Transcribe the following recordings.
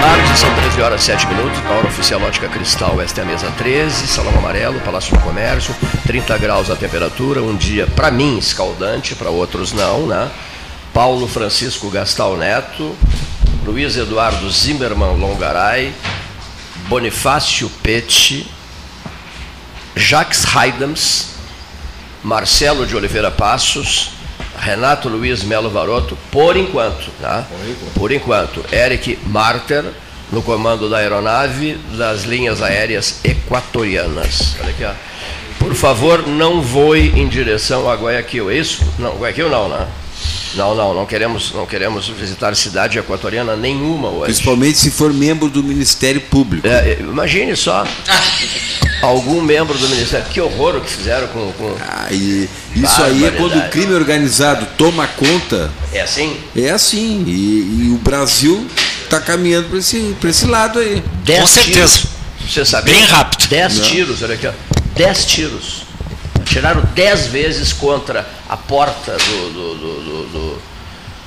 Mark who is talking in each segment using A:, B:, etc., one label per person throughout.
A: tarde, são 13 horas e 7 minutos, na hora oficial Ótica Cristal, esta é a mesa 13, Salão Amarelo, Palácio do Comércio, 30 graus a temperatura, um dia, para mim, escaldante, para outros não, né? Paulo Francisco Gastal Neto, Luiz Eduardo Zimmermann Longaray, Bonifácio Pete, Jacques Haidams, Marcelo de Oliveira Passos, Renato Luiz Melo Varoto, por enquanto, tá? Por enquanto. Eric Marter, no comando da aeronave das linhas aéreas equatorianas. Olha aqui, ó. Por favor, não voe em direção a Guayaquil. É isso? Não, Guayaquil não, né? Não, não, não queremos, não queremos visitar cidade equatoriana nenhuma hoje.
B: Principalmente se for membro do Ministério Público.
A: É, é, imagine só algum membro do Ministério. Que horror o que fizeram com. com...
B: Ah, e isso
A: né,
B: aí é quando o crime organizado toma conta.
A: É assim?
B: É assim. E, e o Brasil está caminhando para esse, pra esse lado aí.
A: Dez
C: Com certeza.
A: tiros. Você sabia?
C: Bem rápido.
A: 10
B: Não.
A: tiros, olha aqui, ó. 10 tiros. Atiraram 10 vezes contra a porta do, do, do- do- do-
B: Do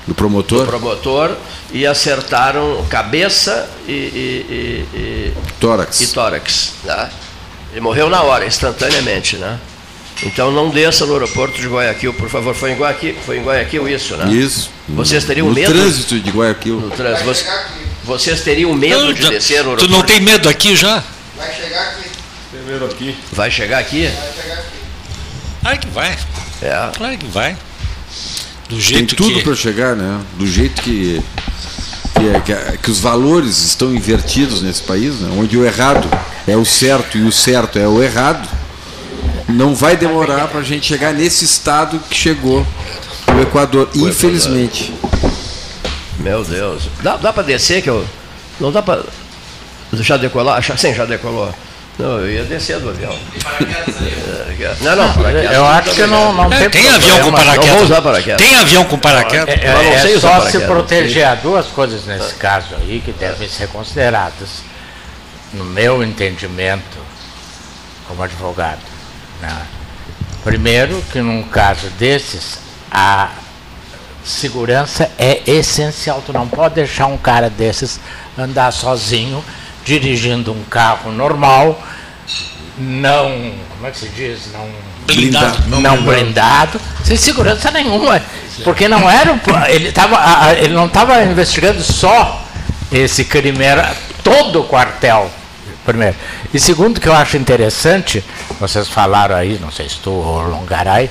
A: do
B: promotor,
A: promotor e acertaram cabeça e, e- e-
B: tórax.
A: e- e tórax. Né? Ele morreu na hora, instantaneamente, né? Então não desça no aeroporto de Guayaquil, por favor. Foi em Guayaquil, foi em Guayaquil isso, né?
B: Isso.
A: Vocês teriam
B: no
A: medo?
B: trânsito de Guayaquil.
A: No trânsito. Voc- Vocês teriam medo de descer no
C: tu
A: aeroporto?
C: não tem medo aqui já?
D: Vai chegar aqui.
E: Primeiro aqui.
A: Vai chegar aqui?
C: Claro que vai,
A: É.
C: claro que vai. Do
B: Tem
C: jeito
B: tudo
C: que...
B: para chegar, né? Do jeito que que, é- que a- que os valores estão invertidos nesse país, né? onde o errado é o certo e o certo é o errado, não vai demorar para a gente chegar nesse estado que chegou o Equador, infelizmente.
A: Meu Deus. Dá, dá pra descer que eu. Não dá pra. Já decolar? Já, sim, já decolou. Não, eu ia descer do avião. Não, é assim não, paraquedas.
F: Eu acho que não, não
C: É,
F: tem,
C: tem
F: problema.
C: avião com paraquedas.
A: Não vou usar paraquedas.
C: Tem avião com paraquedas.
F: É,
A: Mas não
F: é
A: sei usar
F: só se
A: paraquedas.
F: proteger a duas coisas nesse caso aí que devem ser consideradas, no meu entendimento, como advogado. né? Primeiro, que num caso desses, a segurança é essencial. Tu não pode deixar um cara desses andar sozinho, dirigindo um carro normal, não. Como é que se diz? Não
C: Blindado.
F: não, blindado, sem segurança nenhuma. Porque não era. um pla- Ele, tava, a- a- ele não estava investigando só esse crime, era todo o quartel. Primeiro. E segundo, que eu acho interessante, vocês falaram aí, não sei se tu ou Longaray,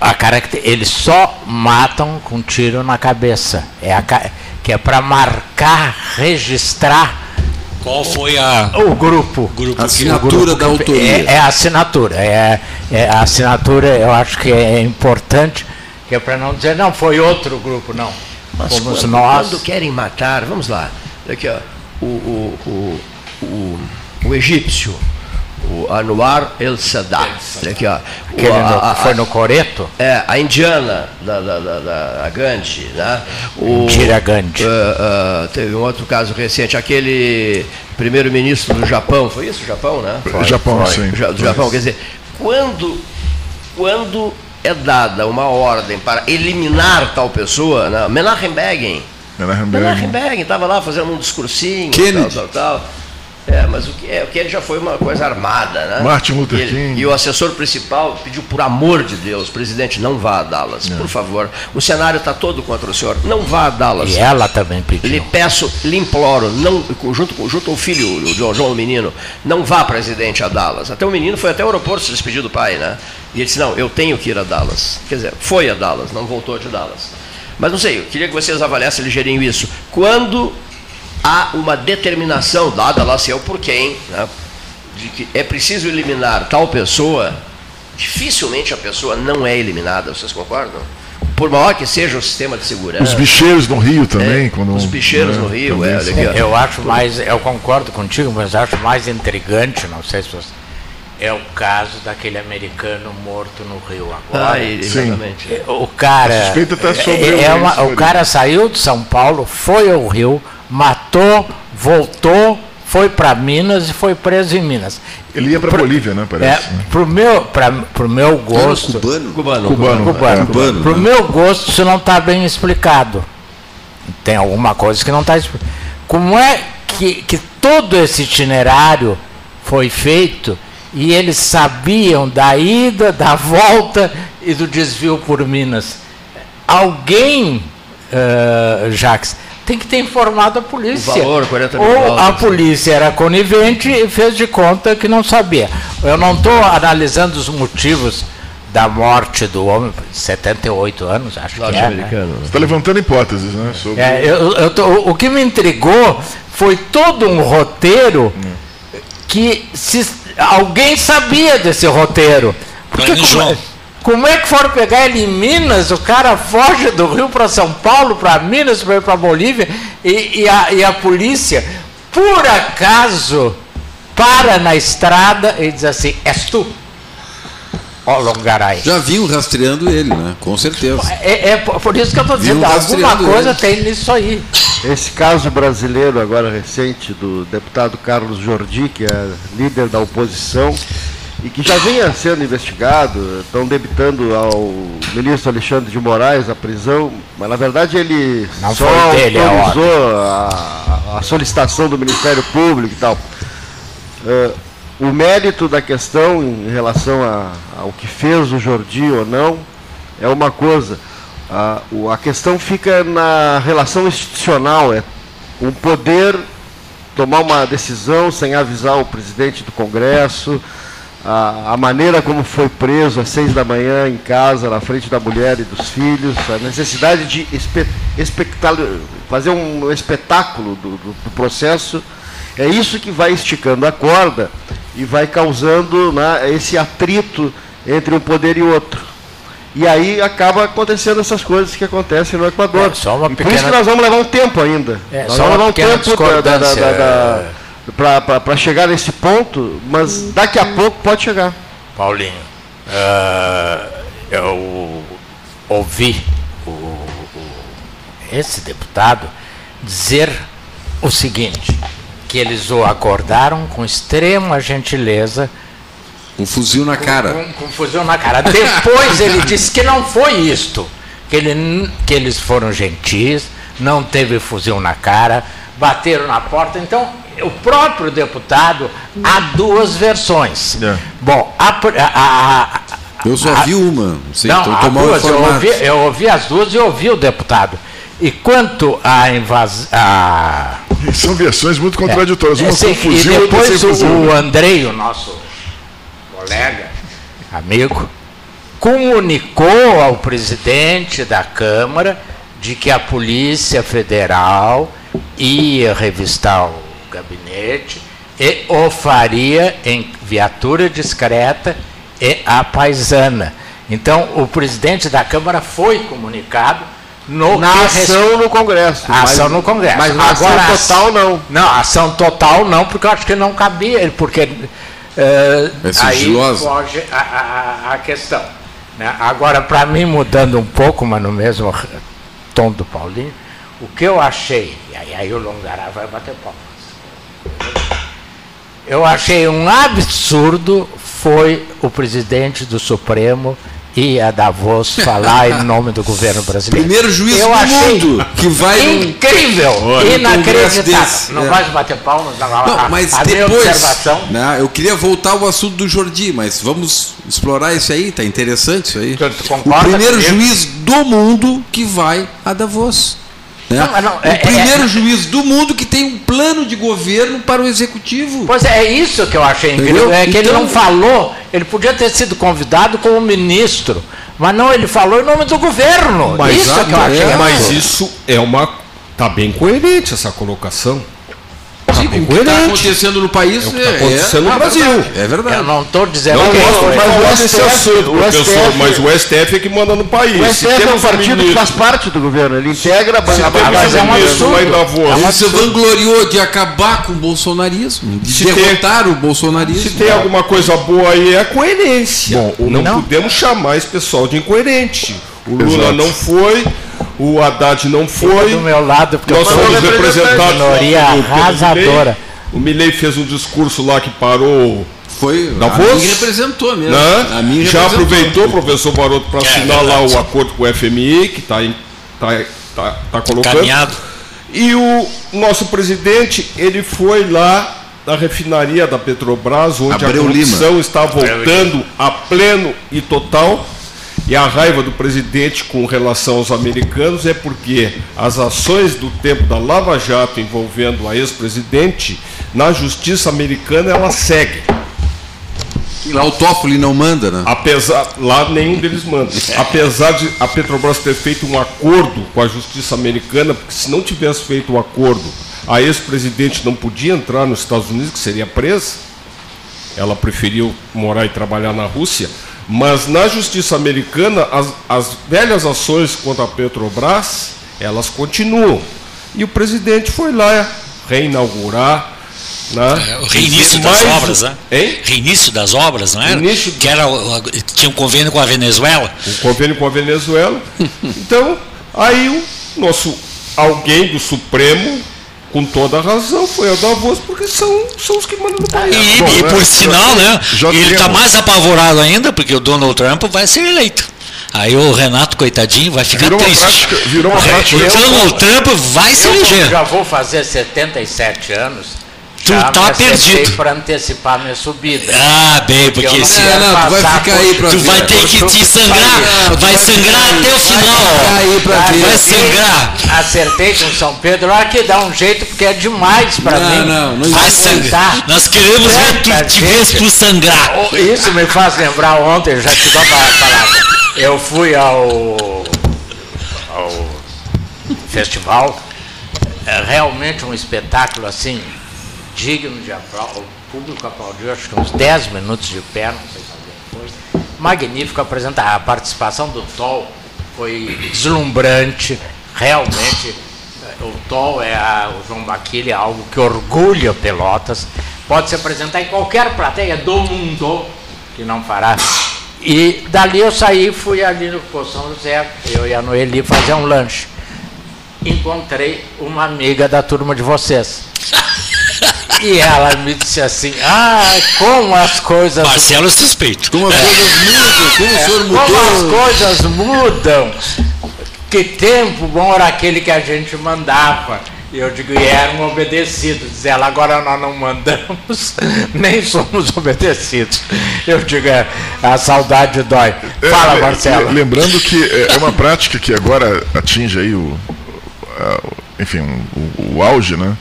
F: a caracter... eles só matam com tiro na cabeça. É a ca- Que é para marcar, registrar
C: Qual foi a...
F: o grupo.
C: Grupo
B: A assinatura da autoria.
F: É, é a assinatura. É, é a assinatura, eu acho que é importante, que é para não dizer, não, foi outro grupo, não.
A: Mas
F: Fomos
A: quando,
F: nós.
A: quando querem matar, vamos lá. Aqui, ó. O, o, o, o, o egípcio, o Anwar El Sadat. Aqui, ó. O-
F: Aquele no-
A: a- a-
F: foi no Coreto?
A: É, a indiana da, da, da, da- a Gandhi, né? O,
F: Indira Gandhi.
A: Ah, ah, teve um outro caso recente, aquele primeiro-ministro do Japão, foi isso o Japão, né? Foi,
E: Japão, sim.
A: Ja- do Japão, quer dizer, quando, quando é dada uma ordem para eliminar tal pessoa, né? Menachem Begin,
E: Ela é
A: Menachem Begin estava lá fazendo um discursinho,
B: Kennedy.
A: tal, tal, tal. É, mas o que, é, o que já foi uma coisa armada, né?
D: Martin Luther
A: e, ele-
D: King.
A: E o assessor principal pediu, por amor de Deus, presidente, não vá a Dallas,
D: É.
A: por favor. O cenário está todo contra o senhor. Não vá a Dallas.
F: E ela também
A: Lhe
F: pediu.
A: peço, lhe imploro, não, junto, com- junto ao filho, o João, João, o menino, não vá, presidente, a Dallas. Até o menino foi até o aeroporto se despedir do pai, né? E ele disse, não, eu tenho que ir a Dallas. Quer dizer, foi a Dallas, não voltou de Dallas. Mas não sei, eu queria que vocês avaliassem ligeirinho isso. Quando há uma determinação dada, lá se eu por quem, né? De que é preciso eliminar tal pessoa, dificilmente a pessoa não é eliminada, vocês concordam? Por maior que seja o sistema de segurança.
D: Os bicheiros no Rio também.
A: É,
D: quando,
A: os bicheiros
D: né,
A: no Rio,
D: também
A: é,
D: são-
A: olha aqui, ó.
F: Eu acho mais, é eu concordo contigo, mas acho mais intrigante, não sei se você. É o caso daquele americano morto no Rio agora.
A: Ah, exatamente.
F: É, O cara.
D: A suspeita tá sobre
F: é,
D: ele,
F: é uma-
D: isso,
F: O cara saiu de São Paulo, foi ao Rio, matou, voltou, foi para Minas e foi preso em Minas.
D: Ele ia pra
F: Pro-
D: Bolívia, né? Parece.
F: É, pro, meu, pra, pro meu
B: Era
F: gosto.
B: cubano.
A: Cubano.
D: Cubano.
F: Cubano.
D: é.
B: Cubano,
F: Pro
B: né?
F: meu gosto, isso não está bem explicado. Tem alguma coisa que não está explicada. Como é que, que todo esse itinerário foi feito e eles sabiam da ida, da volta e do desvio por Minas? Alguém, eh, Jax, tem que ter informado a polícia.
A: O valor, 40 mil
F: Ou a
A: dólares.
F: polícia era conivente e fez de conta que não sabia. Eu não estou analisando os motivos da morte do homem, 78 anos, acho que é. né?
A: Norte-americano.
D: Você tá levantando hipóteses, né? Sobre...
F: É, eu- eu tô- o- o que me intrigou foi todo um roteiro que se, alguém sabia desse roteiro. Porque
C: Plano
F: como,
C: João.
F: é- como é que foram pegar ele em Minas? O cara foge do Rio para São Paulo, para Minas, para Bolívia, e, e a, e a polícia, por acaso, para na estrada e diz assim: És tu? Ó, Longaray.
B: Já vinham rastreando ele, né? Com certeza.
F: É, é por por isso que eu estou dizendo:
B: Viram
F: alguma
B: rastreando
F: coisa
B: ele.
F: tem nisso aí.
E: Esse caso brasileiro agora recente do deputado Carlos Jordi, que é líder da oposição e que já vinha sendo investigado, estão debitando ao ministro Alexandre de Moraes a prisão, mas na verdade ele
F: Não
E: só
F: foi dele é a ordem.
E: autorizou a, a solicitação do Ministério Público e tal. Eh, o mérito da questão em relação a- ao que fez o Jordi ou não é uma coisa. A, o- a questão fica na relação institucional, é um poder tomar uma decisão sem avisar o presidente do Congresso, a, a maneira como foi preso às seis da manhã em casa, na frente da mulher e dos filhos, a necessidade de espe, espectalo- fazer um espetáculo do- do- do processo é isso que vai esticando a corda e vai causando né, esse atrito entre um poder e outro. E aí acaba acontecendo essas coisas que acontecem no Equador.
F: É, só uma
E: E Por
F: pequena-
E: isso que nós vamos levar um tempo ainda.
F: É,
E: nós
F: só uma
E: vamos levar um
F: pequena
E: tempo da- da- da-
F: discordância.
E: da- da- pra- para chegar nesse ponto, mas daqui a pouco pode chegar.
F: Paulinho, ah, eu ouvi o- o- esse deputado dizer o seguinte, que eles o acordaram com extrema gentileza,
B: Um fuzil na cara.
F: com, com fuzil na cara. Depois ele disse que não foi isto, que, ele n- que eles foram gentis, não teve fuzil na cara, bateram na porta. Então, o próprio deputado há duas versões.
D: É.
F: Bom, a pr- a- a- a-
B: Eu só vi uma. Não sei,
F: Ah, não,
B: tô,
F: as
B: tô mal
F: duas, eu,
B: informado.
F: ouvi, eu ouvi as duas e ouvi o deputado. E quanto à invasão.
D: São versões muito contraditórias. Uma
F: É, sim,
D: com fuzil,
F: e
D: outra sem
F: depois o,
D: fuzil.
F: o Andrei, o nosso colega, amigo, comunicou ao presidente da Câmara de que a Polícia Federal ia revistar o gabinete e o faria em viatura discreta e a paisana. Então, o presidente da Câmara foi comunicado no que
E: Na
F: respeita-
E: ação no Congresso.
F: a
E: mas-
F: ação no Congresso.
E: Mas na
F: a-
E: ação total não.
F: Não, a ação total não, porque eu acho que não cabia, porque eh,
B: É
F: aí
B: sigilosa.
F: foge a, a- a- a questão. né? Agora, para mim, mudando um pouco, mas no mesmo tom do Paulinho, o que eu achei, e aí, aí o Longará vai bater palmas. Eu achei um absurdo foi o presidente do Supremo ia Davos falar em nome do governo brasileiro.
B: Primeiro juiz
F: Eu
B: do
F: achei
B: mundo que vai num-
F: Incrível!
B: Olha, um
F: inacreditável!
B: congresso desse,
F: não
B: é.
F: vai bater palmas, não, a-
B: Não,
F: a-
B: mas
F: a minha
B: depois.
F: observação.
B: Né, eu queria voltar ao assunto do Jordi, mas vamos explorar isso aí, tá interessante isso aí.
F: Tu- tu
B: O
F: concorda
B: primeiro
F: comigo?
B: juiz do mundo que vai a Davos. né?
F: Não, não,
B: o
F: é- é-
B: primeiro
F: é-
B: juiz do mundo que tem um plano de governo para o executivo.
F: Pois é, é isso que eu achei incrível.
B: Entendeu?
F: É que ele
B: Então-
F: não falou, ele podia ter sido convidado como ministro, mas não, ele falou em nome do governo.
G: Mas,
F: isso que eu
G: é,
F: achei.
G: mas isso é uma. Tá bem coerente essa colocação. Tá
B: Sim, o que está
G: coerente.
B: acontecendo no país
G: É o que tá acontecendo no
B: é
G: Brasil.
B: verdade, É
F: Eu
B: verdade.
F: não estou dizendo
G: Não
F: que é
G: gosto
F: foi.
G: de falar desse assunto,
E: o
G: professor,
E: STF
G: mas é o STF é que manda no país.
E: O
G: Se
E: STF é um
G: temos
E: partido que
G: ministro-
E: faz parte do governo, ele integra a
G: se
E: banca.
G: temos
F: mas é um
G: ministro
F: absurdo.
G: lá em Davos,
B: Ele se vangloriou de acabar com o bolsonarismo, de
G: Se
B: derrotar o bolsonarismo. né?
G: Se tem alguma coisa boa aí, é a coerência.
D: Bom, o-
G: não,
F: Não.
G: podemos chamar esse pessoal de incoerente. O Lula
D: Exato.
G: não foi, o Haddad não foi.
F: do meu lado, porque
G: Nós
F: eu sou
G: fomos representados
F: minoria
G: pelo- pelo
F: arrasadora.
G: Milley. O Milley fez um discurso lá que parou
B: Foi.
G: Da
B: a
G: voz?
B: mim representou mesmo.
G: né?
B: A mim
G: Já
B: representou.
G: aproveitou o professor Baroto
B: É,
F: É,
G: para assinar lá
C: verdade.
G: o acordo com o FMI, que está tá, tá, tá colocando.
C: Caminhado.
G: E o nosso presidente, ele foi lá na refinaria da Petrobras, onde
B: Abreu
G: a corrupção
B: Lima.
G: está voltando a pleno e total. E a raiva do presidente com relação aos americanos é porque as ações do tempo da Lava Jato envolvendo a ex-presidente, na justiça americana, ela segue.
B: E Lá o Toffoli não manda, né?
G: Apesar, lá nenhum deles manda. Apesar de a Petrobras ter feito um acordo com a justiça americana, porque se não tivesse feito o acordo, a ex-presidente não podia entrar nos Estados Unidos, que seria presa. Ela preferiu morar e trabalhar na Rússia. Mas na justiça americana, as, as velhas ações contra a Petrobras, elas continuam. E o presidente foi lá reinaugurar. Né?
C: É, o reinício
G: Dizer
C: das
G: mais
C: obras,
G: um-
C: né?
G: Hein?
C: Reinício das obras, né? não era?
G: Reinício-
C: Que era, o- o- tinha um convênio com a Venezuela.
G: um convênio com a Venezuela. Então, aí o nosso alguém do Supremo, com toda a razão, foi a Davos, porque são, são os que mandam no país.
C: E,
D: Bom,
C: e
D: né,
C: por
D: já-
C: sinal, né?
D: já
C: ele está
D: temos.
C: mais apavorado ainda, porque o Donald Trump vai ser eleito. Aí o Renato, coitadinho, vai ficar
D: Virou uma
C: triste.
D: prática. Virou uma
C: O Re-
D: prática.
C: o Donald Trump vai se
F: Eu
C: eleger.
F: já vou fazer 77 anos.
C: Tu
F: já
C: tá
F: me acertei
C: perdido.
F: pra antecipar minha subida.
C: Ah, bem, porque
F: Eu não
C: esse
F: quero
B: É, não, tu vai
F: passar
B: ficar
F: por-
B: aí pra
C: Tu
B: ver.
C: vai ter que te sangrar,
B: Não, tu
C: vai
B: vai
C: sangrar
B: ficar
C: até
B: aí,
C: o
B: vai
C: final.
B: ficar aí pra
C: Vai
B: ver.
C: sangrar.
F: Acertei com São Pedro. Olha que dá um jeito, porque é demais pra
B: Não,
F: mim.
B: não, não
C: Vai
B: existe.
C: sangrar. Nós queremos ver tu,
F: Tanta
C: te ver
F: gente.
C: tu sangrar.
F: Oh, Isso me faz lembrar ontem, eu já te dou a pa- palavra. Eu fui ao, ao festival, é realmente um espetáculo assim, digno de aplauso. O público aplaudiu, acho que uns 10 minutos de pé, não sei se alguém foi. Magnífico apresentar. A participação do Tol foi deslumbrante, realmente. eh, O Tol é a- o João Baquilha, é algo que orgulha Pelotas. Pode se apresentar em qualquer plateia do mundo, que não fará. E dali eu saí e fui ali no Poço São José, eu e a Noeli, fazer um lanche. Encontrei uma amiga da turma de vocês. E ela me disse assim: Ah, como as coisas
C: Marcelo é suspeito.
B: Como as coisas mudam, como o
A: É.
B: senhor
F: É, como as
B: mudou.
F: coisas mudam. Que tempo bom era aquele que a gente mandava. E eu digo, e eram obedecidos. Diz ela, agora nós não mandamos, nem somos obedecidos. Eu digo, é, a saudade dói.
D: É,
F: Fala,
D: le-
F: Marcelo.
D: le- Lembrando que é é uma prática que agora atinge aí o, a- o- enfim, o, o auge, né?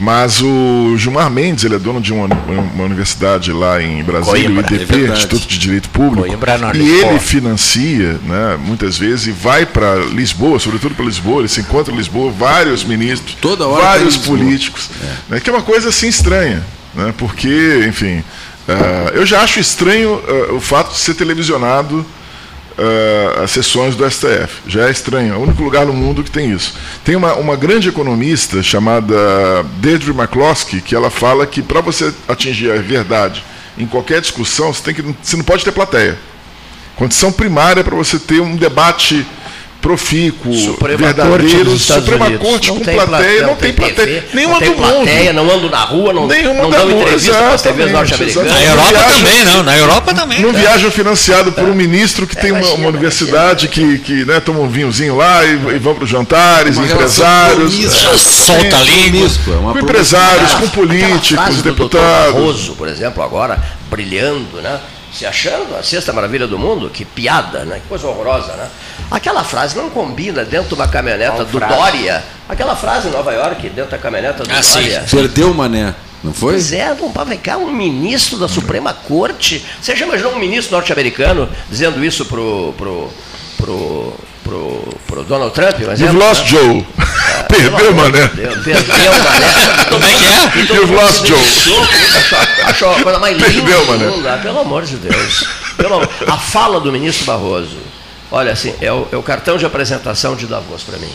D: Mas o Gilmar Mendes, ele é dono de uma, uma universidade lá em Brasília,
F: Coimbra,
D: o IDP,
B: é verdade.
D: Instituto de Direito Público.
F: Coimbra, não,
D: e
F: Lisboa.
D: ele financia, né, muitas vezes, e vai para Lisboa, sobretudo para Lisboa, ele se encontra em Lisboa, vários ministros,
B: Toda hora tá em
D: vários
B: Lisboa.
D: políticos políticos, né, que é uma coisa assim estranha, né, porque, enfim, ah, eu já acho estranho ah, o fato de ser televisionado ah, as sessões do STF. Já é estranho, é o único lugar no mundo que tem isso. Tem uma, uma grande economista chamada Deirdre McCloskey que ela fala que para você atingir a verdade em qualquer discussão, você, tem que, você não pode ter plateia. Condição primária para você ter um debate profícuo,
A: Suprema Corte
D: verdadeiro,
A: dos Estados
D: Suprema
A: Unidos.
D: Corte com
A: pla-
D: plateia, não tem plateia,
A: TV,
D: nenhuma
A: não tem
D: do mundo.
A: plateia, não ando na rua, não,
D: Nenhuma
A: não
D: da
A: dão
D: rua,
A: entrevista para as TVs
D: exatamente,
C: Na
D: exatamente.
A: norte-americanas.
C: Europa
D: viaja-
C: também, não. Na Europa também. né?
D: Não viaja financiado por um ministro que tem uma,
A: É. imagina,
D: uma universidade que, que né, toma um vinhozinho lá e, e vão para os jantares,
B: Uma relação
D: empresários. é,
B: promíscua,
C: Solta a língua.
B: promíscua, é
D: Com
B: uma promíscua.
D: empresários, com
A: Aquela
D: políticos,
A: frase do Dr.
D: deputados.
A: Barroso, por exemplo, agora, brilhando, né? Se achando a sexta maravilha do mundo, que piada, né? Que coisa horrorosa, né? Aquela frase não combina dentro de uma caminhoneta do Dória. Aquela frase em Nova York, dentro da caminhoneta do
C: Ah, sim.
A: Dória.
B: Perdeu o mané, não foi?
A: Pois é, não vai ficar um ministro da Suprema Corte. Você já imaginou um ministro norte-americano dizendo isso pro, pro, pro, pro, pro Donald Trump? um
D: You've
A: exemplo,
D: lost
A: né?
D: Joe. Perdeu, mané.
A: Perdeu, perdeu, mané.
C: Como é que é?
A: E todo
D: You've
A: mundo
D: lost
A: se
D: Joe.
A: deixou, Achou, achou a coisa mais linda
D: Perdeu,
A: do
D: mané.
A: mundo. Ah, Pelo amor de Deus. Pelo amor- a fala do ministro Barroso, olha assim, é o, é o cartão de apresentação de Davos para mim.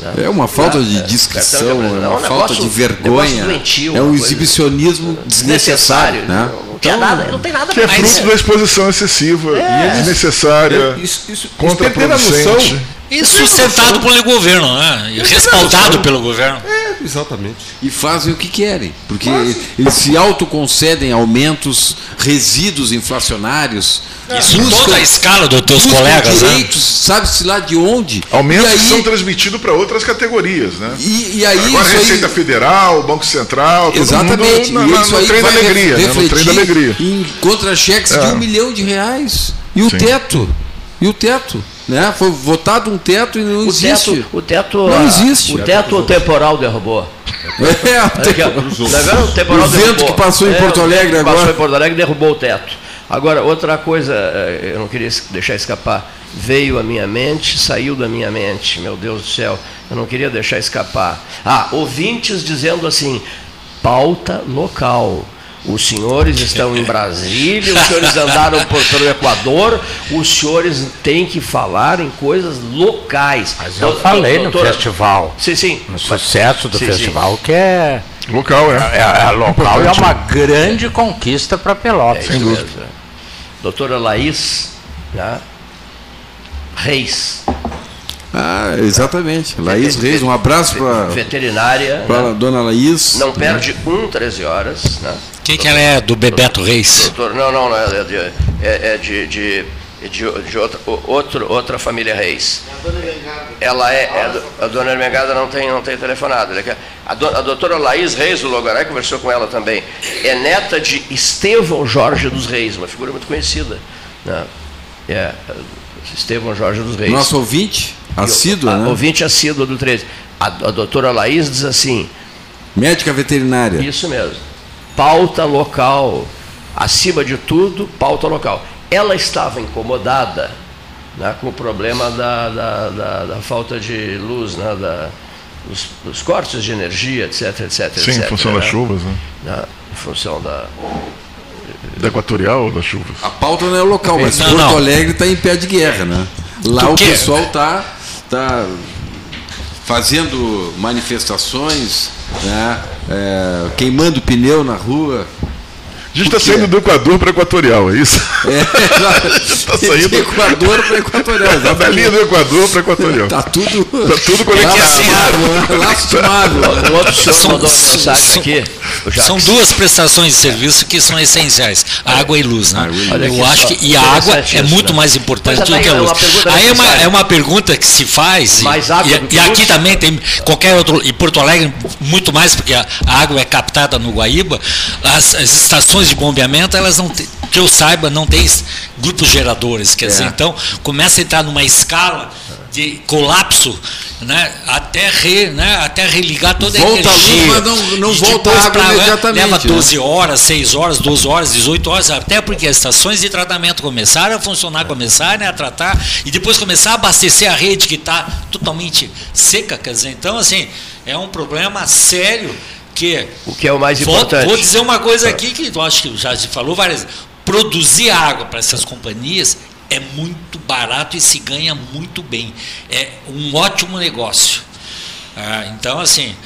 A: né?
B: É uma falta
A: É,
B: de
A: é,
B: discrição,
A: cartão de
B: é
A: apresentação.
B: uma
A: É um negócio-
B: falta de
A: negócio
B: vergonha.
A: doentio,
B: É
A: uma
B: um
A: coisa
B: exibicionismo desnecessário, né?
A: Não, tinha nada, não tem nada
D: Que é
A: mais.
D: fruto da exposição excessiva,
A: É.
D: desnecessária,
G: Isso- isso- isso perderam a
D: contraproducente.
G: noção.
C: E sustentado pelo governo, né? E respaldado pelo governo.
G: É, exatamente.
B: E fazem o que querem, porque eles se autoconcedem aumentos, resíduos inflacionários,
D: É.
C: Isso em
B: buscam-
C: toda a escala dos teus
B: buscam
C: colegas, né?
B: direitos, sabe-se lá de onde.
D: Aumentos
B: e aí,
D: que são transmitidos para outras categorias, né?
B: e, e aí
D: Agora
B: isso aí-
D: Receita Federal, Banco Central, todo mundo
B: Exatamente.
D: na, na,
B: isso
D: no
B: aí
D: trem da
B: vai
D: alegria, né? no trem
B: refletir
D: da alegria.
B: Em contra-cheques de um milhão de reais. E o
D: É. Sim.
B: teto? E o teto? Né? Foi votado um teto e não
A: O
B: existe.
A: teto, o teto,
B: Não
A: ah,
B: existe.
A: O teto temporal derrubou.
B: É, o
A: Olha aqui, ó.
B: teto.
A: Tá vendo? O temporal
B: O vento
A: derrubou.
B: que passou em
A: É,
B: Porto
A: o vento
B: Alegre
A: que Passou
B: agora.
A: em Porto Alegre e derrubou o teto. Agora, outra coisa, eh, eu não queria es- deixar escapar. Veio à minha mente, saiu da minha mente. Meu Deus do céu, eu não queria deixar escapar. Ah, ouvintes dizendo assim: pauta local. Os senhores estão em Brasília, os senhores andaram por, pelo Equador, os senhores têm que falar em coisas locais.
F: Mas eu
A: Do-
F: falei no
A: doutora-
F: festival.
A: Sim, sim.
F: No sucesso do
A: Sim, sim.
F: festival, que é,
D: Local, é.
F: é, é local, é uma grande conquista para Pelotas.
A: É isso mesmo. Doutora Laís né? Reis,
B: Ah, exatamente. Laís Reis, um abraço para
A: veterinária,
B: a
A: né?
B: dona Laís.
A: não perde um 13 horas. Né?
C: Quem que ela é do Bebeto Reis?
A: Doutor, não, não, não é de, é, é de, de, de, de outra, o- outro, outra família Reis. Ela é, é do- a dona Ermengada não tem, não tem telefonado. ele quer- A, do, a doutora Laís Reis, do Logarai, conversou com ela também. É neta de Estevão Jorge dos Reis, uma figura muito conhecida. Né? É, Estevão Jorge dos Reis.
B: Nosso ouvinte, assídua,
A: a,
B: né?
A: Ouvinte assídua do 13. A, a doutora Laís diz assim,
B: médica veterinária.
A: isso mesmo, pauta local, acima de tudo, pauta local. Ela estava incomodada né, com o problema da, da, da- da falta de luz, né, da, dos, dos cortes de energia, etc, etc,
D: Sim,
A: etc.
D: em função
A: né,
D: das chuvas, né?
A: né, em função da...
D: Da equatorial das chuvas.
B: A pauta não é local, mas
C: Não,
B: Porto
C: não.
B: Alegre está em pé de guerra, né? Lá
C: Tu
B: o
C: quê?
B: pessoal tá, tá fazendo manifestações, né? É, queimando pneu na rua.
D: A gente está
B: quê?
D: tá saindo do Equador para Equatorial, é isso?
B: É,
D: Tá saindo-
B: de Equador para Equatorial.
D: Da linha do
B: É, exatamente.
D: Equatorial para Equatorial.
B: Tá tudo.
D: Tá tudo conectado.
B: Laço magro, né? Laço magro.
A: O um outro senhor
C: São-
A: mandou uma mensagem
C: são-
A: aqui. o Jacques.
C: São duas prestações de serviço que são essenciais: água e luz, né?
B: Água e luz.
A: Olha
C: Eu
A: aqui
C: acho
A: só,
C: que e a água
A: interessante
C: é
A: isso,
C: muito
A: né?
C: mais importante
A: Mas
C: do que a
A: aí é
C: luz.
A: uma pergunta
C: Aí é uma,
A: necessária.
C: é uma pergunta que se faz e,
A: Mais água é
C: e-
A: do que
C: e aqui
A: luz?
C: tá também tem qualquer outro e Porto Alegre muito mais porque a, a água é captada no Guaíba. As, as estações de bombeamento elas não te- que eu saiba não tem es- grupos geradores, quer dizer, então começa a entrar numa escala de colapso, né, até re, né, até religar toda
B: Volta
C: a
B: a luz,
C: energia.
B: mas não- não
C: E
B: volta a
C: depois
B: água
C: pra-
B: imediatamente,
C: Leva
B: né?
C: 12 horas, 6 horas, 12 horas, 18 horas, até porque as estações de tratamento começaram a funcionar, começaram a tratar e depois começar a abastecer a rede que está totalmente seca, quer dizer, então assim, é um problema sério que
A: O que é o mais
C: Vou,
A: importante.
C: vou dizer uma
B: Tá.
C: coisa aqui que eu acho que já se falou várias vezes. Produzir água para essas companhias é muito barato e se ganha muito bem. É um ótimo negócio. Ah, então, assim.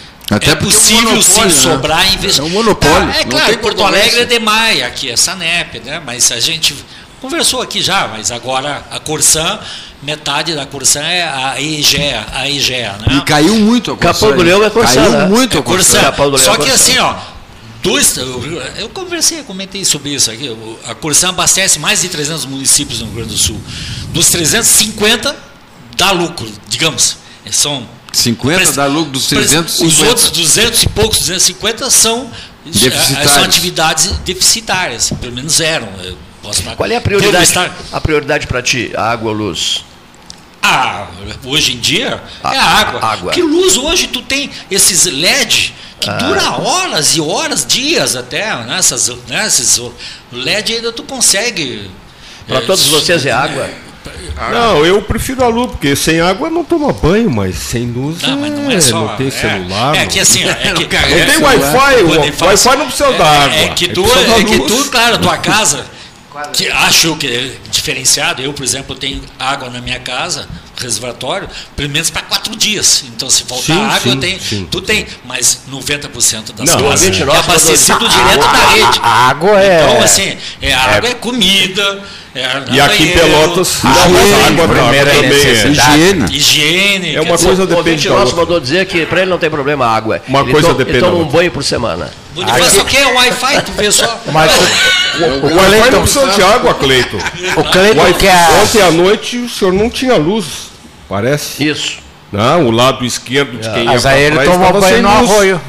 C: é
B: Até porque é um
C: possível
B: monopólio,
C: sim
B: né?
C: sobrar investimento.
B: É um monopólio,
C: é
B: não
C: claro,
B: tem
C: Porto
B: concorrência.
C: Alegre é demais, aqui é Sanep, né? Mas a gente Conversou aqui já, mas agora a Corsan, metade da Corsan é a EGEA, a EGEA, né?
B: E caiu muito a Corsair.
A: Capão do Leão é Corsair,
B: Caiu
A: né?
B: muito a
C: Corsan.
B: Corsair.
A: Capão do Leão é
C: Só que
A: Corsan.
C: assim, ó, dois, eu, eu conversei, comentei sobre isso aqui. o- A Corsan abastece mais de 300 municípios no Rio Grande do Sul. Dos 350 dá lucro, digamos. É, São
B: 50 dá lucro dos
C: Pres-
B: 350.
C: Os outros 200 e poucos, 250 são,
B: Deficitários.
C: são atividades deficitárias, pelo menos eram. Eu posso falar-
A: Qual é a
C: Toda
A: prioridade?
C: esta-
A: A prioridade para ti, a água ou luz?
C: Ah, hoje em dia é
A: A-
C: a água.
A: água. Ah.
C: Que luz hoje tu tem esses LED que dura horas e horas, dias até, né? Essas, né? Esses LED ainda tu consegue.
A: Para
C: eh,
A: todos vocês é água?
G: Não, eu prefiro a luz, porque sem água não toma banho, mas sem luz
C: Não, mas não é só.
G: tem
C: é,
G: celular.
C: É que assim, ó, é que,
G: Não tem Wi-Fi, o Wi-Fi não precisa
C: é,
G: da água.
C: É que tu,
G: precisa da
C: é que
G: luz.
C: tu claro, tua casa, que acho que é diferenciado, eu, por exemplo, tenho água na minha casa, reservatório, pelo menos para quatro dias. Então, se faltar
G: Sim,
C: água,
G: sim,
C: eu tenho,
G: sim.
C: tu tem, mas 90% das
G: Não,
C: casas
A: ouvinte
C: é
A: nosso
C: abastecido
A: mandou-
C: direto da rede.
F: A água é.
C: Então, assim, é água, é comida, é
G: E aqui em
C: banheiro,
G: Pelotas,
C: Ah,
G: a
B: banheiro,
G: água tá também
F: primeira
G: é.
F: necessidade.
B: Higiene.
C: higiene.
G: É
C: quer
G: uma
C: dizer,
A: o
G: coisa
A: ouvinte
G: depende da
A: nosso
G: outra.
A: mandou dizer que para ele não tem problema a água.
G: Uma
A: ele
G: coisa
A: to-
G: depende
A: Ele toma
G: da
A: um
G: outra.
A: banho por semana.
C: Bonifácio, o que é Wi-Fi? Tu vê só.
E: Mas o, o, o
G: Wi-Fi não
E: Cleiton,
G: precisa de água, Cleiton.
E: o Cleiton
G: Wi-Fi-
E: quer.
G: Ontem à noite o senhor não tinha luz, parece.
A: Isso.
G: Não, o lado esquerdo
E: Ah,
G: de quem ia
F: Mas
G: pra
F: aí ele
G: trás
F: tomou
G: tava
F: banho
G: sem
F: no
G: luz.
F: arroio.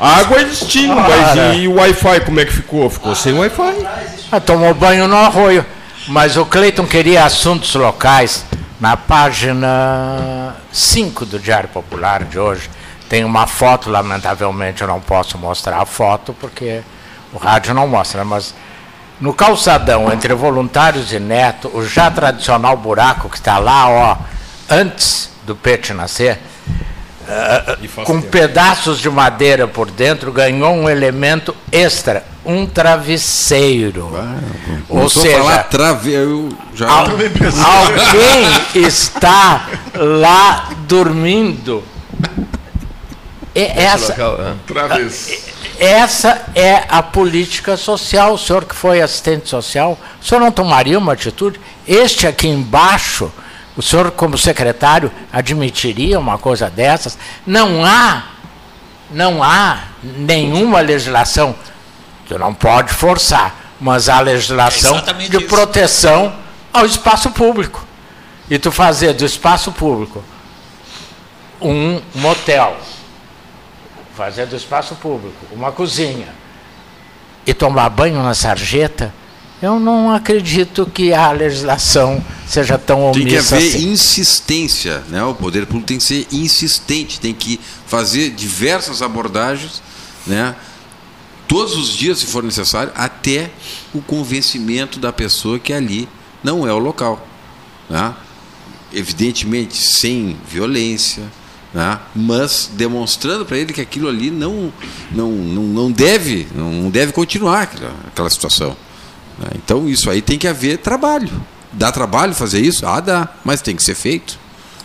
G: A água eles tinham, mas e o Wi-Fi como é que ficou? Ficou sem Wi-Fi.
F: Ah, tomou banho no arroio. Mas o Cleiton queria assuntos locais. Na página 5 do Diário Popular de hoje, tem uma foto, lamentavelmente eu não posso mostrar a foto, porque o rádio não mostra, mas no calçadão entre voluntários e neto, o já tradicional buraco que está lá, ó, antes do Pete nascer, eh, com pedaços de madeira por dentro, ganhou um elemento extra, um travesseiro. Ou
B: Começou a
F: seja,
B: falar trave, eu já
F: al-
D: também pensei.
F: alguém está lá dormindo. E essa,
A: Local, é.
D: Travessa.
F: essa é a política social. O senhor que foi assistente social, o senhor não tomaria uma atitude? Este aqui embaixo, o senhor como secretário admitiria uma coisa dessas? Não há, não há nenhuma legislação. Tu não pode forçar, mas há
C: É
F: legislação
C: exatamente
F: de
C: isso.
F: proteção ao espaço público. E tu fazer do espaço público um motel, fazer do espaço público uma cozinha e tomar banho na sarjeta, eu não acredito que a legislação seja tão
B: Tem que
F: omissa
B: haver
F: assim.
B: insistência, né? O poder público tem que ser insistente, tem que fazer diversas abordagens, né? Todos os dias, se for necessário, até o convencimento da pessoa que ali não é o local, né? Evidentemente sem violência, né? Mas demonstrando para ele que aquilo ali não não, não, não deve não deve continuar aquela, aquela situação. né? Então isso aí tem que haver trabalho. Dá trabalho fazer isso? Ah, dá, mas tem que ser feito.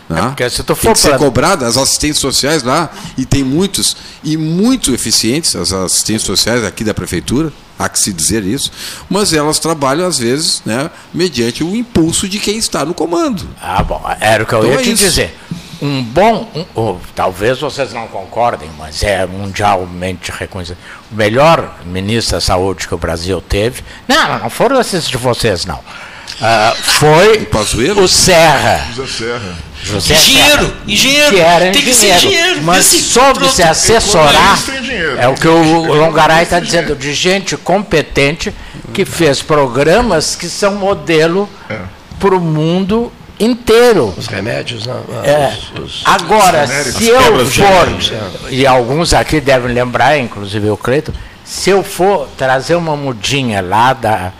B: né?
F: É porque se tu
B: tem
F: for
B: que ser
F: pra-
B: cobrado, as assistentes sociais lá, e tem muitos, e muito eficientes as assistentes sociais aqui da prefeitura, há que se dizer isso, mas elas trabalham às vezes né, mediante o impulso de quem está no comando.
F: Ah, bom, era o que eu
B: Então
F: ia
B: é
F: te
B: isso.
F: dizer. Um bom, um- ou, talvez vocês não concordem, mas é mundialmente reconhecido. O melhor ministro da Saúde que o Brasil teve, não, não foram esses de vocês, não. Ah, foi
B: Pazuello?
F: o Serra.
D: José Serra.
F: José Serra.
C: Engenheiro, engenheiro.
F: que era
C: tem que
F: engenheiro,
C: ser engenheiro.
F: mas
C: desse-
F: soube
C: pronto.
F: se assessorar.
D: Economista em dinheiro.
F: É o que o Longaray está
D: Economista em
F: dizendo, de gente competente que fez programas que são modelo
C: É.
F: para o mundo inteiro.
A: Os remédios,
C: né?
A: não. Ah,
F: É.
A: os- os-
F: Agora,
D: genéricos,
F: se
D: as
F: eu
D: quebras
F: for, e alguns aqui devem lembrar, inclusive o Cleiton, se eu for trazer uma mudinha lá da,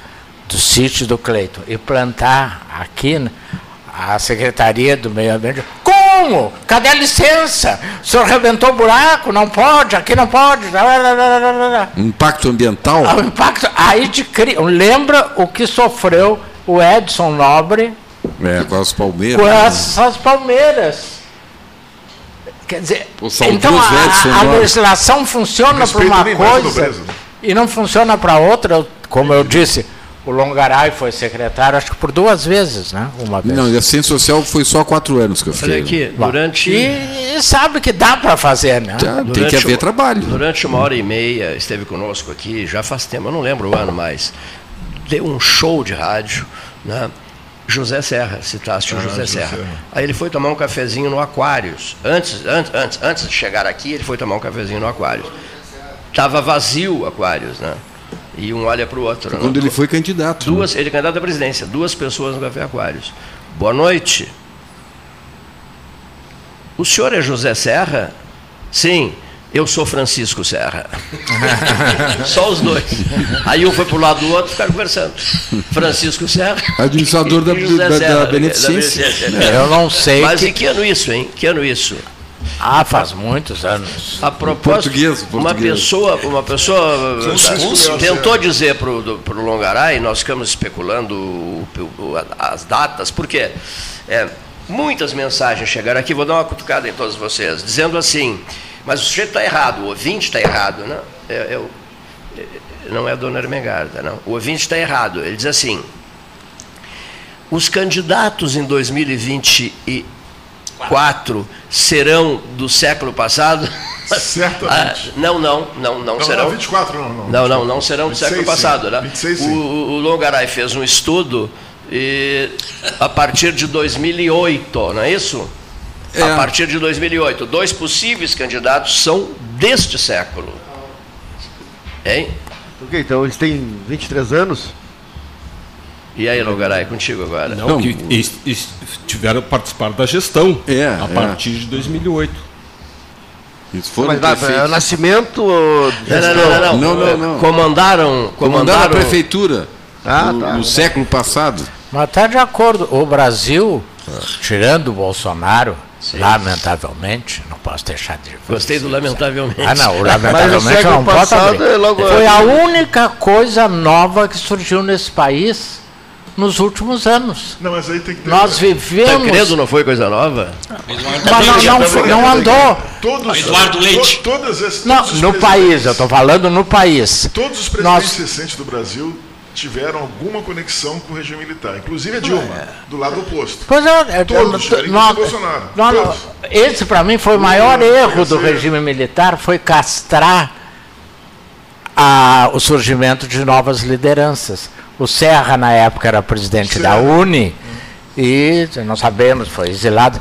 F: do sítio do Cleiton e plantar aqui na- a Secretaria do Meio Ambiente, como? Cadê a licença? O senhor rebentou buraco, não pode, aqui não pode. lá, lá, lá, lá, lá, lá, lá.
B: Impacto ambiental.
F: O impacto aí de cri- lembra o que sofreu o Edson Nobre
B: É, com as palmeiras.
F: com essas palmeiras. Quer dizer,
B: O saudoso
F: então a-
B: Edson
F: a, a
B: Nunes.
F: legislação funciona para
D: Respeito
F: uma
D: nem mais a
F: coisa
D: nobreza.
F: e não funciona para outra, como eu disse. O Longaray foi secretário, acho que por duas vezes, né? Uma vez.
B: Não, e assistente social foi só quatro anos que eu
A: Olha
B: fiquei.
A: aqui,
F: Bom,
A: durante.
F: E, e sabe que dá para fazer, né?
B: Tá, tem
A: Durante
B: que haver
A: uma-
B: trabalho.
A: Durante uma hora e meia esteve conosco aqui, já faz tempo, eu não lembro o ano mais. Deu um show de rádio, né? José Serra, citaste o José Serra. Aí ele foi tomar um cafezinho no Aquários. Antes, antes, antes, antes de chegar aqui, ele foi tomar um cafezinho no Aquários. Tava vazio o Aquários, né? E um olha para o outro. né?
B: Quando ele foi candidato. né?
A: Duas, ele é candidato à presidência, duas pessoas no Café Aquários. Boa noite. O senhor é José Serra? Sim, eu sou Francisco Serra. Só os dois. Aí um foi pro lado do outro e ficaram conversando. Francisco Serra.
B: Administrador da-
A: e José
B: da- da
A: Serra,
B: Beneficência. É.
F: Eu não sei.
A: Mas
F: que-
A: e que ano isso, hein? Que ano isso?
F: Ah, faz muitos anos.
A: A propósito,
B: Português,
A: uma
B: português.
A: pessoa, uma pessoa
C: Cons-
A: tá,
C: cons-
A: tentou dizer para o Longaray, nós ficamos especulando o- o- o- as datas, porque é, muitas mensagens chegaram aqui, vou dar uma cutucada em todos vocês, dizendo assim, mas o sujeito está errado, o ouvinte está errado, né? É- é o- é- não é a dona Ermengarda, não. O ouvinte está errado. Ele diz assim, os candidatos em 2024 serão do século passado?
D: Certamente.
A: Ah, não, não, não, não,
D: Não,
A: serão.
D: não, 24 não, não.
A: Ah, Não, não, não serão do
D: 26
A: século
D: sim.
A: passado, né?
D: 26
A: o,
D: sim.
A: o o Longaray fez um estudo e, a partir de 2008, não é isso?
B: É.
A: A partir de 2008, dois possíveis candidatos são deste século. Hein?
E: Ok, então eles têm 23 anos.
A: E aí, Longaray, contigo agora.
G: Não,
B: Não,
G: que
B: o-
G: es- es- tiveram participar da gestão
B: É,
G: a
B: é.
G: partir de 2008.
B: Eles foram
E: mas dá, é
B: prefeitos.
E: nascimento ou
A: Não, não,
E: gestão?
A: não, não,
B: Não, não,
A: Comandaram,
B: não. Comandaram a
A: comandaram,
B: prefeitura
E: Ah,
B: no,
E: tá.
B: no século passado. Ah.
F: Mas está de acordo. O Brasil, tirando o Bolsonaro, lamentavelmente, não posso deixar de.
A: Gostei do lamentavelmente.
F: Ah, não, o
A: tá
E: Mas no
F: lamentavelmente eu não
E: século
F: posso
E: passado
F: abrir.
E: é logo
F: Foi a
A: né?
F: única coisa nova que surgiu nesse país nos últimos anos.
D: Não, mas aí tem que ter.
F: um, Nós vivemos.
A: Tancredo Tá não foi coisa nova?
F: Mas não, não, foi- não andou.
D: Todos,
C: Eduardo
D: to-
C: Leite.
D: todas as,
F: Não,
D: todos os
F: no país,
D: presidentes-
F: eu estou falando no país.
D: Todos os presidentes
F: Nós,
D: recentes do Brasil tiveram alguma conexão com o regime militar, inclusive a Dilma, do lado oposto.
F: é. Pois é, é,
D: Todos,
F: é,
D: inclusive
F: nós-
D: Bolsonaro,
F: nós-
D: todos.
F: esse para mim foi o maior
D: Lula,
F: erro do
D: Brasil.
F: regime militar, foi castrar a- o surgimento de novas lideranças. O Serra na época era presidente da
D: Serra.
F: Uni e não sabemos, foi exilado.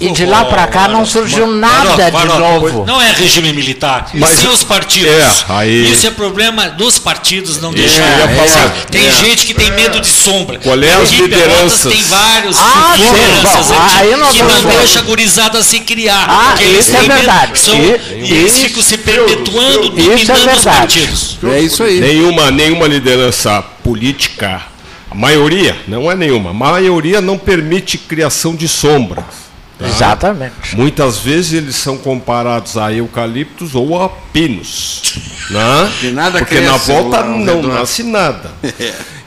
F: e de lá para cá não surgiu
C: Mano,
F: nada
C: Mano,
F: de
C: Mano,
F: novo.
C: Não é regime militar, e
G: Mas-
C: sim os partidos.
G: é, aí-
C: Isso é problema dos partidos
F: É,
C: não deixar.
G: eu ia falar.
C: Sabe, tem gente que tem medo de sombra.
G: Qual é as
C: Aqui em Pelotas
G: lideranças?
C: Tem vários
F: Ah, sim,
C: lideranças
F: bom,
C: aqui
F: aí nós
C: que não
F: vamos ver.
C: deixa a gurizada se criar.
F: Ah,
C: porque eles
F: isso é
C: têm medo,
F: verdade.
C: são-
F: E-
C: e eles ficam se perpetuando,
F: Isso é
C: dominando os
F: verdade.
C: partidos.
B: É isso aí.
G: Nenhuma, nenhuma liderança política, a maioria, não é nenhuma, a maioria não permite criação de sombras. tá?
F: Exatamente.
G: Muitas vezes eles são comparados a eucaliptos ou a pinos. Né?
B: Que nada
G: Porque
B: cresce
G: na volta
B: ao
G: não
B: redor.
G: nasce nada.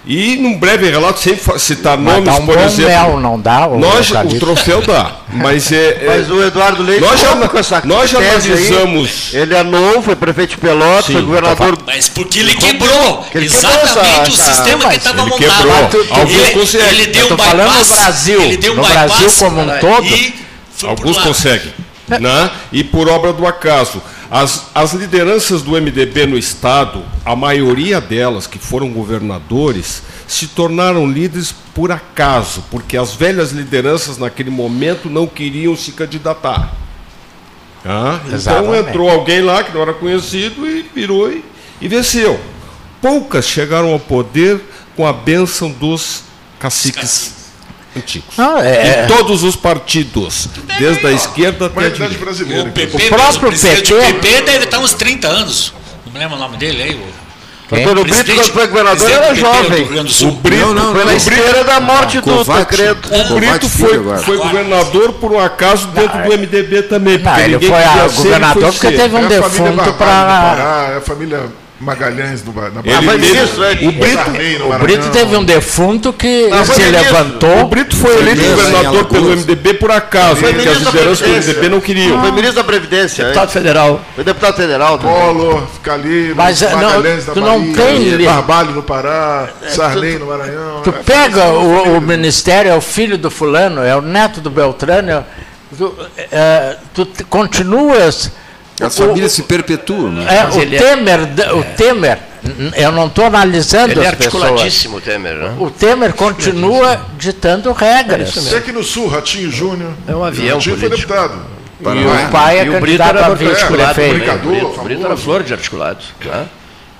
G: E num breve relato, sem fa- citar
F: Mas dá
G: nomes,
F: um
G: por
F: bom
G: exemplo.
F: mel, não dá? O
G: nós, o
F: eucalipto?
G: troféu dá, mas é. é-
E: Mas o Eduardo Leite,
G: Nós já-
E: como com essa
G: nós já
E: tese aí,
G: analisamos.
E: ele é novo, foi prefeito de Pelotas,
G: Sim,
E: foi governador
C: Mas porque ele quebrou
E: ele quebrou
C: exatamente
E: essa-
C: o
E: essa-
C: sistema que
E: mas
C: estava
G: ele
C: montado.
G: quebrou. Alguns
C: Ele,
G: conseguem.
C: ele deu
F: Eu tô
C: um bypass.
F: falando no Brasil,
C: ele deu um
F: no
C: bypass,
F: Brasil como um
C: cara,
F: todo.
C: e foi
G: Alguns
C: pro lado.
G: conseguem. Né? E por obra do acaso. As, as lideranças do MDB no Estado, a maioria delas que foram governadores, se tornaram líderes por acaso, porque as velhas lideranças naquele momento não queriam se candidatar. Ah, então
F: Exatamente.
G: entrou alguém lá que não era conhecido e virou e, e venceu. Poucas chegaram ao poder com a bênção dos caciques antigos.
F: Não, é-
G: Em todos os partidos, desde a esquerda até a
D: Qualidade
G: direita.
D: brasileira.
C: O, PP,
D: inclusive.
F: próprio
C: mas
F: PT.
C: presidente do PP deve estar uns 30 anos. Não me lembro o nome dele aí. O
F: Quem?
E: Antônio Brito, quando foi governador,
C: presidente
E: era
C: do PP do
E: jovem.
C: Rio Grande do Sul.
B: Não, não,
E: Foi na
B: não.
E: esteira da
F: Ah,
E: morte do
B: Kovács.
E: Tancredo.
B: Kovács
G: O Brito
B: filho
G: foi,
B: agora.
G: foi governador por um acaso dentro do MDB também.
F: é. Não,
G: porque
F: ele
G: ninguém
F: foi
G: queria
F: a-
G: ser,
F: governador
A: assim.
F: porque
G: ele foi ser.
F: teve um
D: é a
F: defunto
D: família
G: né?
D: Barbalho do
F: para.
D: Pará, é a família Magalhães do, Ba- da é,
G: Ele
D: Bahia.
G: teve-
D: o Brito,
F: O Brito teve um defunto que
E: Não, foi
F: se
E: ministro.
F: levantou.
G: O Brito foi eleito
B: Beleza,
G: governador
B: Ayala
G: pelo
B: Cruz.
G: MDB por acaso,
E: Foi
G: porque as
E: ministro da
G: lideranças do
E: Previdência.
G: MDB não queriam.
E: Foi ministro da Previdência, hein?
A: Deputado federal.
E: foi deputado federal também.
D: Collor, fica ali,
F: Mas, eh, não,
D: Magalhães
F: tu
D: da
F: não
D: Bahia,
F: tem li-
D: Barbalho no Pará,
A: É,
D: Sarney no Maranhão.
F: Tu
D: É,
F: pega o, o ministério, é o filho do fulano, é o neto do Beltrano, é- tu, é, tu te- continuas.
B: As
F: o-
B: famílias se perpetuam, né?
F: É,
A: Mas
F: o
A: ele é-
F: Temer, da- o Temer, n- eu não estou analisando
A: Ele é
F: as pessoas.
A: articuladíssimo, o Temer, né?
F: O Temer continua ditando regras.
A: isso mesmo.
D: Você aqui no Sul, Ratinho Júnior.
A: É um avião
D: Ratinho foi
A: político.
D: deputado.
F: E
D: né?
F: o pai é
A: E o Brito
F: candidato
A: era
F: a é
A: muito articulado. também,
D: prefeito.
A: né?
F: vice-prefeito.
A: O Brito,
D: Famoso.
A: o Brito era flor de articulado. né?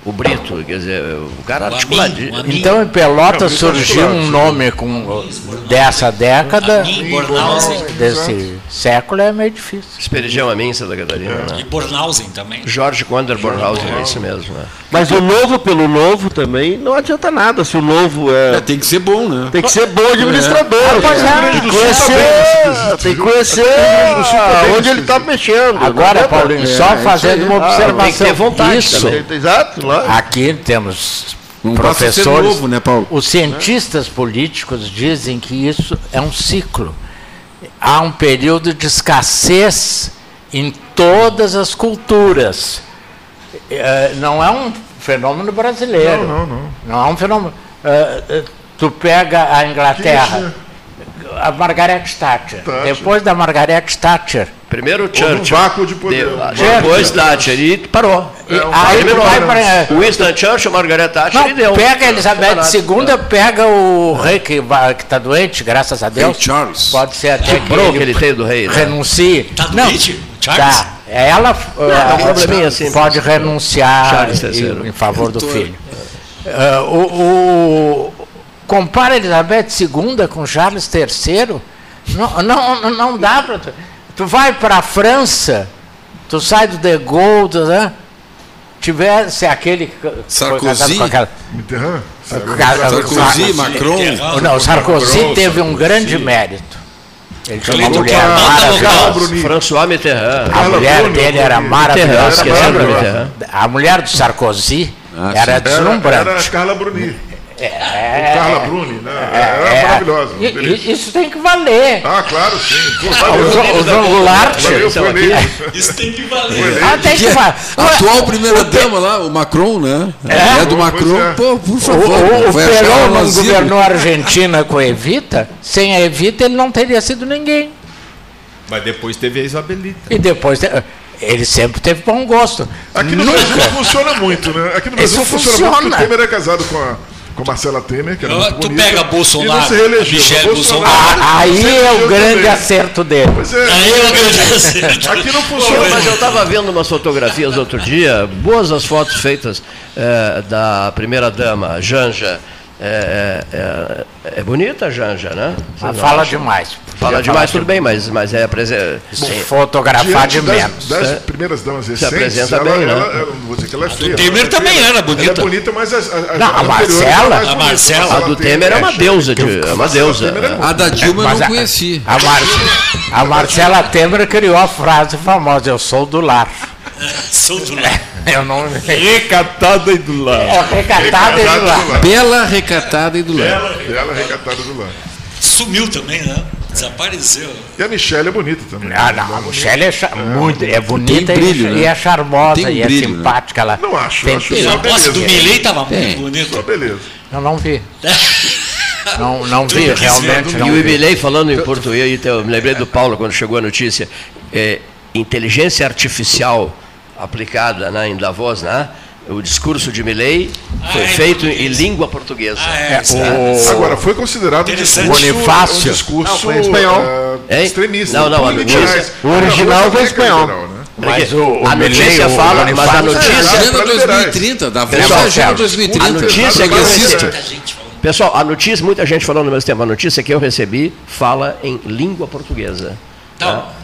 A: O Brito, quer dizer, o cara
C: O
A: articuladinho.
C: amigo, o amigo.
F: Então em Pelotas surgiu um nome com, dessa década,
C: Em Bornhausen.
F: desse século, é meio difícil.
A: Esperidião a mim, em Santa Catarina,
D: É.
A: né?
C: E Bornhausen também.
A: Jorge Wander Bornhausen, é isso mesmo, né?
E: Mas o novo pelo novo também não adianta nada se o novo
B: É,
E: é.
B: tem que ser bom, né?
E: Tem que ser bom administrador.
F: Pois
E: cara.
F: é.
E: Tem que conhecer, tem que conhecer onde ele está mexendo. É,
F: Agora,
E: Não adianta.
F: Paulinho,
A: É,
F: só fazendo
E: Ah,
F: uma
A: Ah, Tem que
F: observação.
A: ter vontade
F: Isso,
A: também.
E: Exato, lá.
F: aqui temos
B: Não basta ser
F: professores.
B: novo, né, Paulo?
F: Os cientistas políticos dizem que isso é um ciclo. Há um período de escassez em todas as culturas. Eh, Não é um fenômeno brasileiro.
D: Não, não, não.
F: Não é um fenômeno. Eh, eh, Tu pega a Inglaterra, a Margaret Thatcher.
D: Thatcher.
F: Depois da Margaret Thatcher,
A: Primeiro o
D: Houve um
A: Churchill.
D: vácuo de poder.
A: de-
D: Um vácuo.
A: depois Thatcher e parou.
F: E
D: É, um
F: aí
D: fenômeno.
F: vai para.
A: Winston Churchill, Margaret Thatcher e deu. um
F: Não, pega a
A: Foi
F: Elizabeth
A: barato,
F: II,
A: né?
F: pega o rei que está doente, graças a Deus.
B: Charles.
F: Pode ser até que
A: Bronca
F: ele
A: ele tem do rei. né?
F: renuncie.
C: Tá doente? Charles?
F: Tá. Ela ah,
A: um probleminha assim,
F: pode renunciar
A: Charles
F: em-
A: terceiro.
F: Ah, em, favor do filho. Ah, o, o, compara Elizabeth II com Charles III, não, não, não dá para. Tu, tu vai para a França, tu sai do De Gaulle, tu- né? tivesse aquele que foi
B: Sarkozy?
F: casado com aquela-
D: Mitterrand?
F: Cara,
B: Sarkozy, Macron.
F: Não, o Sarkozy teve um grande mérito. Ele tinha uma
C: Clinton,
F: mulher
C: Clinton,
F: maravilhosa.
A: François Mitterrand.
F: A mulher
D: Bruno,
F: dele era
D: Bruno.
F: maravilhosa.
A: Mitterrand,
F: lembra?
A: Mitterrand.
F: A mulher do Sarkozy
B: Ah,
F: era
B: sim.
D: Era,
F: deslumbrante.
D: era Carla Bruni. Carla Bruni, né? Era
F: É,
D: maravilhosa.
F: e- e- isso tem que valer.
D: Ah, claro, sim. Pô,
F: O,
D: valeu.
F: Jo- o João
D: Valeu,
F: Goulart
D: foi eleito.
C: Isso tem que valer.
F: ah, tem
B: Que
F: que
B: é
F: valer.
B: a atual primeira-dama lá, o Macron, né? A
F: É.
B: mulher do Macron,
D: Pois é.
B: pô, por
F: O,
B: favor.
F: o, o
B: vai achar
F: Perón
B: um
F: não
B: asilo.
F: governou a Argentina com a Evita. Sem a Evita, ele não teria sido ninguém.
G: Mas depois teve a Isabelita.
F: E depois, eh, ele sempre teve bom gosto.
D: Aqui no
F: Nunca.
D: Brasil funciona muito, né? Aqui no Brasil
F: Isso
D: funciona, muito
F: funciona.
D: porque o Temer é casado com a com Marcela Temer, que era
C: Ah,
D: muito
C: tu
D: bonita,
C: pega
D: e não
C: Bolsonaro,
D: se reelegeu.
C: Michele
F: Ah,
D: se
F: aí é
D: elegeu
F: o grande
D: também.
F: acerto dele.
D: Pois é,
C: Aí eu agradeço.
D: aqui não
A: Eu-
D: funciona.
A: mas eu estava vendo umas fotografias outro dia, boas as fotos feitas eh, da primeira dama, Janja. É, é, é- é bonita a Janja, né? Vocês
F: Mas
A: não
F: fala
A: acham?
F: demais.
A: Fala demais, tudo bem, mas, mas é presente.
F: Se fotografar de
D: Diante das,
F: menos. né?
D: das
A: É.
D: primeiras damas recentes,
A: apresenta
D: ela,
A: bem, né?
D: ela- ela- não vou dizer que ela é feia.
C: Temer
D: ela é
C: também
D: feia.
C: era
D: Ela
C: bonita.
D: é bonita, mas as, as, as
F: Não, a
D: anteriores
F: Marcela-
D: eram mais
F: a
D: bonitas.
C: Marcela-
A: A do Temer é uma deusa, de, é uma deusa.
D: Temer é
A: né?
D: muito-
B: eh, A da Dilma eu
F: Mas
B: não
F: a-
B: conheci.
F: A, Mar- a Marcela Temer criou a frase famosa: Eu sou do lar.
C: Sou do lado.
F: Eu não. É
G: Recatada e do lado.
F: recatada e do lar.
B: Bela, recatada e do lado.
D: Ela é recatada do lado.
C: Sumiu também, né? Desapareceu.
D: E a Michelle é bonita também.
F: Ah, não, a Michelle é, cha- muito, é bonita e-
B: brilho,
F: e,
B: né?
F: é charmosa
B: Tem
F: e é
B: brilho, né?
F: simpática. Ela
D: Não acho,
F: tem-
D: acho-
C: E
D: Só
C: a posse
D: beleza.
C: do Milley estava muito
B: Tem.
D: Só
C: bonita.
D: beleza.
F: Eu não vi. Não, não vi,
C: Tudo que
F: realmente
C: se vê
F: não
A: E o
F: vi.
A: Ibilei falando em português, então, eu me lembrei do Paulo quando chegou a notícia. é, inteligência artificial aplicada né, em Davos, né? O discurso de Milley foi
C: Ah, é
A: feito em
C: português.
A: língua portuguesa.
C: Ah, é. isso é.
D: Agora, foi considerado um
C: Interessante.
D: discurso,
F: Bonifácio.
D: um discurso
E: Não, foi em espanhol.
D: eh,
A: Hein?
D: extremista.
A: Não, não, a
D: Tudo
A: notícia-
D: liberais.
E: o original foi em espanhol.
D: Geral, né?
F: Mas
A: Porque
F: o- o
A: a notícia
F: Milley, o-
A: fala,
F: o
A: mas a
D: Olifácio-
A: notícia.
B: Agenda 2030, da voz
A: Pessoal,
B: da Agenda
F: Sérgio,
A: A
B: 2030.
A: notícia que eu
B: Progressista.
A: recebi. Pessoal, a notícia, muita gente falando ao mesmo tempo, a notícia que eu recebi fala em língua portuguesa.
C: Então,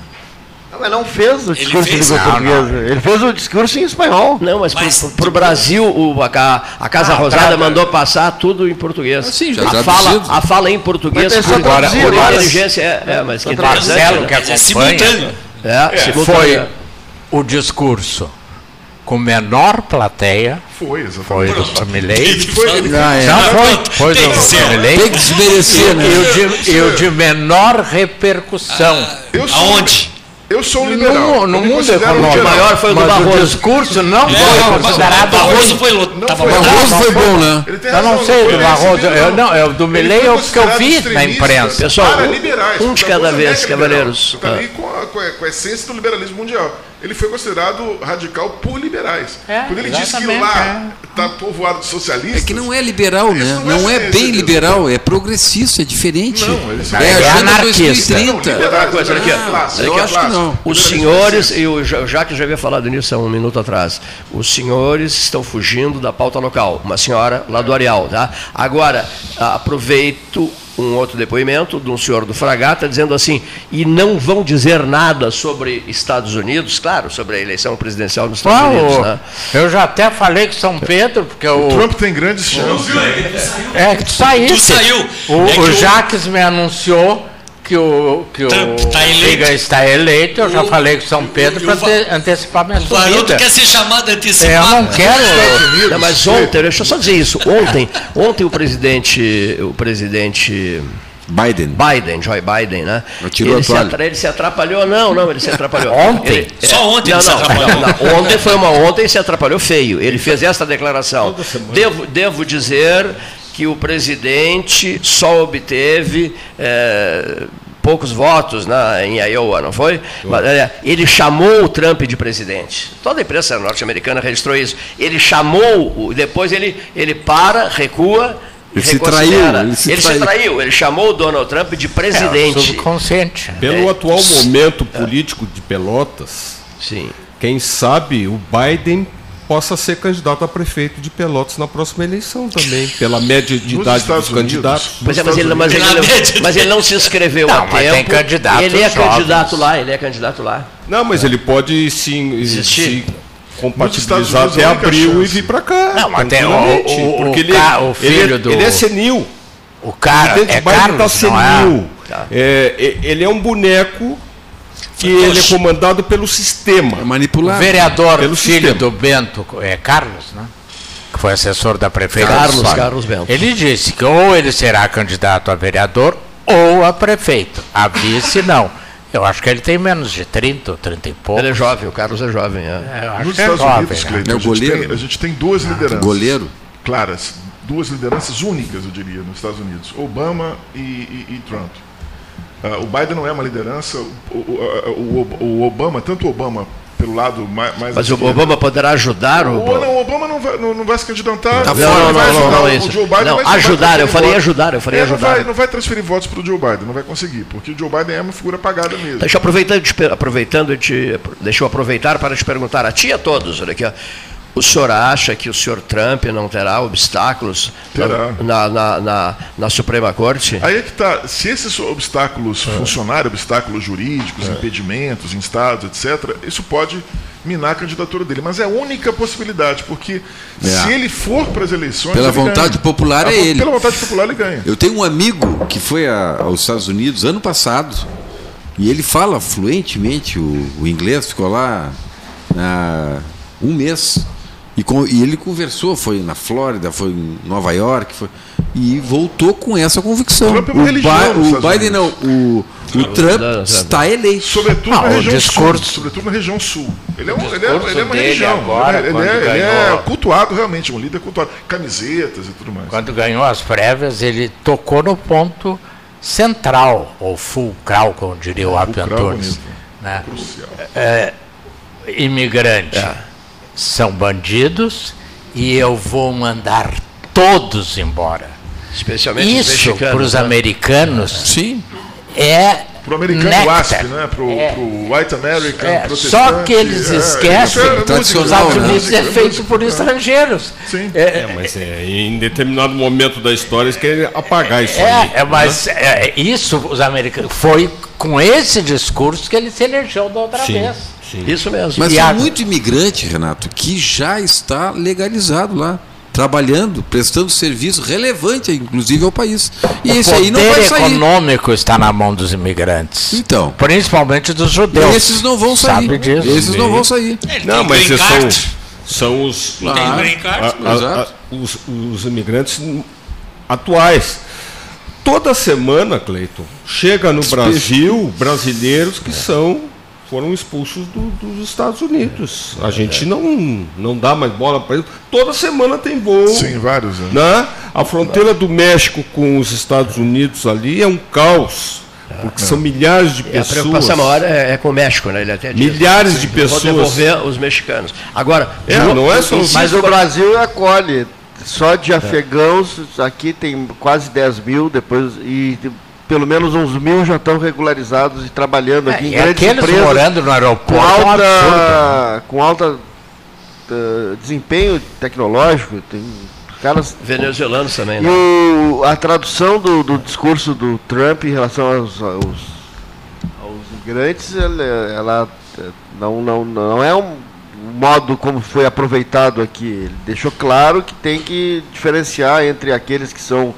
E: Não, mas não fez o discurso em
C: fez?
E: língua
F: Não,
E: portuguesa. Ele fez o discurso em espanhol.
A: Não, mas,
C: Mas,
A: pro, pro- pro Brasil, o- a, ca- a Casa
E: Ah,
A: Rosada
E: tá, tá.
A: mandou passar tudo em português.
B: Ah, sim, já
A: a,
B: traduzido.
A: fala, a fala em
E: Mas
A: português
E: tem só
A: por, agora,
E: traduzido,
A: por
E: né?
A: inteligência. É, é, mas que interessante,
F: Marcelo,
A: né?
F: que
C: mas é
F: acompanha.
C: simultâneo.
A: É,
F: foi
A: simultâneo.
F: o discurso com menor plateia
D: Foi,
F: foi
D: exatamente.
F: do Familei.
B: Ah, é.
F: Já foi, foi
C: Tem
F: do
C: que ser.
F: Familei.
B: Tem que desmerecer, né?
F: E o de, e o de menor repercussão.
D: Eu sou-
C: Aonde?
D: Eu sou um liberal.
F: no, no
D: eu me
F: mundo
D: considero um
F: econômico.
D: liberal.
A: maior foi o do
F: mas
A: Barroso.
F: O discurso não foi
C: É,
F: considerado ruim.
C: Barroso foi lotado.
D: Não
C: Tava
D: foi.
C: lotado.
B: Barroso foi bom, né?
D: Ele tem
F: Eu não
D: razão,
F: sei
D: foi
F: do Barroso.
D: recebido,
F: Eu, não, eu, do Milei
D: Ele
F: é
D: foi
F: o que eu
D: considerado
F: vi na
D: extremista.
F: imprensa.
A: Pessoal,
D: Para
A: um-
D: É liberais,
A: um de
D: porque
A: cada
D: o Barroso
A: vez,
D: é liberal.
A: cavaleiros. Ah.
D: Tá ali com a, com, a, com a essência do liberalismo mundial. Ele foi considerado radical por liberais.
F: É,
D: Quando ele diz que
F: exatamente, é.
D: lá está povoado de socialistas.
B: É que não é liberal, né?
D: Isso não é
B: Não é
D: socialismo.
B: bem liberal, é progressista, é diferente.
D: Não, eles são-
B: é
F: É
B: a agenda
F: anarquista.
D: Não,
B: 2030.
D: liberais,
A: coisa aqui,
D: liberais
A: ó.
D: clássicos,
B: Ah, Eu
D: liberais
B: acho que
D: clássicos.
B: não.
A: Os senhores, e o Ja- Jaque já havia falado nisso há um minuto atrás, os senhores estão fugindo da pauta local. Uma senhora lá do Areal, tá? Agora, ah, aproveito um outro depoimento de um senhor do Fragata dizendo assim, e não vão dizer nada sobre Estados Unidos, claro, sobre a eleição presidencial nos Estados
F: Qual?
A: Unidos, né?
F: Eu já até falei que São Pedro, porque o.
D: Trump tem grandes chances.
F: É que tu saíste.
C: Tu saiu.
F: O,
C: É que
F: o
C: o-
F: Jaques me anunciou que o que
C: Trump
F: o
C: tá eleito.
F: Liga está eleito. Eu já
C: O-
F: falei com São Pedro
C: o-
F: para
C: o va-
F: antecipar minha
C: O Varoto
F: subida.
C: quer ser chamado
F: É, Eu
C: antecipado.
F: não
C: Tá
F: quero.
A: Não, mas ontem, deixa eu só dizer isso, ontem, ontem o presidente, o presidente
B: Biden.
A: Biden, Joe Biden, né?
B: Atirou
A: ele,
B: a
A: se
B: toalha.
A: atra- ele se atrapalhou, não, não, ele se atrapalhou.
F: Ontem?
A: Ele- é,
C: Só ontem
A: não,
C: ele se
A: não,
C: atrapalhou.
A: não, não, ontem foi uma ontem se atrapalhou feio. Ele fez esta declaração. Devo, devo dizer que o presidente só obteve. é, Poucos votos na, em Iowa, não foi? Mas, é, ele chamou o Trump de presidente. Toda a imprensa norte-americana registrou isso. Ele chamou, o- depois ele, ele para, recua e
B: Ele se
A: reconsidera.
B: traiu, ele se
A: Ele se
B: traiu.
A: traiu, ele chamou o Donald Trump de
F: É,
A: presidente.
F: subconsciente.
A: É.
G: Pelo atual momento político de Pelotas,
A: Sim.
G: quem sabe o Biden possa ser candidato a prefeito de Pelotas na próxima eleição também, pela média de
D: Nos
G: idade
D: Estados
G: dos
D: Unidos.
G: candidatos.
A: Mas, é, mas, ele, mas, ele,
C: Pela média.
A: não, mas ele não se inscreveu
F: Não,
A: a
F: mas
A: tempo.
F: tem candidatos
A: ele é
F: jovens.
A: candidato lá, ele é candidato lá.
G: Não, mas ele pode sim
A: Desistir?
G: se
D: Nos Estados
G: compatibilizar
D: Unidos,
G: até
D: a única
G: abril e
D: chance.
G: vir para cá.
F: Não, mas tem o-
G: tranquilamente,
F: o- o-
G: porque
F: o
G: ele,
F: ca- o
G: ele-
F: filho do-
G: ele é senil.
F: O cara
G: presidente
F: é
G: Biden está
F: Carlos, não é?
G: tá senil. É, e- ele é um boneco que ele é comandado pelo sistema.
B: É
F: O
B: manipulado.
F: vereador
G: Pelo
F: filho
G: sistema.
F: do Bento, é Carlos, né? Que foi assessor da prefeita.
A: Carlos,
F: Sônia.
A: Carlos Bento.
F: Ele disse que ou ele será candidato a vereador ou a prefeito. A vice, não. Eu acho que ele tem menos de 30 ou 30 e pouco.
A: Ele é jovem, o Carlos é jovem. é.
F: É, eu acho
D: Nos
F: que é
D: Estados
F: jovem,
D: Unidos,
F: né?
D: Cleiton,
B: É o
D: a, gente
B: goleiro,
D: tem,
B: né?
D: a gente tem duas lideranças
B: Goleiro.
D: claras, duas lideranças únicas, eu diria, nos Estados Unidos: Obama e, e- e Trump. Ah, o Biden não é uma liderança. O, o- o- o Obama, tanto o Obama pelo lado mai- mais.
A: Mas
D: à
A: o
D: esquerda,
A: Obama poderá ajudar o.
D: o, não, o Obama não vai, não, não vai se candidatar.
B: Tá
D: ele vai
B: fora, não,
D: ajudar
A: não, não,
D: o-
A: é isso.
D: o Joe Biden
A: Não,
D: vai- vai
A: ajudar,
D: transferir
A: eu falei
D: votos.
A: ajudar, eu falei
D: Ele não
A: ajudar.
D: vai- Não vai transferir votos para o Joe Biden, não vai conseguir, porque o Joe Biden é uma figura apagada mesmo.
A: Tá, Deixa eu aproveitar, de- aproveitando de, deixa eu aproveitar para te perguntar a ti e a todos, olha aqui, ó. O senhor acha que o senhor Trump não terá obstáculos na-
D: Terá.
A: Na, na, na- na Suprema Corte?
D: Aí é que tá. Se esses obstáculos
A: É.
D: funcionarem, obstáculos jurídicos, impedimentos em estados, etc., isso pode minar a candidatura dele. Mas é a única possibilidade, porque
A: É.
D: se ele for para as eleições.
B: Pela
D: ele
B: vontade
D: ganha.
B: popular
D: A
B: é
D: vo-
B: ele.
D: Pela vontade popular ele ganha.
B: Eu tenho um amigo que foi a- aos Estados Unidos ano passado e ele fala fluentemente o, o inglês, ficou lá ah, um mês. E, com- e ele conversou, foi na Flórida, foi em Nova York, foi- e voltou com essa convicção.
D: Trump é uma
B: o
D: religião
B: Bi-
D: nos
B: o
D: Estados
B: Biden não, o, o Trump está eleito.
D: Sobretudo
F: Não,
D: na
F: o
D: região
F: discurso-
D: sul. Sobretudo na região sul. Ele é, um, ele é,
F: discurso
D: ele é uma
F: dele
D: religião.
F: agora,
D: ele, é-
F: quando
D: ele é,
F: ganhou-
D: cultuado realmente, um líder cultuado. Camisetas e tudo mais.
F: Quando ganhou as prévias, ele tocou no ponto central, ou fulcral, como diria o Apio
D: É, Fulcral,
F: Antunes.
D: bonito.
F: Né?
D: Crucial.
F: imigrante É, são bandidos e eu vou mandar todos embora.
A: Especialmente os
F: Isso
A: mexicanos.
F: para os
A: né?
F: americanos
B: Sim.
F: é
D: Pro americano
F: néctar.
D: WASP, né? Pro, pro white American,
F: É,
D: um protestante.
F: só que eles
D: É,
F: esquecem
D: isso é
F: que os
D: música,
B: tradicional,
F: Estados
D: né?
F: Unidos é
D: Música,
F: feito
D: música,
F: por
D: é.
F: estrangeiros.
D: Sim.
F: É,
G: É, mas é, em determinado momento da história eles querem apagar isso aí. né?
F: é, é, mas é, isso os americanos foi com esse discurso que ele se elegeu da outra vez.
A: Isso mesmo.
B: Mas
F: E
B: tem
F: a-
B: muito imigrante, Renato, que já está legalizado lá, trabalhando, prestando serviço relevante, inclusive ao país. E esse aí não vai
F: poder
B: sair.
F: econômico está na mão dos imigrantes.
B: Então.
F: Principalmente dos judeus.
B: Esses não vão sair.
F: Sabe disso.
B: Esses não vão sair.
C: Ele
G: Não,
C: tem
G: mas
C: green
G: são,
C: card.
G: são os,
C: Tem o green card,
G: a- a-
B: exato.
G: a- os, os imigrantes atuais. Toda semana, Cleiton, chega no Brasil brasileiros que são foram expulsos do- dos Estados Unidos. A gente
B: É.
G: não, não dá mais bola para eles. Toda semana tem voo.
D: Sim, vários.
B: é.
D: Né?
G: né? A fronteira do México com os Estados Unidos ali é um caos,
B: É,
G: porque são milhares de
A: É, a preocupação
G: pessoas.
A: maior é, é com o México, né? Ele até diz.
G: Milhares de
A: Vão
G: pessoas.
A: devolver os mexicanos. Agora,
G: É,
A: Ju-
G: não é só os-
E: Mas o Brasil acolhe. Só
F: É.
E: de afegãos, aqui tem quase 10 mil, depois, e de- pelo menos uns mil já estão regularizados e trabalhando aqui em
F: É, e
E: grandes
F: aqueles
E: empresas
F: morando no
E: com
F: aeroporto. é um absurdo.
E: alta, com alta eh, desempenho tecnológico. Tem caras
A: venezuelanos também,
E: E
A: né?
E: o- a tradução do, do discurso do Trump em relação aos, aos, aos imigrantes, ela, ela, eh, não, não, não é um modo como foi aproveitado aqui. Ele deixou claro que tem que diferenciar entre aqueles que são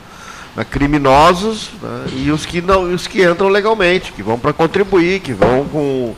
E: né, criminosos né, e os que não e os que entram legalmente que vão para contribuir que vão com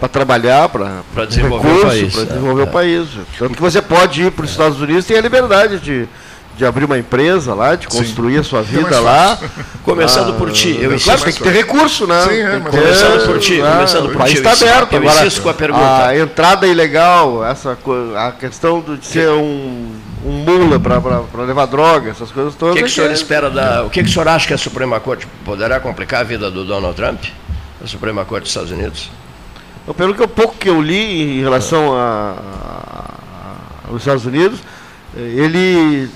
E: para trabalhar para
A: Pra desenvolver o país,
E: para
A: é,
E: desenvolver
A: é.
E: o país tanto que você pode ir para os Estados Unidos tem a liberdade de, de abrir uma empresa lá de construir a sua vida
D: mais
E: lá
A: É
E: Ah,
A: Começando por ti, eu
E: claro
A: insisto.
E: tem que ter recurso né
D: Sim, é,
E: Tem que
D: mas
E: ter-
A: Começando por ti,
E: ah,
A: começando
E: o
A: por ti.
E: país
A: eu
E: está
A: insisto-
E: aberta
A: Eu insisto com a pergunta.
E: a entrada é ilegal, essa co- a questão do- de ser um, um mula para levar droga, essas coisas
A: O
E: todas.
A: que, que o senhor
E: é-
A: espera da. O que, que o senhor acha que a Suprema Corte poderá complicar a vida do Donald Trump? A Suprema Corte dos Estados Unidos?
E: Então, Pelo que eu- pouco que eu li em relação a- a- aos Estados Unidos, eh, ele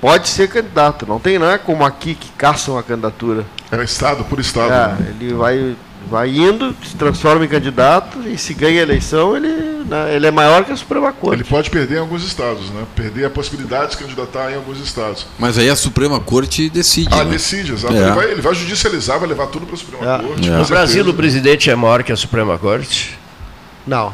E: pode ser candidato. Não tem nada como aqui que caçam a candidatura.
D: É estado por estado.
E: Ah,
D: né?
E: ele vai, vai indo, se transforma em candidato e se ganha a eleição, ele, né, ele é maior que a Suprema
D: Ele
E: Corte.
D: pode perder em alguns estados, né? Perder a possibilidade de se candidatar em alguns estados.
B: Mas aí a Suprema Corte decide.
D: Ah,
B: né?
D: decide, exato.
B: É.
D: Ele, vai, ele vai judicializar, vai levar tudo para o Supremo
E: É.
D: Corte.
B: É.
D: com
A: No Brasil, o
D: certeza.
A: presidente é maior que a Suprema Corte?
E: Não.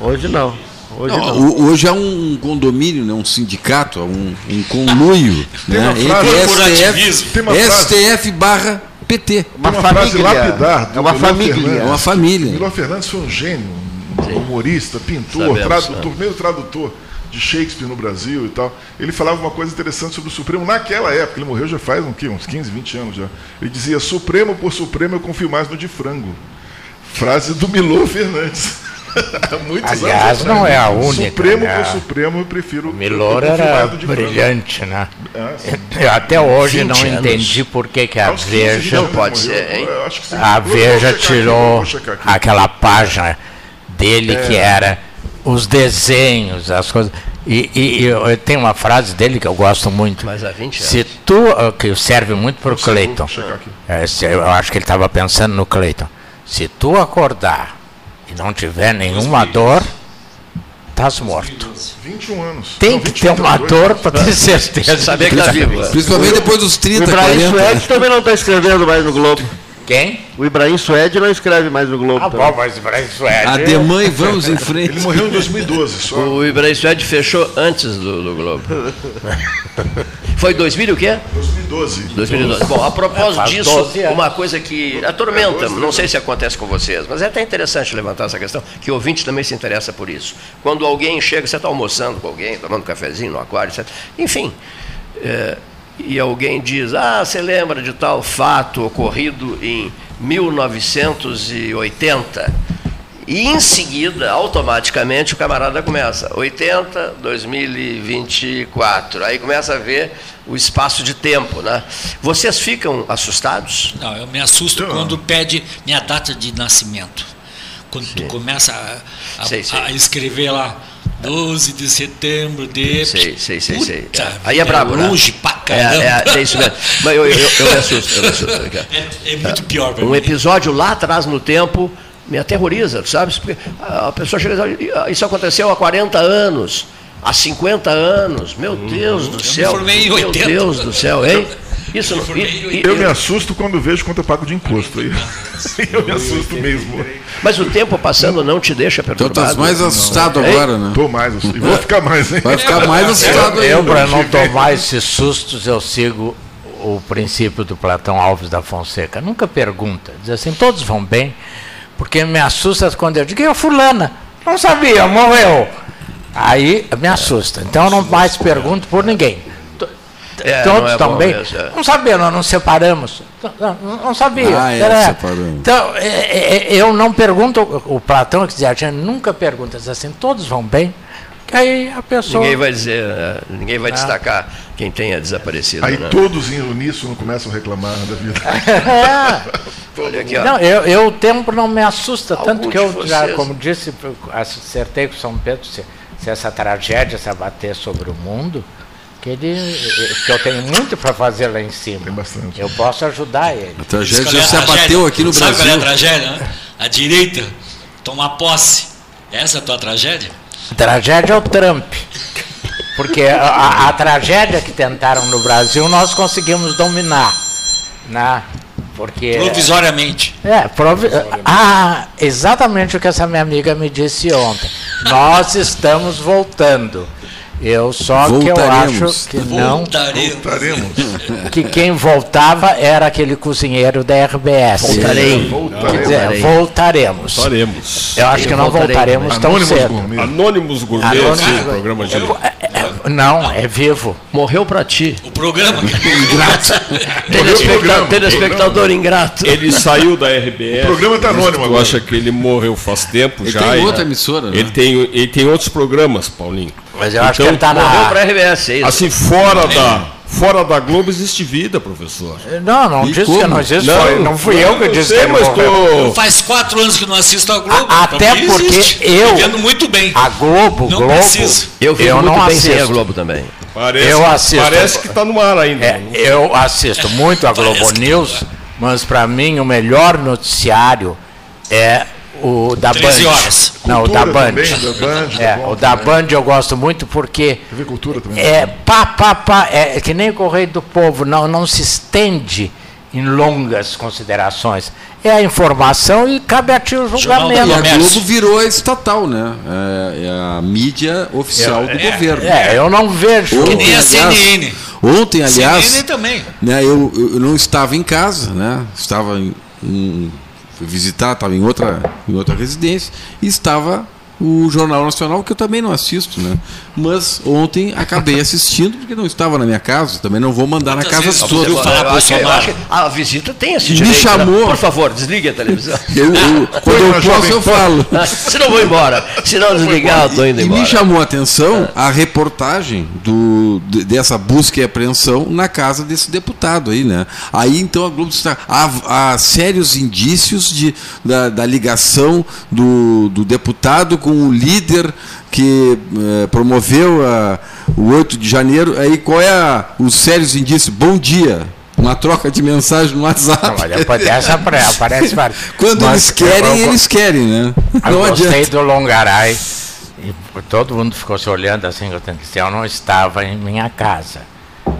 E: Hoje não. Hoje
B: Não,
E: não.
B: ho- hoje é um condomínio, né, um sindicato, um, um conluio
D: Tem
B: né,
D: uma frase-
B: entre
C: Corporativismo.
D: Tem
B: STF,
D: uma frase-
B: STF barra PT.
E: uma
D: Tem uma frase
E: família.
D: lapidar do
E: É uma
D: Milor
E: família.
D: Fernandes.
B: É uma família.
D: Milor Fernandes foi um gênio, um humorista, pintor,
A: Sabemos,
D: tradutor, primeiro tradutor de Shakespeare no Brasil e tal. Ele falava uma coisa interessante sobre o Supremo naquela época. Ele morreu já faz um quê? uns 15, 20 anos já. Ele dizia: Supremo por Supremo eu confio mais no de frango. Frase do Milor Fernandes. Há Muitos anos
F: Aliás,
D: atrás.
F: não é a única,
D: Supremo
F: né?
D: por Supremo eu prefiro.
F: Milor
D: eu confio
F: era
D: mais no de frango.
F: brilhante, né?
D: É, sim.
F: Eu até hoje
A: 20
F: não
A: anos.
F: entendi por que, que a
D: Aos 15, 20
F: Veja
D: anos ele
A: pode
D: morreu.
A: ser, hein?
D: Eu acho que sim.
F: A
D: Eu vou checar
F: Veja
D: aqui, eu
F: tirou
D: vou checar aqui. É.
F: aquela página dele que era os desenhos, as coisas. E, e- e eu, eu tenho uma frase dele que eu gosto muito.
A: Mas há 20 anos.
F: Se tu, eh, que serve muito para o Cleiton.
D: checar aqui.
F: Eh, se- Eu acho que ele estava pensando no Cleiton. Se tu acordar e não tiver nenhuma dor, estás morto.
D: 21 anos.
F: Tem
D: Não,
F: que
D: 21,
F: ter uma
D: 22.
F: dor para ter certeza.
A: Saber que está vivo. é.
B: Principalmente depois dos
E: O
B: 30,
E: Ibrahim
B: 40. né?
E: Suede também não está escrevendo mais no Globo.
F: Quem?
E: O Ibrahim Suede não escreve mais no Globo.
D: Tá
F: Ah,
E: também.
F: bom, mas para isso é.
B: A demãe, vamos em frente.
D: Ele morreu em 2012, só.
A: O Ibrahim Suede fechou antes do, do Globo. Foi 2000 e o quê?
D: 2012.
A: 2012. Bom, a propósito
F: faz
A: disso,
F: 12 anos.
A: uma coisa que atormenta, não sei se acontece com vocês, mas é até interessante levantar essa questão, que o ouvinte também se interessa por isso. Quando alguém chega, você está almoçando com alguém, tomando um cafezinho no aquário, etc. Enfim, é, e alguém diz, ah, você lembra de tal fato ocorrido em 1980? E em seguida, automaticamente, o camarada começa 80, 2024. Aí começa a ver o espaço de tempo, né? Vocês ficam assustados?
C: Não, eu me assusto
A: Então,
C: quando pede minha data de nascimento. Quando tu começa a, a-
A: Sei, sei.
C: a escrever lá 12 de setembro de.
A: Sei, sei, sei, sei.
C: Puta,
A: Aí é brabo, né?
C: Longe pra
A: É,
C: caramba.
A: é, é isso mesmo. Mas eu, eu, eu me assusto, eu me assusto.
C: É, é muito pior pra
A: Um
C: mim.
A: episódio lá atrás no tempo me aterroriza, tu sabes? Porque a pessoa chega e diz, "Ah, isso aconteceu há 40 anos, há 50 anos, meu Deus do céu.
C: Uhum. formei em
A: meu
C: 80.
A: Deus do céu, hein? Isso não.
C: formei em
A: e- e-
D: Eu me assusto quando vejo quanto eu pago de imposto. aí. Eu me assusto mesmo.
A: Mas o tempo passando não te deixa
B: Então
A: perturbado.
B: estás mais assustado agora, né?
D: Tô mais assustado. E vou ficar mais, hein?
B: Vai ficar mais assustado
F: Eu, eu
B: ainda.
F: para não tomar esses sustos, eu sigo o princípio do Platão Alves da Fonseca. Nunca pergunta. Diz assim, todos vão bem, porque me assusta quando eu digo, "Quem é fulana. Não sabia, morreu. Aí me assusta. Então eu não mais pergunto por ninguém. T-
A: É, não
F: Todos
A: é bom
F: Então também.
A: mesmo, é.
F: Não sabia, nós nos separamos. Não, não- não sabia.
B: Ah, é,
F: Era-
B: separamos.
F: Então, é, é, é, eu não pergunto, o Platão que dizia, a gente nunca pergunta, diz assim, todos vão bem, que aí a pessoa.
A: Ninguém vai dizer, eh, ninguém vai destacar quem tenha desaparecido.
D: Aí
A: né?
D: todos em uníssono começam a reclamar da vida.
F: É.
A: Olha aqui, ó.
F: Não, eu, eu o tempo não me assusta,
A: Algum
F: tanto que
A: de
F: eu já,
A: vocês.
F: como disse, eu acertei com São Pedro, se, se essa tragédia se abater sobre o mundo, que, ele, que eu tenho muito para fazer lá em cima.
D: Tem bastante.
F: Eu posso ajudar ele.
B: A tragédia
C: Sabe
B: já se
C: qual é a
B: abateu
C: tragédia?
B: aqui no
C: Sabe qual é a
B: Brasil.
C: tragédia? né? A direita tomar posse. Essa é a tua tragédia?
F: Tragédia é o Trump. Porque a, a- a tragédia que tentaram no Brasil nós conseguimos dominar. Né? Porque.
C: Provisoriamente.
F: É, provi- ah, exatamente o que essa minha amiga me disse ontem. Nós estamos voltando. Eu só que eu
B: Voltaremos.
F: acho que não,
C: Voltaremos.
F: que quem voltava era aquele cozinheiro da RBS.
A: Voltarei.
F: Assim, Quer dizer,
A: Voltarei.
F: voltaremos.
G: Faremos.
F: Eu acho que não
A: Voltarei.
F: voltaremos tão
D: Anônimos
F: cedo.
D: Gourmet.
G: Anônimos Gourmet,
F: Anônimos
G: sim,
F: Gourmet.
G: programa de
F: É, é, Não, é vivo.
A: Morreu pra ti.
C: O programa.
A: Telespecta
D: programa.
A: telespectador ingrato.
G: Ele saiu da RBS.
D: O programa tá anônimo
G: Tu
D: agora.
G: acha que ele morreu faz tempo
B: Ele
G: já?
B: tem
G: e-
B: outra emissora, né?
G: Ele tem, ele tem outros programas, Paulinho.
F: Mas eu acho que
G: Então,
F: ele
B: tá
F: está
A: Morreu
F: na.
A: pra RBS, é isso.
G: Assim, fora da, fora da Globo existe vida, professor.
F: Não, não
B: E
F: disse
B: como?
F: que não existe. Não, não fui eu que
G: não
F: disse
G: sei,
F: que ele
G: mas
F: morreu.
G: tô...
C: Faz quatro anos que não assisto a Globo.
F: A- até
C: Pra mim
F: porque
C: existe.
F: eu-
C: Vivendo muito bem.
F: A Globo,
C: Não
F: Globo.
C: preciso.
A: Eu vivo muito
F: não
A: bem sem a
F: assisto.
A: Globo também.
G: Parece,
F: Eu assisto.
G: Parece que tá no ar ainda.
F: É, eu assisto muito a Globo
C: Parece que- tá
F: News, mas para mim o melhor noticiário é o da
C: 13
F: Band.
C: horas.
F: Não, o da
D: Cultura
F: Band.
D: também, da Band,
F: é,
D: tá bom
F: o da
D: também.
F: Band eu gosto muito porque
D: TV Cultura também.
F: é pá, pá, pá, é que nem o Correio do Povo, não, não se estende em longas considerações. É a informação e cabe a ti o
C: Jornal da
F: julgamento.
B: E a
C: Comércio.
B: Globo virou a estatal, né? É, é a mídia oficial do governo.
F: É, eu não vejo.
B: Ontem,
C: Que nem a CNN.
B: Ontem, aliás,
C: CNN também.
B: né, eu, eu não estava em casa, né? Estava em, em- fui visitar, estava em outra, em outra residência e estava o Jornal Nacional que eu também não assisto, né? Mas ontem acabei assistindo porque não estava na minha casa, também não vou mandar na
C: Quantas
B: casa
C: vezes
B: de
C: você
B: todos.
C: ouviu falar
A: Eu acho que- "Ah, eu
C: Bolsonaro.
A: acho que a visita tem esse
B: Me
A: direito. né?
B: chamou.
A: Por favor, desligue a televisão.
B: Eu, eu- quando eu posso eu falo.
A: Se não vou embora. Se não desligar, eu tô indo
B: E
A: embora.
B: me chamou a atenção a reportagem do, de- dessa busca e apreensão na casa desse deputado aí, né? Aí então a Globo está. Há, há sérios indícios de, da, da ligação do, do deputado com o líder que eh, promoveu a- o 8 de janeiro. Aí qual é a- os sérios indícios? Bom dia. Uma troca de mensagem no WhatsApp.
F: Não, olha, pô, dessa apare- aparece várias.
B: Quando
F: Mas
B: eles
F: eu-
B: querem,
F: eu-
B: eles querem, né?
F: Eu
B: Não
F: gostei
B: adianta.
F: do Longaray. E todo mundo ficou se olhando assim, eu tenho que dizer, eu não estava em minha casa.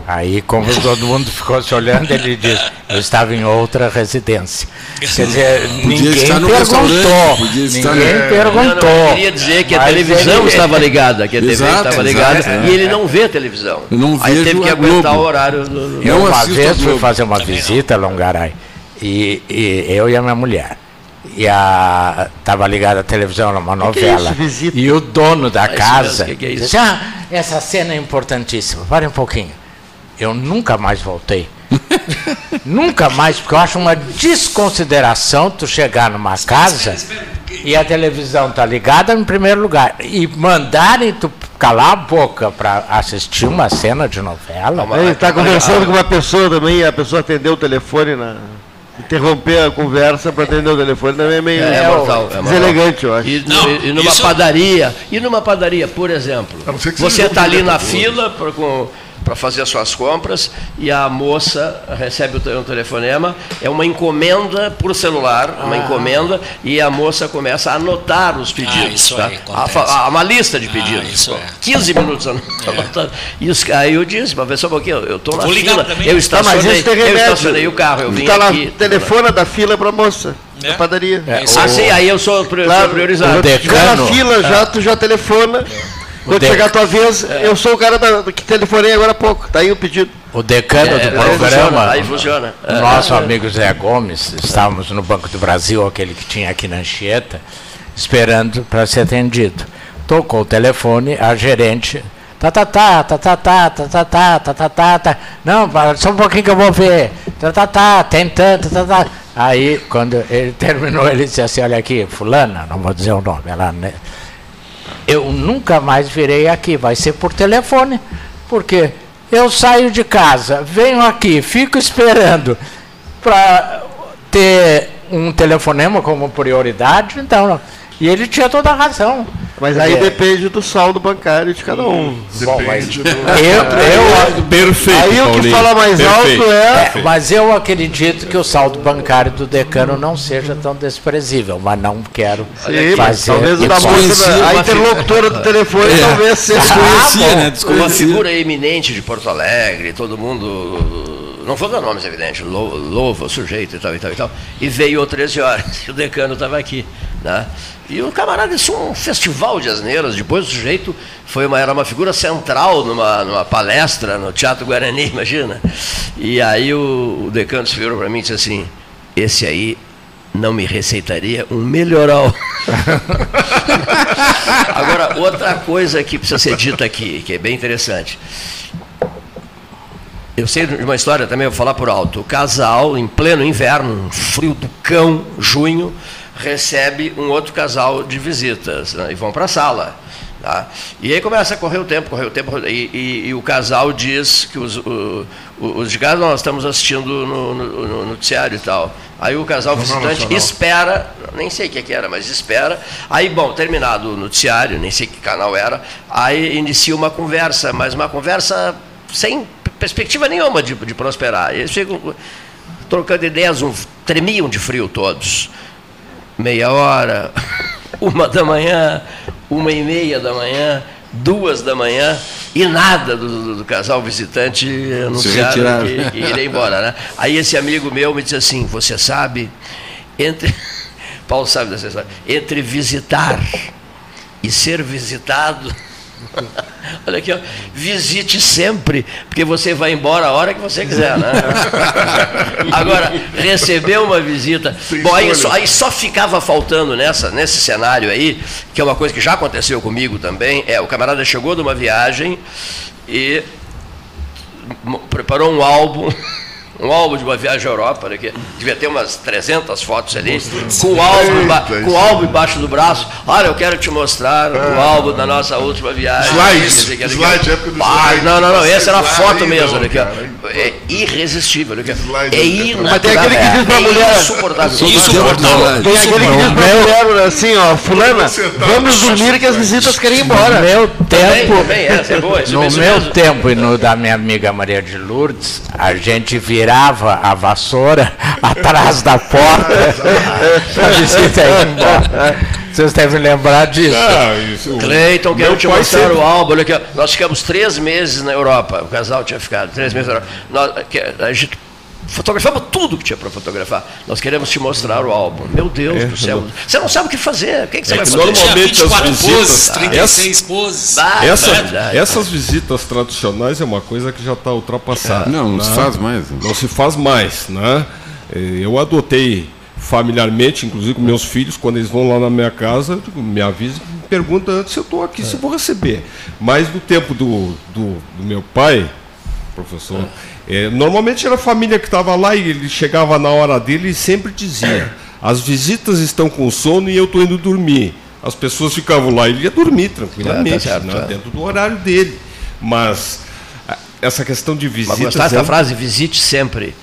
F: Aí, como todo mundo ficou se olhando, ele disse, eu estava em outra residência. Quer dizer, ninguém
B: estar no
F: perguntou.
B: restaurante, podia estar-
F: Ninguém
B: É,
A: Não, não, eu
F: perguntou.
A: queria dizer que a
F: Mas
A: televisão
F: ele-
A: estava ligada, que a TV estava
B: Exato, exato,
A: ligada,
B: é.
A: e ele não vê a televisão.
B: Eu não
A: Então, Aí
B: vejo
A: teve que
B: a
A: aguentar
B: Globo.
A: o horário do- do-
B: Não
F: uma
B: assisto a
F: vez fui
B: Globo.
F: fazer uma visita a Longaray. E, e eu e a minha mulher. E a tava ligada a televisão
A: É
F: numa
G: é
F: novela.
E: isso, visita?
F: e o dono da
A: isso mesmo,
F: casa
A: que que é isso?
F: disse: "Ah, essa cena é importantíssima. Pare um pouquinho. Eu nunca mais voltei. nunca mais, porque eu acho uma desconsideração tu chegar numa casa e a televisão tá ligada em primeiro lugar e mandarem tu calar a boca para assistir uma cena de novela.
A: Não, mas-
E: Ele está tá conversando com uma pessoa também, a pessoa atendeu o telefone na. Interromper a conversa para atender o telefone também é meio
A: É, é mortal, é mortal.
E: deselegante, eu acho.
A: E,
C: Não,
A: e- e numa
C: isso-
A: padaria, e numa padaria, por exemplo,
D: A não ser que seja um
A: você
D: jogo
A: está
D: de
A: ali na
D: Libertadores.
A: fila pra- com- para fazer as suas compras e a moça recebe o te- um telefonema, é uma encomenda por celular,
C: Ah.
A: uma encomenda, e a moça começa a anotar os pedidos.
C: isso
A: tá?
C: aí,
A: a,
C: acontece.
A: fa- a- uma lista de pedidos.
C: isso é.
A: 15 minutos an- anotando. E os, aí eu disse, mas só um pouquinho, eu estou na
C: Vou ligar
A: fila,
C: pra mim.
A: eu
E: Tá, mas
A: estacionei,
E: isso tem
A: eu
E: remédio.
A: estacionei o carro, eu vim
E: tá lá,
A: aqui.
E: telefona da fila pra moça,
C: É.
E: da padaria.
C: É,
A: Ah, sim, aí eu sou pri-
E: Claro,
A: priorizado.
E: o Já na
F: decano. Ah.
E: fila, já, tu já telefona. Quando
F: O
E: chegar a tua vez,
A: É.
E: eu sou o cara da- que telefonei agora há pouco. Tá aí o pedido.
F: O decano
A: É,
F: do
A: aí funciona,
F: programa, É.
A: aí funciona.
F: o nosso amigo Zé Gomes, estávamos no Banco do Brasil, aquele que tinha aqui na Anchieta, esperando para ser atendido. Tocou o telefone, a gerente. Tá, tá, tá, tá, tá, tá, tá, tá, tá, tá, tá, tá, tá. Não, para, só um pouquinho que eu vou ver. Tá, tá, tá, tem tanto, tá, tá. Aí, quando ele terminou, ele disse assim: Olha aqui, Fulana, não vou dizer o nome, ela. né? Eu nunca mais virei aqui, vai ser por telefone, porque eu saio de casa, venho aqui, fico esperando para ter um telefonema como prioridade, então. não. E ele tinha toda a razão.
E: Mas aí
F: É.
E: depende do saldo bancário de cada um.
D: Depende do.
F: Eu,
G: Hum, Perfeito.
E: Aí o que
G: Paulinho.
E: fala mais
G: Perfeito.
E: alto
F: eu,
E: é.
F: é, mas eu acredito que o saldo bancário do decano não seja tão desprezível, mas não quero
E: Sim, mas
F: fazer.
A: é,
E: talvez o da moça,
B: desconhecia
E: da- a
B: uma
E: interlocutora do telefone,
B: É.
E: talvez seja.
B: Desconhecia,
F: bom.
B: né?
A: Ah, Uma
B: Desconhecia.
A: figura eminente de Porto Alegre, todo mundo. Não vou dar nomes, é evidente, lou- louva, o sujeito e tal e tal e tal. E veio às 13 horas, e o decano estava aqui. Né? E o camarada, isso é um festival de asneiras. Depois o sujeito foi uma, era uma figura central numa, numa palestra no Teatro Guarani, imagina. E aí o, o decano se virou para mim e disse assim: Esse aí não me receitaria um melhoral. Agora, outra coisa que precisa ser dita aqui, que é bem interessante. Eu sei de uma história também, vou falar por alto. O casal, em pleno inverno, um frio do cão, junho, recebe um outro casal de visitas né, e vão para a sala. tá? E aí começa a correr o tempo, correr o tempo, e, e- e o casal diz que os, o- o- os de casa nós estamos assistindo no, no- no noticiário e tal. Aí o casal visitante espera, nem sei o que, que era, mas espera. Aí, bom, terminado o noticiário, nem sei que canal era, aí inicia uma conversa, mas uma conversa sem perspectiva nenhuma de, de prosperar. Eles ficam trocando ideias, um- tremiam de frio todos. Meia hora, uma da manhã, uma e meia da manhã, duas da manhã, e nada do, do- do casal visitante anunciaram
B: retiraram.
A: que, que iria embora. Né? Aí esse amigo meu me disse assim, você sabe, entre. Paulo sabe dessa história, entre visitar e ser visitado. Olha aqui, ó. visite sempre, porque você vai embora a hora que você quiser, né? Agora, receber uma visita. Bom, aí só, aí só ficava faltando nessa, nesse cenário aí, que é uma coisa que já aconteceu comigo também, é, o camarada chegou de uma viagem e mo- preparou um álbum, um álbum de uma viagem à Europa, né, que devia ter umas 300 fotos ali, com o álbum, emba-
D: Eita,
A: com o
D: isso.
A: álbum embaixo do braço. Olha, eu quero te mostrar o álbum da nossa última viagem.
D: Slide,
A: Esse aqui, esse aqui.
D: slide, época do
A: Ah,
D: slide.
A: Não, não, não, essa era a
D: Slide,
A: foto
D: não,
A: mesmo. né, que, ó,
D: cara.
A: É irresistível. né, que ó,
D: Slide,
A: É inacreditável.
D: não, cara. Mas
E: tem aquele que diz pra
A: é
E: mulher-
A: Insuportável.
D: é
B: Insuportável.
E: Tem aquele que diz pra mulher assim, ó, fulana,
D: tá
E: vamos dormir que as visitas querem ir
F: No
E: embora.
F: meu
A: Também,
F: tempo,
A: também, essa é boa, isso
F: no
A: mesmo,
F: meu
A: isso mesmo.
F: tempo e no da minha amiga Maria de Lourdes, a gente virava a vassoura atrás da porta para visita ir embora. Vocês devem lembrar disso.
G: Ah, isso.
A: Cleiton, é quero
G: Meu
A: te
G: pai
A: mostrar
G: sempre-
A: o álbum. Olha aqui, ó. nós ficamos três meses na Europa. O casal tinha ficado três meses na Europa. Nós, que- a gente fotografava tudo que tinha para fotografar. Nós queremos te mostrar o álbum. Meu Deus
G: É,
A: do céu. Você não sabe o que fazer. O
C: é
A: que, que você vai fazer?
G: normalmente
C: Tinha
G: as
C: 24
G: visitas-
C: poses,
G: Ah,
C: 36 poses.
A: Ah,
G: Essa-
A: verdade.
G: essas visitas tradicionais é uma coisa que já está ultrapassada.
B: Não, não se
G: né?
B: faz mais. né?
G: Não se faz mais, né? Eh, Eu adotei familiarmente, inclusive com meus filhos, quando eles vão lá na minha casa, eu digo, me avisa, me pergunta antes se eu estou aqui, se eu vou receber. Mas no tempo do, do, do meu pai, professor, eh, normalmente era a família que estava lá e ele chegava na hora dele e sempre dizia, as visitas estão com sono e eu estou indo dormir. As pessoas ficavam lá e ele ia dormir tranquilamente,
A: É, tá certo,
G: né,
A: é.
G: dentro do horário dele. Mas a- essa questão de
A: Mas
G: visitas...
A: gostaste da
G: é um-
A: frase? Visite sempre.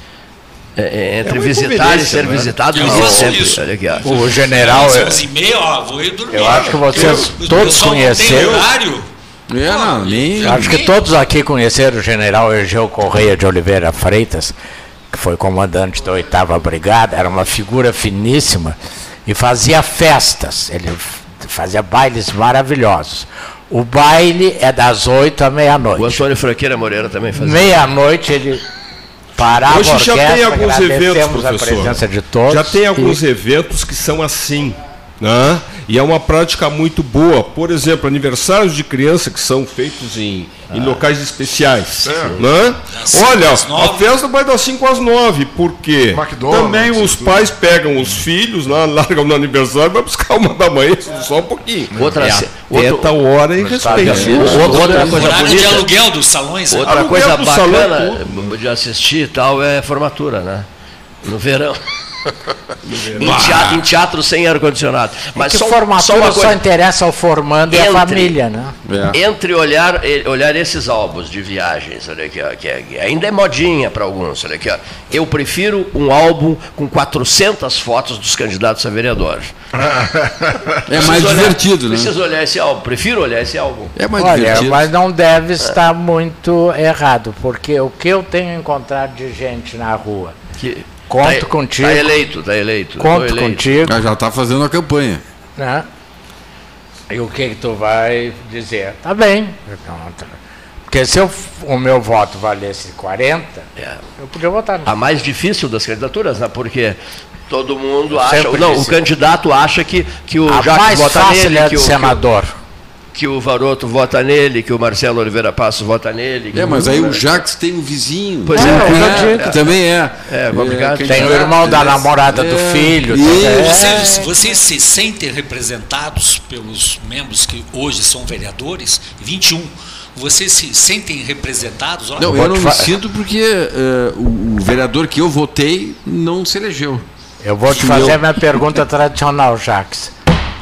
A: É, é, entre
G: uma
A: visitar e
G: inconveniência,
A: ser
G: né?
A: visitado,
C: Eu
A: visite
C: faço
A: sempre.
C: isso.
A: Olha aqui, ó.
F: O general, eu,
C: 11 e meia, ó, vou ir dormir.
F: Eu acho que vocês
C: Porque o
F: todos
C: pessoal não tem
F: conheceram.
C: horário.
B: É, não, nem.
F: acho que todos aqui conheceram o general Egeu Correia de Oliveira Freitas, que foi comandante da oitava brigada, era uma figura finíssima e fazia festas, ele f- fazia bailes maravilhosos. O baile é das oito à
A: O
F: meia-noite.
A: Antônio Franqueira Moreira também fazia.
F: Meia-noite ele parava
G: Hoje
F: a
G: já
F: orquestra,
G: tem alguns eventos,
F: agradecemos a
G: professor.
F: presença de todos.
G: Já tem alguns
F: e
G: eventos que são assim. Né? E é uma prática muito boa. Por exemplo, aniversários de criança que são feitos em,
A: Ah.
G: em locais especiais. Né?
C: cinco
G: Olha,
C: às
G: a
C: nove.
G: festa vai das 5 às 9, porque
D: McDonald's,
G: também os
D: tudo.
G: pais pegam os filhos, lá, largam no aniversário, vai buscar uma da manhã, só um pouquinho.
A: Outra, ce-
G: É
A: outro-
G: tal hora e respeito.
A: outra, outra coisa
C: Horário de
A: bonita.
C: aluguel dos salões. né?
A: Outra
G: é. Aluguel
A: coisa
G: do salão é
A: bacana de assistir e tal é formatura, né? No verão. em, teatro, em teatro sem ar-condicionado. Mas
F: É que
A: só, um-
F: formatura
A: só uma
F: só
A: coisa.
F: interessa ao formando e
A: Entre.
F: à família, né?
B: É.
A: Entre olhar, eh, olhar esses álbuns de viagens, olha aqui, ó, que, é- que ainda é modinha para alguns, olha aqui, ó. eu prefiro um álbum com 400 fotos dos candidatos a vereador.
B: É mais
A: Preciso olhar-
B: divertido, né?
A: Preciso olhar esse álbum, prefiro olhar esse álbum.
B: É mais
F: Olha,
B: divertido.
F: mas não deve estar muito errado, porque o que eu tenho encontrado de gente na rua,
A: Que,
F: Conto
A: tá,
F: contigo.
A: Tá eleito, tá eleito. tô
F: conto
A: eleito.
F: contigo,
B: Ah, Já está fazendo a campanha.
F: né? E o que, que tu vai dizer? Tá bem. Então, tá. Porque se eu f- o meu voto valesse 40,
A: É.
F: eu podia votar no
A: a mais difícil das candidaturas, né? Porque todo mundo acha,
F: sempre
A: não,
F: disse.
A: o candidato acha que, que o
F: A
A: Jaque
F: mais
A: vota
F: fácil
A: nele,
F: é
A: que
F: de
A: o, que, o,
F: senador.
A: que o Varoto vota nele, que o Marcelo Oliveira Passos vota nele.
B: É, mas aí o Jax tem um vizinho.
A: Pois é,
B: né,
A: eu
F: já
B: que
F: digo.
B: também é.
A: É, complicado.
B: candidato,
F: Tem o irmão da
B: é,
F: namorada do
B: é,
F: filho,
B: Isso.
C: Vocês, vocês se sentem representados pelos membros que hoje são vereadores? 21. Vocês se sentem representados? Olha,
B: Não, eu não me sinto porque eh, o, o vereador que eu votei não se elegeu.
F: Eu vou te
B: Sim,
F: fazer
B: eu-
F: minha pergunta tradicional, Jax.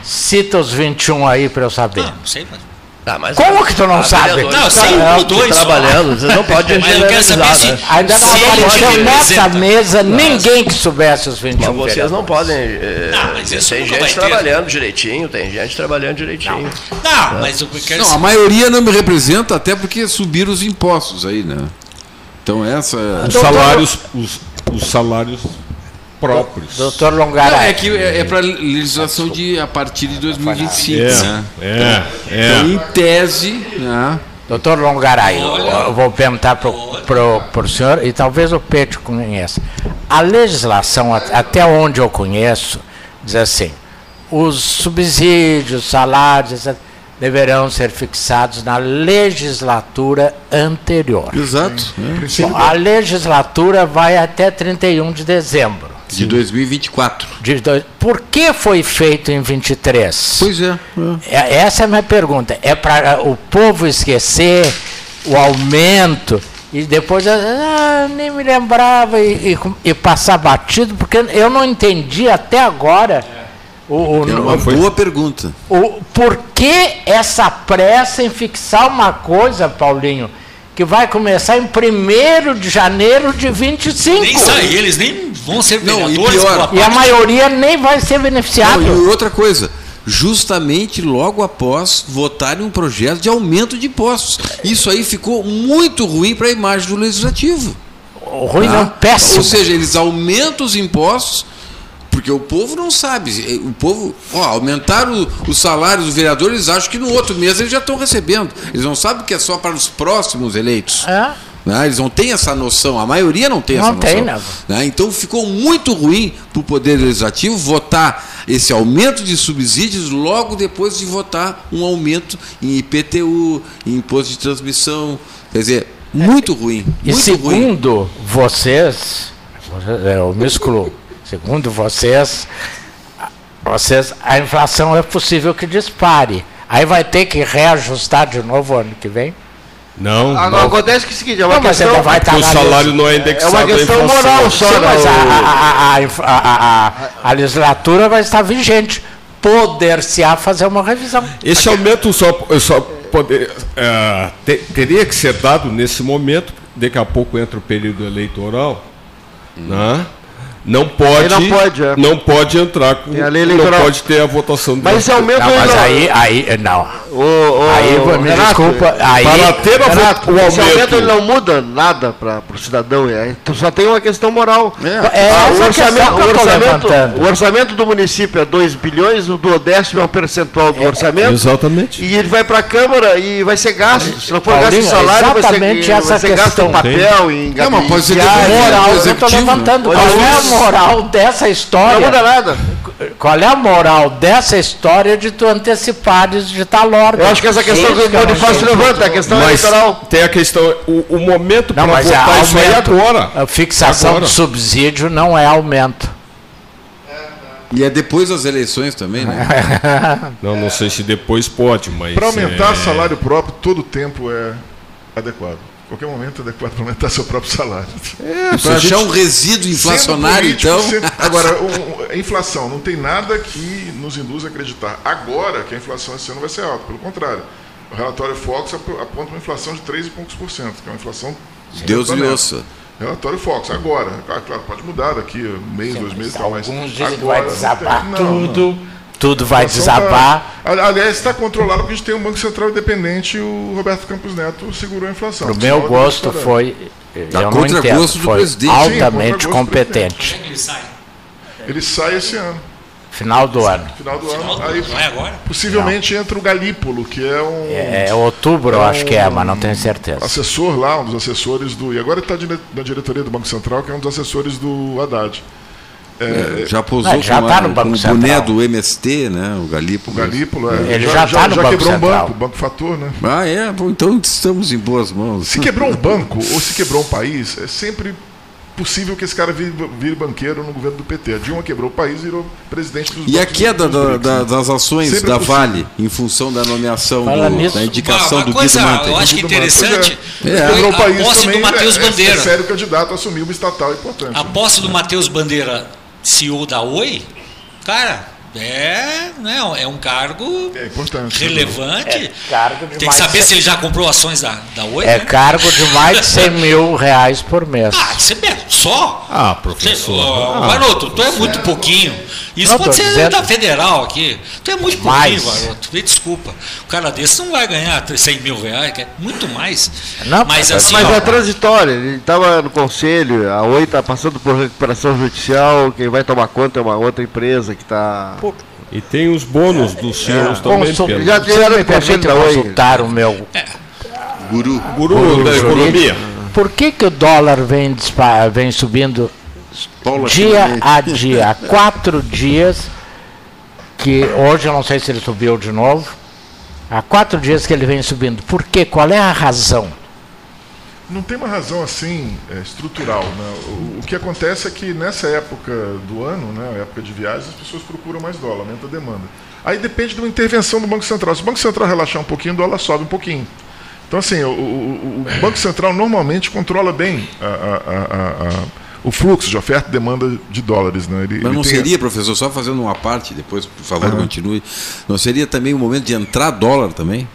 F: Cita os 21 aí para eu saber.
A: Tá.
C: não sei,
H: pues.
C: mas.
A: Ah, mas-
F: Como que tu não
A: Ah,
F: sabe?
A: vereador,
C: Não,
A: tá
C: sim,
A: lá,
C: o dois só.
A: Trabalhando, você não pode
C: Mas eu quero saber se.
A: generalizar, né?
F: Ainda não
C: se ele te
F: apareceu nessa
C: representa.
F: mesa ninguém que soubesse os 21
A: Mas vocês
F: vereadores.
A: não podem. eh,
C: Não, mas isso
A: tem
C: nunca vai
A: gente
C: ter.
A: trabalhando direitinho, tem gente trabalhando direitinho. Tá.
C: Não, mas eu quero
B: Não, a maioria não me representa, até porque subiram os impostos aí, né? Então essa.
G: Os salários, os, os salários próprios.
F: Doutor
B: Não,
F: Longaray.
B: é que é, é para legislação de a
F: É.
B: partir de 2025, né?
G: É, é.
B: Então, em tese, né?
F: Doutor Longaray, eu- eu vou perguntar para o senhor, e talvez o Pete conheça. A legislação, at- até onde eu conheço, diz assim: os subsídios, salários, etc., deverão ser fixados na legislatura anterior.
B: Exato. né?
F: Bom, a legislatura vai até 31 de dezembro.
B: De 2024.
F: De dois- Por que foi feito em 23?
B: Pois é.
F: É- Essa é a minha pergunta. É para o povo esquecer o aumento e depois ah, nem me lembrava e, e- e passar batido, porque eu não entendi até agora o, o,
B: É uma boa pergunta.
F: o- por que essa pressa em fixar uma coisa, Paulinho, que vai começar em 1 de janeiro de 25.
C: Nem sair, eles nem vão ser
B: Não, e
C: vereadores.
B: pior,
C: boa
F: e
C: parte.
F: a maioria nem vai ser beneficiado.
B: Não, e outra coisa, justamente logo após votarem um projeto de aumento de impostos. Isso aí ficou muito ruim para a imagem do legislativo.
F: O ruim
B: tá?
F: não, péssimo.
B: Ou seja, eles aumentam os impostos. Porque o povo não sabe. O povo, ó, aumentaram o- os salários do vereador, eles acham que no outro mês eles já estão recebendo. Eles não sabem que é só para os próximos eleitos.
F: É.
B: Né? Eles não têm essa noção, a maioria não tem
F: Não
B: essa noção.
F: tem, né?
B: né? Então ficou muito ruim para o Poder Legislativo votar esse aumento de subsídios logo depois de votar um aumento em IPTU, em imposto de transmissão. Quer dizer, muito ruim.
F: É. E
B: muito ruim.
F: segundo vocês, vocês- é, eu me excluo, segundo vocês, vocês, a inflação é possível que dispare. Aí vai ter que reajustar de novo ano que vem?
G: Não,
E: Ah, não,
G: não.
E: acontece que é o seguinte, é uma
F: Não, mas
E: questão,
F: ainda vai estar
G: Porque o
F: na
G: salário
F: lista.
G: não é
E: é
G: indexado
E: uma
G: à
E: questão
G: inflação.
E: moral só,
F: é Sim,
E: né,
F: mas a,
E: o-
F: a, a, a, inf- a- a- a- a legislatura vai estar vigente. Poder-se-á fazer uma revisão.
G: Esse aumento só, eu só poder, é, te- teria que ser dado nesse momento, daqui a pouco entra o período eleitoral, né? Não pode,
E: Aí não pode, é.
G: não pode entrar com,
E: Tem a lei
G: não
E: eleitoral.
G: pode ter a votação
E: Mas esse aumento
F: Não, mas
E: não-
F: aí, aí, não.
E: Ô, ô,
F: Aí,
E: Renato,
F: me desculpa, aí...
G: para ter a vo-
E: Renato,
G: o
E: esse aumento ele
G: aumento,
E: não muda nada para o cidadão, é, então só tem uma questão moral.
F: É
E: Ah, o,
F: essa questão
E: orçamento,
F: que eu
E: o
F: tô
E: orçamento-
F: levantando.
E: o orçamento do município é 2 bilhões, o duodécimo é um percentual do orçamento.
G: exatamente.
E: E ele vai para a Câmara e vai ser gasto. Se não for gasto em
F: Paulinho,
E: salário, vai
F: exatamente
E: ser,
F: essa
E: vai ser gasto em
F: questão.
E: papel, em
B: É, mas pode ser
E: gabinete.
B: devolvido
F: moral,
B: do
F: eu estou
B: executivo, né?
F: levantando. Qual
E: Olha
F: é a
E: isso.
F: moral é dessa
E: Não
F: história?
E: muda nada.
F: Qual é a moral dessa história de tu antecipares de tá tal ordem?
E: Eu acho que essa questão
F: Isso
E: que o Bonifácio
F: é um
E: levanta, a questão
G: Mas
E: eleitoral.
G: tem a questão, o, o momento para
F: Não, mas é
G: votar isso aí é
F: aumento.
G: agora.
F: A fixação
G: Agora.
F: do subsídio não é aumento.
B: E é depois das eleições também, né?
G: Não, não sei se depois pode, mas.
D: Para aumentar
G: é,
D: salário próprio, todo tempo é adequado. Qualquer momento é adequado para aumentar seu próprio salário.
B: Para achar um resíduo inflacionário,
D: Sendo
B: então.
D: político, sempre-
B: Agora,
D: Agora, o- o- a inflação, não tem nada que nos induza a acreditar agora que a inflação esse ano vai ser alta. Pelo contrário, o relatório Fox ap- aponta uma inflação de 3 e poucos por cento, que é uma inflação. sem
B: Deus me
D: tratamento.
B: ouça.
D: Relatório Fox, agora. Ah, Claro, pode mudar daqui um mês, dois meses, tal, mas.
F: Alguns dizem que
D: agora
F: vai
D: não
F: desabar
D: tem- não, não.
F: tudo, tudo vai
D: inflação tá-
F: desabar.
D: A- Aliás, está controlado porque a gente tem um Banco Central independente e o Roberto Campos Neto segurou a inflação.
F: Pro
D: Só
F: meu
D: tá
F: gosto
D: estourando.
F: foi,
B: Dá
F: eu não
B: contra
F: entendo,
B: gosto do
F: foi
B: presidente. Sim,
F: altamente
D: contra gosto do
F: competente.
D: Ele sai esse ano,
F: Final do ano.
D: final do ano. Aí
C: Não é agora?
D: possivelmente entra o Galípolo, que é um
F: É outubro, eu acho que é, mas não tenho certeza.
D: assessor lá, um dos assessores do. E agora está na diretoria do Banco Central, que é um dos assessores do Haddad.
B: É,
D: É,
B: Já pousou
F: Não, já
B: com,
F: tá
B: a-
F: no
B: com
F: Banco
B: o boné
F: Central.
B: do MST, né? O Galipo.
D: O Galípolo é,
F: Ele já tá no Banco
D: quebrou um
F: Central.
D: banco, banco fator, né?
B: Ah, é? Bom, então estamos em boas mãos.
D: Se quebrou um banco ou se quebrou um país, é sempre possível que esse cara vire, vire banqueiro no governo do PT. A Dilma quebrou o país e virou presidente dos
B: E a
D: bancos
B: queda
D: dos
B: da-
D: BRICS,
B: da-
D: né?
B: das ações
D: Sempre
B: da
D: possível.
B: Vale em função da nomeação,
F: Fala
B: do-
F: nisso.
B: da
C: Uma,
B: indicação
C: uma
B: do
C: coisa,
B: Guido Mantec.
C: eu acho que
D: Guido Mantec,
C: interessante,
B: é.
C: foi
B: É.
D: Quebrou o
C: a
D: país
C: posse do
D: também,
C: Matheus
D: é, é
C: Bandeira.
D: sério candidato assumiu uma estatal importante. né?
C: A posse do Matheus Bandeira, CEO da Oi, cara, é, né, é um cargo
D: É importante.
C: relevante.
F: É cargo de
C: Tem que
F: mais
C: saber
F: de-
C: se ele já comprou ações da, da Oi.
F: É
C: né?
F: cargo de mais de 100 mil reais por mês.
C: Ah, isso é mesmo, só?
G: Ah,
C: Sei,
G: professor.
C: ó,
G: ah,
C: Varoto, tu é muito pouquinho. Isso
F: Não,
C: pode
F: tô
C: ser
F: dizendo-
C: da federal aqui. Tu é muito
F: Mais.
C: pouquinho, Varoto. Me desculpa. O cara desse não vai ganhar 100 mil reais, que é muito mais.
F: Não,
C: mas
F: mas-
C: assim,
E: Mas
C: ó,
E: é transitório, ele estava no conselho, a Oi está passando por recuperação judicial, quem vai tomar conta é uma outra empresa que tá- É, está.
G: E tem os bônus dos senhores também,
F: Consul-
G: Pedro.
E: Já
F: Você
E: tiraram
F: me
E: o conselho
F: permite
E: da Oi.
F: consultar o meu
B: Guru.
F: né?
G: Guru da economia.
F: Por que, que o dólar vem, dispa- vem subindo dia
B: Paulatinamente.
F: a dia? Há quatro dias que hoje eu não sei se ele subiu de novo. Há quatro dias que ele vem subindo. Por quê? Qual é a razão?
D: Não tem uma razão assim é, estrutural. né? O, o que acontece é que nessa época do ano, né, época de viagens, as pessoas procuram mais dólar, aumenta a demanda. Aí depende de uma intervenção do Banco Central. Se o Banco Central relaxar um pouquinho, o dólar sobe um pouquinho. Então, assim, o, o- o Banco Central normalmente controla bem a- a- a- a- a- o fluxo de oferta e demanda de dólares. Né? Ele-
B: Mas
D: ele
B: não
D: tem-
B: seria, professor, só fazendo uma parte, depois, por favor, continue. Não seria também o momento de entrar dólar também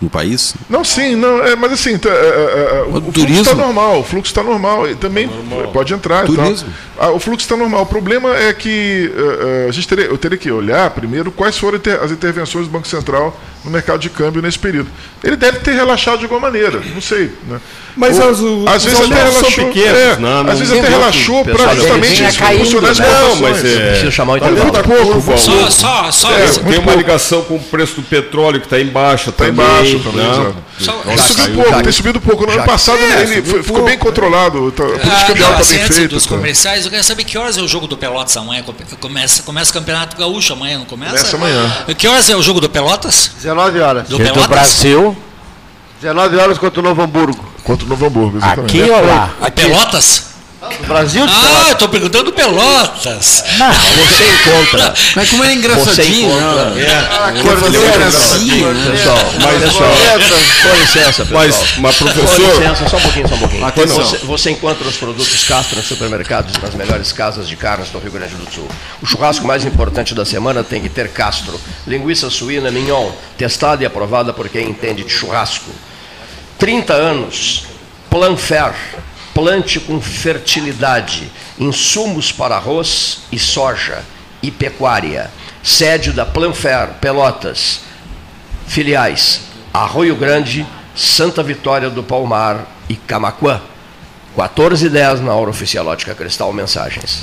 B: no país?
D: Não, sim, não, é, mas assim, tá, é, é, é, o,
B: O
D: o fluxo
B: turismo.
D: está normal, o fluxo está normal, e também
G: Tá
D: pode entrar. e tal.
B: Turismo.
D: Ah, o fluxo está normal. O problema é que é, é, a gente teria, eu teria que olhar primeiro quais foram inter- as intervenções do Banco Central no mercado de câmbio nesse período. Ele deve ter relaxado de alguma maneira, não sei. Né?
G: Mas
D: Ou-
G: as- o-
D: às
G: os
D: vezes até
G: aumentos são
D: relaxou,
G: pequenos,
D: é,
G: né? Não
D: às vezes até
G: tem
D: relaxou
A: outro-
D: para
A: Pessoal,
D: justamente
F: vinha caindo,
D: impulsionar as
F: né?
G: Não,
D: exportações.
G: mas é.
A: Preciso chamar o
G: tá
A: intervalo.
G: muito pouco, o valor.
C: só, só, só,
G: É,
C: só,
G: tem uma ligação com o preço do petróleo que está em baixa
D: Tá
G: também.
D: embaixo também,
G: né?
D: exato. Ele
C: só-
D: subiu
A: caiu,
D: pouco,
A: caiu.
D: tem subido pouco. No
A: Já-
D: ano passado
G: É,
D: ele
G: subiu
D: foi- ficou
G: pouco.
D: bem controlado. tá- A
C: Ah,
D: política
C: não,
D: cambial está
C: assim,
D: bem
C: antes
D: feita.
C: dos
D: tá.
C: comerciais, eu quero saber que horas é o jogo do Pelotas amanhã. Come- Começa, começa o Campeonato Gaúcho amanhã, não começa?
D: Começa amanhã.
C: Que horas é o jogo do Pelotas?
E: 19 horas.
C: Do
F: E do Brasil,
E: 19 horas contra o Novo Hamburgo.
D: Contra o Novo Hamburgo, exatamente.
F: aqui ou lá?
C: O Pelotas?
E: O Brasil de
C: Ah, eu tô perguntando do Pelotas.
A: Você encontra.
B: Mas como é
A: Você
B: engraçadinho.
A: encontra.
B: engraçadinho, né?
A: Pessoal, pessoal, com licença, pessoal.
G: Mas, mas
A: Com
G: professor,
A: licença, só um pouquinho, só um pouquinho.
B: Atenção.
A: Você, você encontra os produtos Castro nos supermercados e nas melhores casas de carnes do Rio Grande do Sul. O churrasco mais importante da semana tem que ter Castro. Linguiça suína mignon, testada e aprovada por quem entende de churrasco. 30 anos, Planfer, plante com fertilidade, insumos para arroz e soja e pecuária. Sede da Planfer, Pelotas. Filiais: Arroio Grande, Santa Vitória do Palmar e Camaquã. 14h10 na hora oficial Ótica Cristal Mensagens.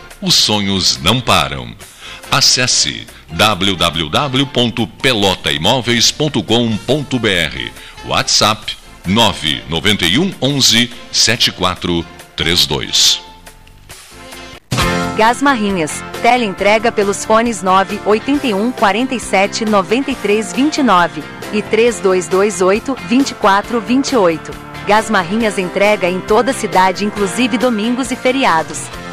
I: os sonhos não param. Acesse www.pelotaimoveis.com.br. WhatsApp 991 11 7432.
J: Gás Marrinhas. Teleentrega pelos fones 981 47 93 29 e 3228 2428. Gás Marrinhas entrega em toda a cidade, inclusive domingos e feriados.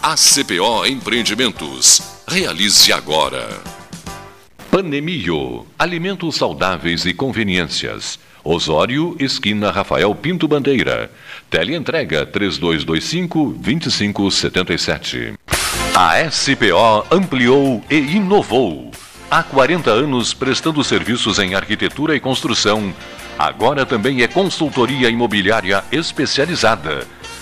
I: ACPO Empreendimentos. Realize agora.
K: Panemio. Alimentos saudáveis e conveniências. Osório, esquina Rafael Pinto Bandeira. Teleentrega 3225-2577. A SPO ampliou e inovou. Há 40 anos prestando serviços em arquitetura e construção. Agora também é consultoria imobiliária especializada.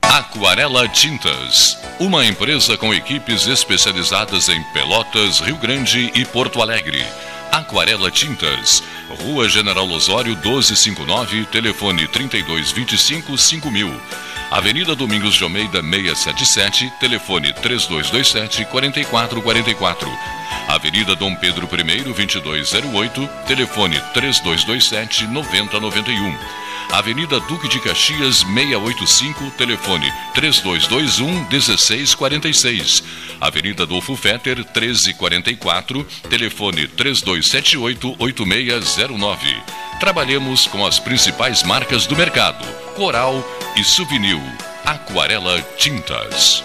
I: Aquarela Tintas, uma empresa com equipes especializadas em Pelotas, Rio Grande e Porto Alegre. Aquarela Tintas, Rua General Osório 1259, telefone 3225-5000. Avenida Domingos de Almeida 677, telefone 3227-4444. Avenida Dom Pedro I 2208, telefone 3227-9091. Avenida Duque de Caxias 685, telefone 3221 1646. Avenida Adolfo Fetter 1344, telefone 3278 8609. Trabalhamos com as principais marcas do mercado: Coral e Souvenir, Aquarela Tintas.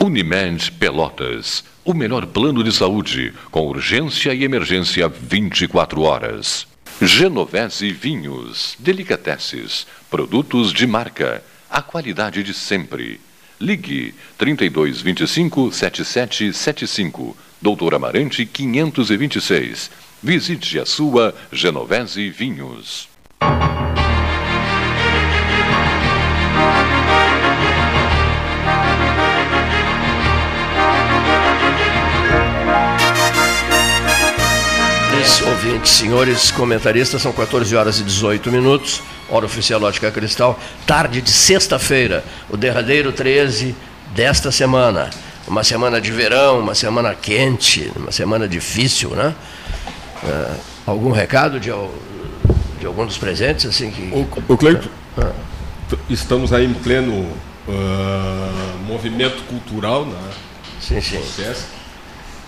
K: Unimed Pelotas. O melhor plano de saúde, com urgência e emergência 24 horas. Genovese Vinhos, Delicateces, produtos de marca, a qualidade de sempre. Ligue 3225 7775, Doutor Amarante 526. Visite a sua Genovese Vinhos.
A: Senhores ouvintes, senhores comentaristas, são 14 horas e 18 minutos, hora oficial Lógica Cristal, tarde de sexta-feira, o derradeiro 13 desta semana. Uma semana de verão, uma semana quente, uma semana difícil, né? Ah, algum recado de, al- de algum dos presentes? Assim, que...
G: O Cleito, t- estamos aí em pleno ah, movimento cultural na
A: Sim, sim.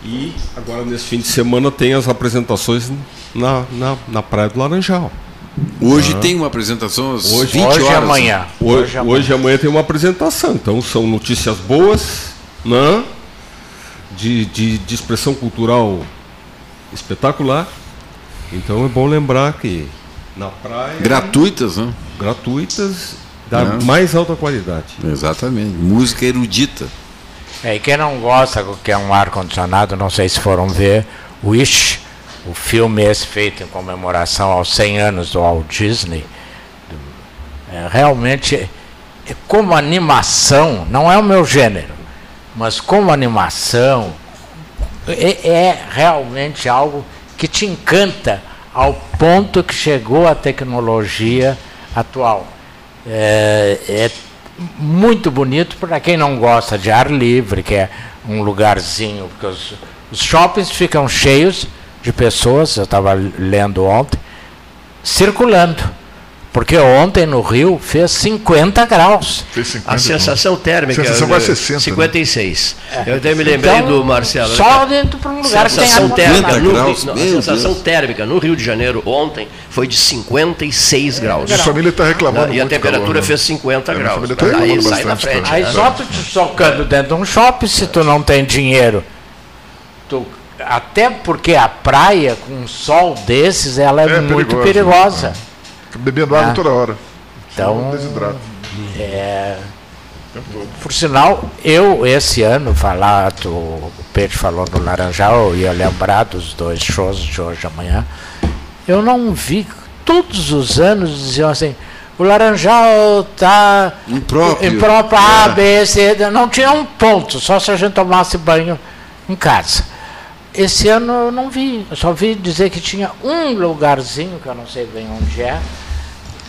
G: E agora nesse fim de semana tem as apresentações na, na, na Praia do Laranjal.
B: Hoje
G: Ah.
B: tem uma apresentação às
G: Hoje,
B: 20 horas.
G: Hoje, hoje, é amanhã. tem uma apresentação. Então são notícias boas, né? De, de, de expressão cultural espetacular. Então é bom lembrar que na praia.
B: Gratuitas, né?
G: Gratuitas, é da mais alta qualidade.
B: Exatamente. Música erudita.
F: É, e quem não gosta, que é um ar-condicionado, não sei se foram ver, Wish, o filme esse feito em comemoração aos 100 anos do Walt Disney, do- é, realmente, é, como animação, não é o meu gênero, mas como animação, é, é realmente algo que te encanta ao ponto que chegou a tecnologia atual. É, é muito bonito para quem não gosta de ar livre, que é um lugarzinho, porque os, os shoppings ficam cheios de pessoas, eu estava lendo ontem, circulando. Porque ontem no Rio fez 50 graus.
D: Fez 50
A: A sensação térmica.
D: Sensação
A: eu-
D: quase 60, né?
A: 56. É. Eu até me lembrei
F: Então,
A: do Marcelo. né?
F: só dentro pra um lugar que tem
A: sensação
F: ar
A: térmica,
F: condicionado.
A: no,
F: 50 graus,
A: não, a
F: meu
A: sensação
C: né?
F: Deus.
A: térmica no Rio de Janeiro ontem foi de
F: É,
A: 56 graus.
D: Minha família está reclamando
A: E a
D: muito
A: temperatura
D: calor, né?
A: fez 50
D: É, minha
A: graus.
D: família tá
A: aí
D: reclamando
A: sai na
D: bastante
A: frente.
D: também.
F: Aí
A: né?
F: só tu te socando dentro de um shopping, se tu não tem dinheiro. Tu- até porque a praia, com um sol desses, ela é,
D: É
F: muito
D: perigosa,
F: perigosa.
D: Fica Bebendo água
F: Ah.
D: toda hora.
F: Então,
D: Desidrata.
F: é, por sinal, eu esse ano, falar, tu- o Pedro falou do Laranjal, eu ia lembrar dos dois shows de hoje e amanhã. Eu não vi, todos os anos diziam assim, o Laranjal tá
B: Impróprio.
F: impróprio, A,
B: É.
F: B, C, D. não tinha um ponto, só se a gente tomasse banho em casa. Esse ano eu não vi, eu só vi dizer que tinha um lugarzinho, que eu não sei bem onde é,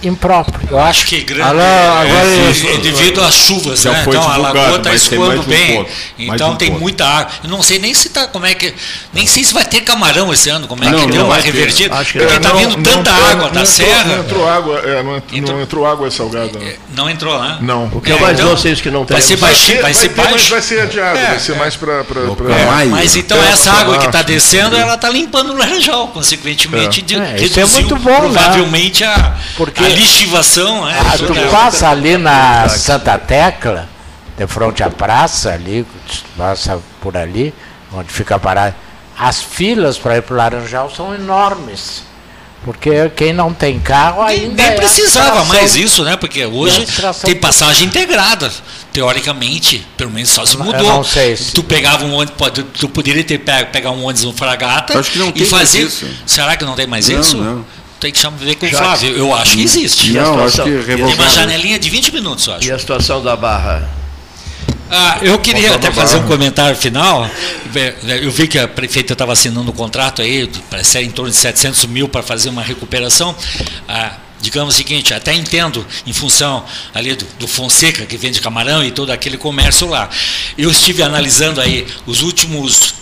F: impróprio.
C: Eu acho que grande
F: Alô, agora
C: é,
F: isso.
C: é devido às chuvas,
F: Já
C: né?
F: foi
C: Então a
F: divulgado,
C: lagoa está
F: mas tem
C: escoando
F: mais um
C: bem.
F: ponto, mais
C: então
F: um
C: tem
F: ponto.
C: muita água. Eu não sei nem se tá como é que nem sei se vai ter camarão esse ano, como é
D: Acho
C: que
D: que
C: deu
D: não
C: uma
D: vai ter.
C: revertida.
D: Acho que
C: Porque
D: não.
C: tá
D: Não,
C: vindo
D: não,
C: tanta
D: não,
C: água
D: não
C: da
D: entrou-
C: serra. Então- É,
D: Não entrou água, é, não, ent- não entrou água salgada. né?
C: Não entrou lá.
D: Não.
C: O que eu mais não sei
A: isso que não
C: Vai ser baixinho, vai ser
D: ter, mas
C: baixo.
D: Vai ser adiado,
C: É,
D: vai ser mais para.
C: É, mas então essa água que está descendo, ela
D: está
C: está limpando o laranjal, consequentemente
D: É.
C: de,
D: É,
F: isso é
C: reduziu
F: muito bom, né?
C: provavelmente a,
F: Porque-
C: a lixivação. né?
F: Ah,
C: Isso
F: tu
C: é-
F: passa ali na Santa Tecla, de frente à praça, ali, tu passa por ali, onde fica parado. As filas para ir para o Laranjal são enormes. Porque quem não tem carro ainda. é
C: Nem precisava
F: abstração.
C: mais isso, né? Porque hoje
F: Administração.
C: tem passagem integrada, teoricamente, pelo menos só se
F: Eu
C: mudou.
F: não sei se-
C: Tu pegava um ônibus, pode- tu poderia ter pego, pegar um ônibus um fragata
B: Acho que não
C: e
B: tem
C: fazer.
B: mais isso.
C: Será que não tem mais
B: Não,
C: isso?
B: não.
C: Tem que chamar ver com o
B: Já-
C: Flávio. Eu acho que existe.
B: Não, acho que
C: Tem uma
B: revogado.
C: janelinha de 20 minutos, eu acho.
A: E a situação da barra?
C: Ah, eu queria
A: Faltava
C: até fazer um
A: barra.
C: comentário final. Eh, Eu vi que a prefeita estava assinando um contrato aí, parece ser em torno de 700 mil para fazer uma recuperação. Ah, digamos o seguinte, até entendo, em função ali do, do Fonseca, que vende camarão e todo aquele comércio lá. Eu estive analisando aí os últimos.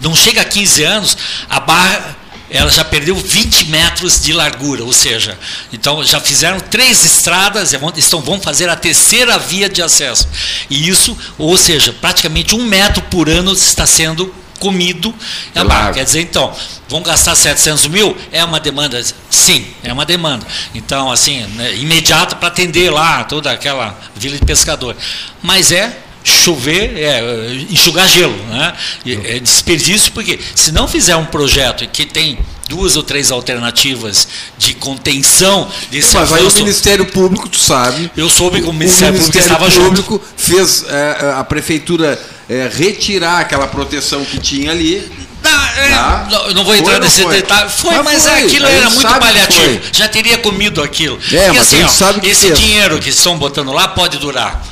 C: Não chega a 15 anos, a barra ela já perdeu 20 metros de largura, ou seja, então já fizeram três estradas, e vão- estão vão fazer a terceira via de acesso. E isso, ou seja, praticamente um metro por ano está sendo comido. É
B: Pela
C: lá.
B: água.
C: Quer dizer, então, vão gastar 700 mil? É uma demanda? Sim, é uma demanda. Então, assim, né, imediata para atender lá toda aquela vila de pescador. Mas é chover, é, enxugar gelo, né? E É desperdício porque se não fizer um projeto que tem duas ou três alternativas de contenção desse
B: Mas aí o
C: avanço,
B: Ministério Público, tu sabe.
C: Eu soube que o Ministério Público estava junto.
B: Público fez eh, a prefeitura eh, retirar aquela proteção que tinha ali. Tá?
C: é, Não, eu não vou
B: Foi
C: entrar
B: ou não
C: nesse
B: foi?
C: detalhe. Foi, mas,
B: Mas foi,
C: aquilo
B: a gente
C: era muito
B: sabe que
C: paliativo.
B: foi.
C: Já teria comido aquilo. assim,
B: É, mas a gente
C: ó,
B: sabe que
C: esse
B: fez.
C: dinheiro que estão botando lá pode durar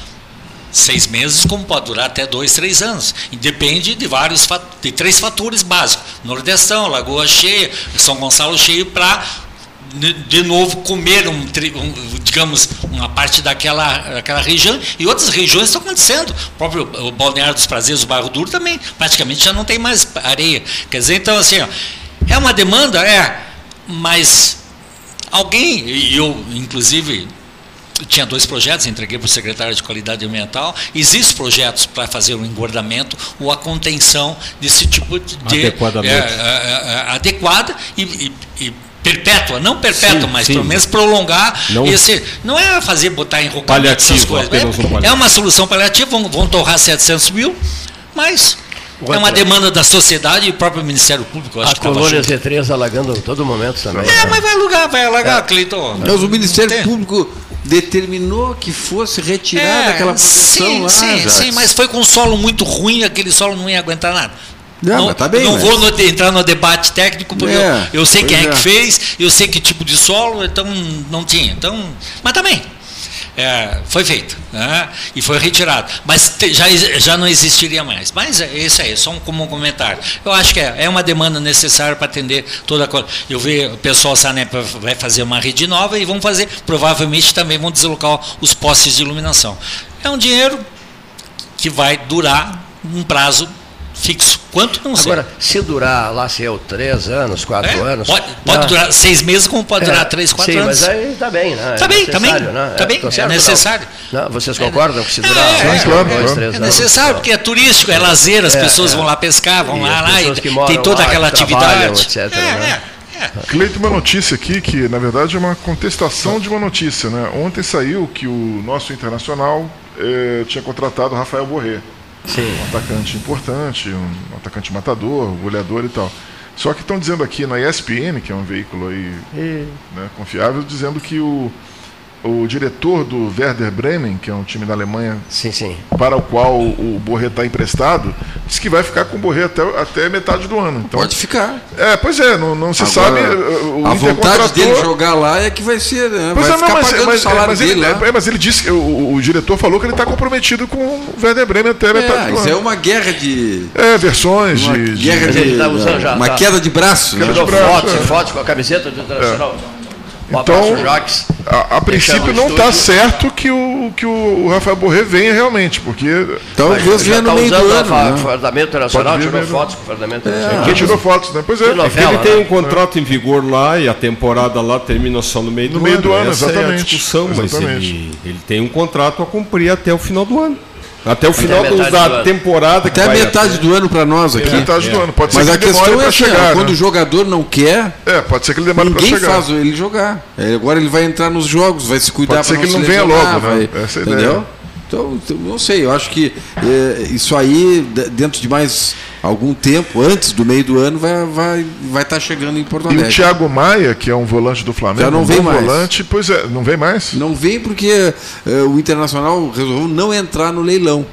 C: seis meses, como pode durar até dois, três anos. E depende de vários fa- de três fatores básicos: Nordestão, Lagoa Cheia, São Gonçalo cheio para de- de novo comer um, tri- um, digamos uma parte daquela, daquela região e outras regiões estão acontecendo o próprio o balneário dos prazeres o bairro duro também praticamente já não tem mais areia quer dizer então assim ó, é uma demanda é mas alguém e eu inclusive eu tinha dois projetos, entreguei para o secretário de Qualidade Ambiental. Existem projetos para fazer o engordamento ou a contenção desse tipo de.
L: Adequadamente.
C: É, é, é, adequada e. e- e Perpétua, não perpétua,
L: Sim,
C: mas
L: sim.
C: pelo menos prolongar
L: Não-
C: esse. Não é fazer botar em roupa essas
L: Paliativo,
C: coisas.
L: apenas um
C: É,
L: paliativo.
C: é uma solução paliativa, vão, vão torrar 700 mil, mas é uma
A: Outra.
C: demanda da sociedade e o próprio Ministério Público, eu acho
A: A
C: que tava
A: colônia
C: junto.
A: Z3 alagando a todo momento também.
F: né?
C: É, mas vai alugar, vai alugar, Ah, Cleiton.
B: É.
C: É.
B: Mas o Ministério Público determinou que fosse retirada aquela proteção
C: É, sim,
B: lá.
C: Sim,
B: Jax.
C: sim, mas foi com um solo muito ruim, aquele solo não ia aguentar nada.
B: Não, mas tá bem,
C: não
B: mas-
C: vou no- entrar no debate técnico, porque
B: É,
C: eu, eu sei
B: pois
C: quem é
B: é.
C: que fez, eu sei que tipo de solo, então não tinha. Então, mas também. é, foi feito né? e foi retirado. Mas te- já, ex- já não existiria mais. Mas é isso aí, só um, como um comentário. Eu acho que é, é uma demanda necessária para atender toda a coisa. Eu vi o pessoal Sanep vai fazer uma rede nova e vão fazer, provavelmente também vão deslocar os postes de iluminação. É um dinheiro que vai durar um prazo fixo. Quanto não sei. É?
A: Agora, se durar lá, se eu, três anos, quatro anos.
C: Pode, pode
A: né?
C: durar seis meses, como pode
A: É,
C: durar três, quatro
A: sim,
C: anos.
A: mas aí tá bem, né? É
C: Tá bem, tá bem.
A: necessário, né?
C: Tá
A: É,
C: bem,
A: tô
C: é
A: certo,
C: necessário.
A: não? Não, vocês concordam que se durar
C: É,
A: um,
C: é,
A: dois,
C: é,
A: três
C: é
A: anos?
C: necessário, porque é turístico, é lazer, as
A: É,
C: pessoas
A: é.
C: vão lá pescar, vão
A: E
C: lá,
A: as
C: lá
A: pessoas
C: e
A: que moram
C: tem toda
A: lá,
C: aquela
A: que trabalham,
C: atividade. É,
A: etc, né?
D: Cleito, uma notícia aqui que, na verdade, é uma contestação de uma notícia. Né? Ontem saiu que o nosso internacional eh, tinha contratado o Rafael Borré. Um atacante importante, um atacante matador, um goleador e tal. Só que estão dizendo aqui na ESPN, que é um veículo aí, né, confiável, dizendo que o, o diretor do Werder Bremen, que é um time da Alemanha para o qual o Borré está emprestado, diz que vai ficar com o Borré até, até metade do ano. Então, Pode
B: ficar.
D: É, pois é, não, não se sabe.
B: Agora,
D: eh, O
B: a
D: Inter
B: vontade
D: contratou-
B: dele jogar lá é que vai ser, né?
D: Pois
B: vai
D: é, não,
B: ficar
D: mas,
B: pagando
D: mas-
B: o salário
D: mas
B: dele né?
D: ele,
B: lá.
D: é, mas ele disse, que o, o- o diretor falou que ele está comprometido com o Werder Bremen até metade
B: É,
D: do
B: isso
D: ano.
B: é uma guerra de.
D: É, versões
B: Uma
D: de, de-
B: guerra de- Ele tá usando já, uma tá. queda de braço,
D: Queda
B: né?
D: de
B: Tirou
D: braço,
A: Fotos,
D: é.
A: fotos com a camiseta do Internacional. Um abraço,
D: Então,
A: Jacques.
D: a, a princípio
A: Deixamos
D: não está
A: tudo.
D: certo que o, que o Rafael Borré venha realmente, porque.
B: Então,
A: Mas já tá usando o fa-
B: né?
A: Fardamento Internacional,
D: né? Pode vir
A: tirou
D: mesmo.
A: fotos com o Fardamento
D: É,
A: Internacional.
D: quem tirou fotos, né? Pois é.
A: Que
G: É que
A: novela,
G: ele tem
A: né?
G: um contrato em vigor lá e a temporada lá termina só no meio
D: No
G: do
D: meio
G: ano.
D: do ano,
G: Essa É a
D: exatamente.
G: discussão, mas
D: Exatamente.
G: ele, ele tem um contrato a cumprir até o final do ano. Até o
B: Até
G: final
B: a
G: do-
B: metade
G: da
B: do ano.
G: temporada
B: Até a metade do ano para nós aqui.
D: metade
G: É.
D: do ano, tá pode ser
B: É, Mas
D: que
B: a
D: demore
B: questão é
D: pra
B: assim, ó,
D: chegar, né?
B: quando o jogador não quer.
D: É, pode ser que ele demore pra
B: ninguém
D: chegar.
B: faz ele jogar. É, agora ele vai entrar nos jogos, vai se cuidar
D: Pode ser
B: para
D: que
B: não se
D: ele não venha
B: lesionar,
D: logo, né?
B: vai-
D: Essa é a ideia.
B: entendeu? Então, então, não sei, eu acho que é, isso aí, de- dentro de mais algum tempo, antes do meio do ano, vai estar vai, vai tá chegando em Porto
D: E
B: Alegre.
D: o Thiago Maia, que é um volante do Flamengo,
B: Já não
D: um
B: vem
D: bom
B: mais.
D: volante, pois é, não vem mais?
B: Não vem porque eh, o Internacional resolveu não entrar no leilão.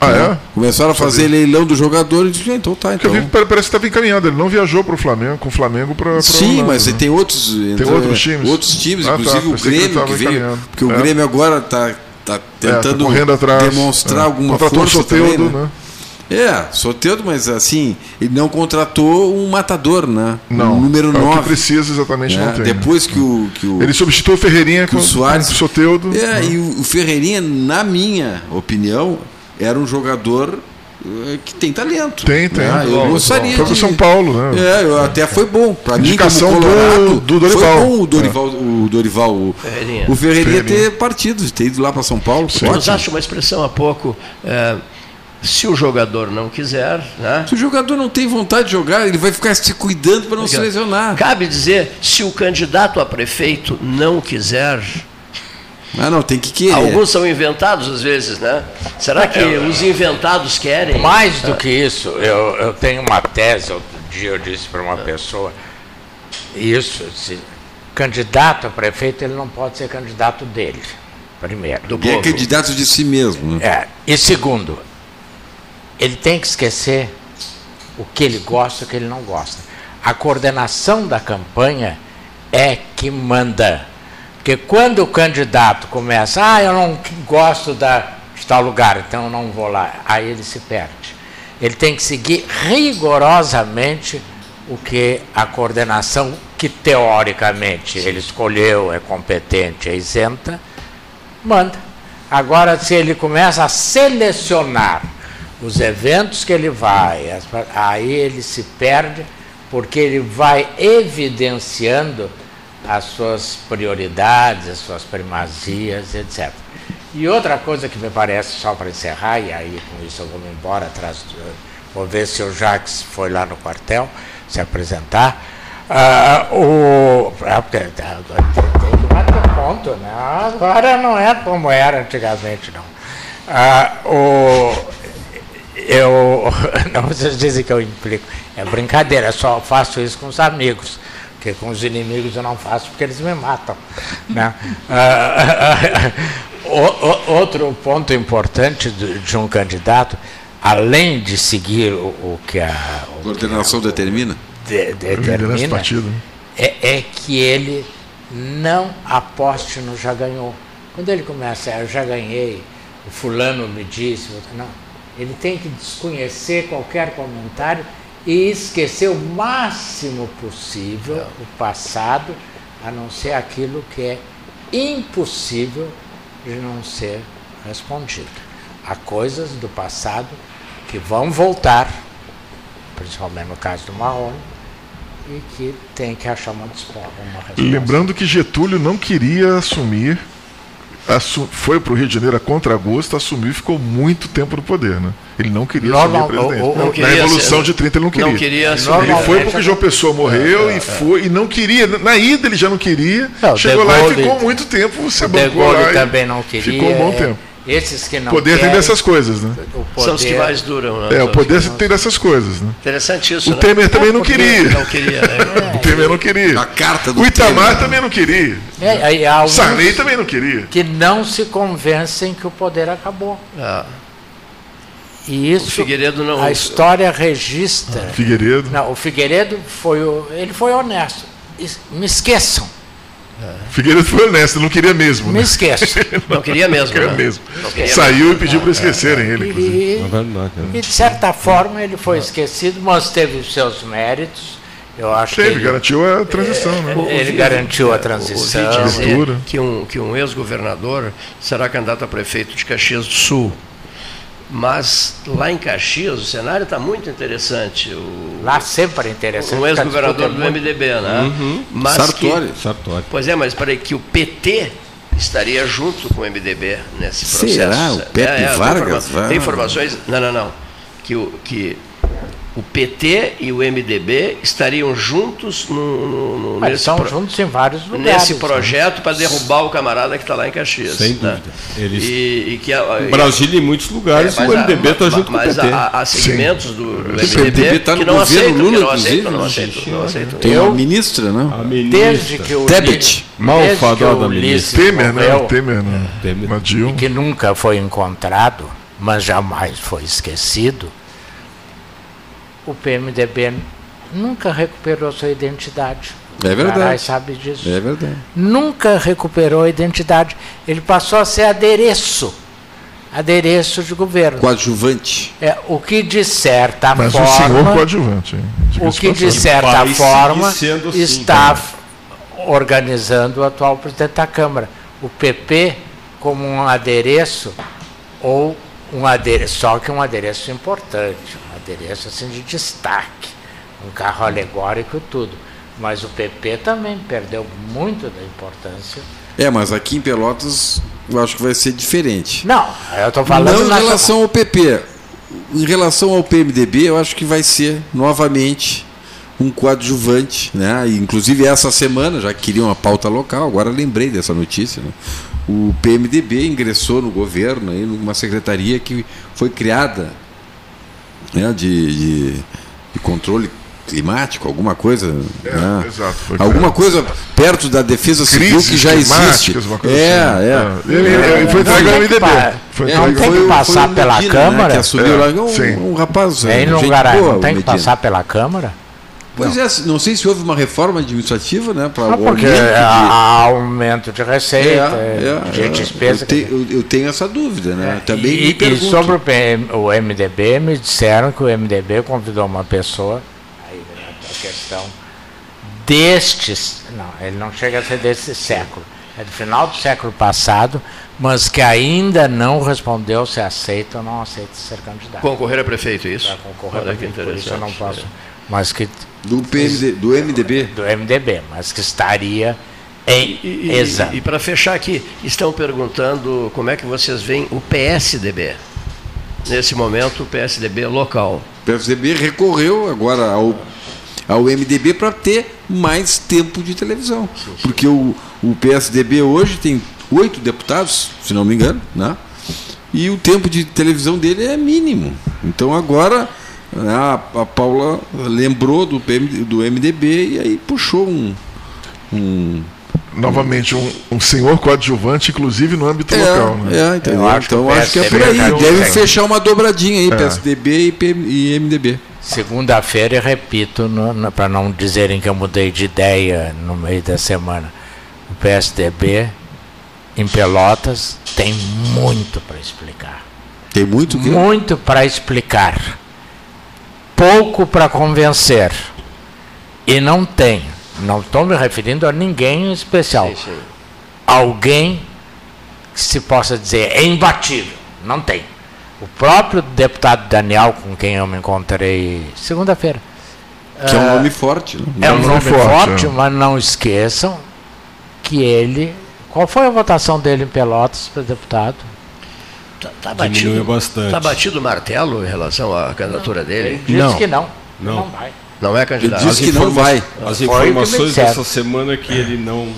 D: Ah,
B: Né?
D: é?
B: Começaram a
D: Sabia.
B: fazer leilão do jogador e disse, "Ah, então tá,
D: Porque
B: então.
D: eu vi, pare- parece que estava encaminhado, ele não viajou para o Flamengo, com o Flamengo um para
B: Sim, mas tem outros, entra-
D: né? outros times?
B: outros times,
D: Ah, tá,
B: inclusive o
D: pensei que ele
B: Grêmio
D: tava
B: que veio,
D: encaminhando.
B: porque o
D: É.
B: Grêmio agora está tentando
D: tá correndo atrás.
B: demonstrar
D: É.
B: alguma
D: Contratou o
B: força
D: Soteldo,
B: também, né?
D: né?
B: É, Soteldo, mas assim, ele não contratou um matador, né?
D: Não,
B: um número
D: é o que
B: 9.
D: precisa exatamente, não tem, né?
B: Depois que o, que o
D: Ele substituiu o Ferreirinha
B: que
D: com
B: o Soares.
D: com o Soteldo.
B: É,
D: né?
B: e o o Ferreirinha, na minha opinião, era um jogador eh, que tem talento.
D: Tem, tem.
B: Ah, eu
D: Bom,
B: gostaria
D: foi pro
B: de-
D: São Paulo, né?
B: É, eu até foi bom. Pra mim, como
D: Indicação do-
B: Colorado,
D: do Dorival. É.
B: foi bom o Dorival, o, Dorival o,
A: Ferreirinha.
B: o Ferreirinha
A: Ferreirinha.
B: ter partido, ter ido lá pra São Paulo.
A: Sim. Nós acho uma expressão há pouco. é, se o jogador não quiser, né?
B: Se o jogador não tem vontade de jogar, ele vai ficar se cuidando para não se lesionar.
A: Cabe dizer, se o candidato a prefeito não quiser.
B: Ah, não, tem que
D: é?
B: querer.
A: Alguns são inventados às vezes, né? Será que
F: Eu-
A: os inventados querem? É.
F: Mais
C: É.
F: do que isso, eu, eu tenho uma tese, outro dia eu disse para
C: É.
F: uma pessoa, isso, se, candidato a prefeito, ele não pode ser candidato dele, primeiro.
B: e é candidato de si mesmo. Né?
F: É, e segundo, ele tem que esquecer o que ele gosta e o que ele não gosta. A coordenação da campanha é que manda. Porque quando o candidato começa, ah, eu não gosto da, de tal lugar, então eu não vou lá, aí ele se perde. Ele tem que seguir rigorosamente o que a coordenação, que teoricamente ele escolheu, é competente, é isenta, manda. Agora, se ele começa a selecionar os eventos que ele vai, as pa- aí ele se perde, porque ele vai evidenciando as suas prioridades, as suas primazias, etc. E outra coisa que me parece, só para encerrar, e aí com isso eu vou me embora atrás, do- vou ver se o Jax foi lá no quartel se apresentar. Ah, o. ah, porque- ah, Tem que bater ponto, né? Agora não é como era antigamente, não. Ah, o, eu, não, vocês dizem que eu implico. É brincadeira, só faço isso com os amigos. Porque com os inimigos eu não faço porque eles me matam. Né? Ah, o- o- outro ponto importante do- de um candidato, além de seguir o, o que a
B: A coordenação determina.
F: de-
B: liderança do
F: determina
B: partido, né?
F: é, é que ele não aposte no já ganhou. Quando ele começa, "Ah, eu já ganhei, o fulano me disse, o outro- não. Ele tem que desconhecer qualquer comentário e esquecer o máximo possível o passado, a não ser aquilo que é impossível de não ser respondido. Há coisas do passado que vão voltar, principalmente no caso do Marrone, e que tem que achar uma disposta, uma
B: É.
F: resposta.
D: Lembrando que Getúlio não queria assumir, assu- foi para o Rio de Janeiro a contragosto, assumiu e ficou muito tempo no poder. Né? Ele não queria assumir
F: Normal-
D: o presidente.
F: o- o- não
D: Na
F: queria
D: Revolução
F: ser-
D: de 30 ele não queria.
A: não queria assumir.
D: Ele foi porque
A: Normalmente-
D: João Pessoa morreu
A: É, é,
D: e
A: é.
D: foi e não queria. Na ida ele já não queria.
E: É,
F: Não,
D: chegou
F: De
D: lá e
F: Gaulle-
D: ficou muito tempo. Se
F: o De
D: bancou lá
F: Gaulle
D: e
F: também não queria.
D: Ficou um bom
F: é,
D: tempo.
F: Esses que não
D: poder
F: querem,
D: tem dessas coisas, né?
F: o
A: São os que
F: poder-
A: mais duram, né?
D: É,
A: São
D: o
A: os
D: poder
A: que não-
D: tem dessas coisas, né?
A: Interessante isso,
D: O
A: né?
D: Temer também não
A: Porque
D: queria.
A: Não queria, né?
D: O Temer não queria. A carta
A: do
D: O Itamar
A: Temer.
D: também não queria.
F: É, aí há alguns
D: Sarney também não queria.
F: Que não se convencem que o poder acabou.
A: Ah,
F: E isso,
A: O Figueiredo não-
F: a história registra.
D: Ah, Figueiredo.
F: Não, o Figueiredo foi, o- ele foi honesto. Es- Me esqueçam,
D: Figueiredo foi honesto, não queria mesmo. né?
F: me esqueçam.
A: Não queria mesmo,
D: Não queria
A: né?
D: mesmo.
A: Não queria
D: Saiu
A: mesmo. É.
D: e pediu para esquecerem ele.
F: E-
D: inclusive.
F: e- E de certa forma ele foi esquecido, mas teve os seus méritos. Eu acho que
D: Teve,
F: ele- É,
D: garantiu a transição, né?
F: Ele garantiu a transição.
A: Ouvi dizer
D: Cultura.
A: que um, que um ex-governador será candidato a prefeito de Caxias do Sul. Mas lá em Caxias o cenário está muito interessante. O,
F: Lá sempre é interessante.
A: Um ex-governador do
F: Tá disputando
A: MDB, né?
G: Uhum.
A: Mas
G: Sartori.
A: que-
G: Sartori.
A: pois é, mas peraí, que o PT estaria junto com o MDB nesse processo.
B: Será? O Pepe
A: É, é, tem
B: Vargas?
A: informa- Tem informações? Não, não, não. Que o, que o PT e o MDB estariam juntos no, no- no-
F: Mas
A: nesse
F: são
A: pro-
F: juntos em vários lugares. né?
A: nesse projeto para derrubar o camarada que está lá em Caxias.
G: Sem
A: né?
G: dúvida. Eles-
A: E, e que a-
G: Em Brasília, em muitos lugares,
A: É, mas
G: o
A: a-
G: MDB está
B: tá
A: ma-
G: junto com o
A: mas
G: PT.
A: a- a- há segmentos do- do
B: O
A: MDB
B: PTB está
A: que
B: tá no
A: não aceitam,
B: governo
A: que
B: Lula,
A: não aceitam,
B: inclusive.
A: não aceitam, não aceitam.
B: Tem
A: Eu-
B: uma ministra, não? A
F: Desde que o
B: Tebet.
F: Ulisses- desde que o Ulisses
D: Temer, né?
F: morreu,
D: não, Temer, não. Mas Dilma.
F: que nunca foi encontrado, mas jamais foi esquecido, o PMDB nunca recuperou sua identidade.
B: É verdade.
F: O Garay sabe disso.
B: É verdade.
F: Nunca recuperou a identidade. Ele passou a ser adereço. Adereço de governo.
B: Coadjuvante.
F: É, o que de certa
D: Mas
F: forma.
D: o senhor coadjuvante, hein?
F: o
D: Diga-se
F: que de
D: passagem.
F: certa forma está organizando o atual presidente da Câmara. O PP como um adereço, ou um adereço, só que um adereço importante, um adereço assim de destaque, um carro alegórico e tudo. Mas o PP também perdeu muito da importância.
B: É, mas aqui em Pelotas eu acho que vai ser diferente.
F: Não, eu estou falando
B: Não em
F: na-
B: relação ao PP. Em relação ao PMDB, eu acho que vai ser novamente um coadjuvante, né? E, inclusive essa semana, já que queria uma pauta local, agora lembrei dessa notícia, né? O PMDB ingressou no governo aí numa secretaria que foi criada né, de, de, de controle climático, alguma coisa. né?
D: É, exato, foi criado.
B: alguma coisa perto da defesa civil
D: Crises
B: que já existe.
D: climáticas, uma coisa assim,
B: É,
D: né?
B: é.
D: É, ele- ele foi entregue ao MDB. Foi entregue
B: É, foi-
D: ao
B: foi
F: que
B: o
F: passar pela
B: Medina,
F: Câmara.
B: Né, que assumiu
F: É,
B: lá, um,
F: sim.
B: um rapaz.
F: Hein,
B: gente
F: Longaray,
B: boa,
F: não
B: o
F: tem que
B: Medina.
F: passar pela Câmara?
B: Pois é, não sei se houve uma reforma administrativa, né? Para
F: Ah,
B: o
F: porque
B: aumento de-
F: há aumento de um receita,
B: É, é,
F: de
B: é.
F: despesa.
B: Eu, te- eu- eu tenho essa dúvida, né? Também
F: é, e,
B: me
F: e
B: pergunto.
F: sobre o, PM o MDB, me disseram que o MDB convidou uma pessoa, aí né, tá vem a questão destes, não, ele não chega a ser desse século, é do final do século passado, mas que ainda não respondeu se aceita ou não aceita ser candidato.
A: Concorrer a prefeito, é isso?
F: Para concorrer
A: Olha
F: a
A: que
F: prefeito, por isso eu não
A: interessante.
F: posso. Mas que
B: do, PMD, do MDB?
F: Do MDB, mas que estaria em
A: E,
F: exame.
A: e para fechar aqui, estão perguntando como é que vocês veem o PSDB. Nesse momento, o PSDB local.
B: O PSDB recorreu agora ao, ao MDB para ter mais tempo de televisão. Porque o, o PSDB hoje tem oito deputados, se não me engano, né? e o tempo de televisão dele é mínimo. Então agora né, a, a Paula lembrou do, PM, do MDB e aí puxou um. um
D: Novamente, um, um senhor coadjuvante, inclusive no âmbito
B: é,
D: local. Né?
B: é, entendeu? então acho que é por aí. Deve fechar uma dobradinha aí, PSDB e, PM, e MDB.
F: Segunda-feira, eu repito, para não dizerem que eu mudei de ideia no meio da semana, o PSDB em Pelotas tem muito para explicar.
B: Tem muito que...
F: Muito para explicar. Pouco para convencer. E não tem. Não estou me referindo a ninguém em especial. Alguém que se possa dizer é imbatível. Não tem. O próprio deputado Daniel, com quem eu me encontrei segunda-feira.
B: Que é um
F: ah,
B: nome forte. né?
F: É um nome forte, mas não esqueçam que ele. Qual foi a votação dele em Pelotas para deputado?
A: Tá batido, tá batido o martelo em relação à candidatura dele?
F: Diz que não.
G: Não.
F: vai.
A: Não é candidato.
G: Ele disse que não vai. As
A: Foi o que me
G: informações
A: disseram.
G: dessa semana é que ele não.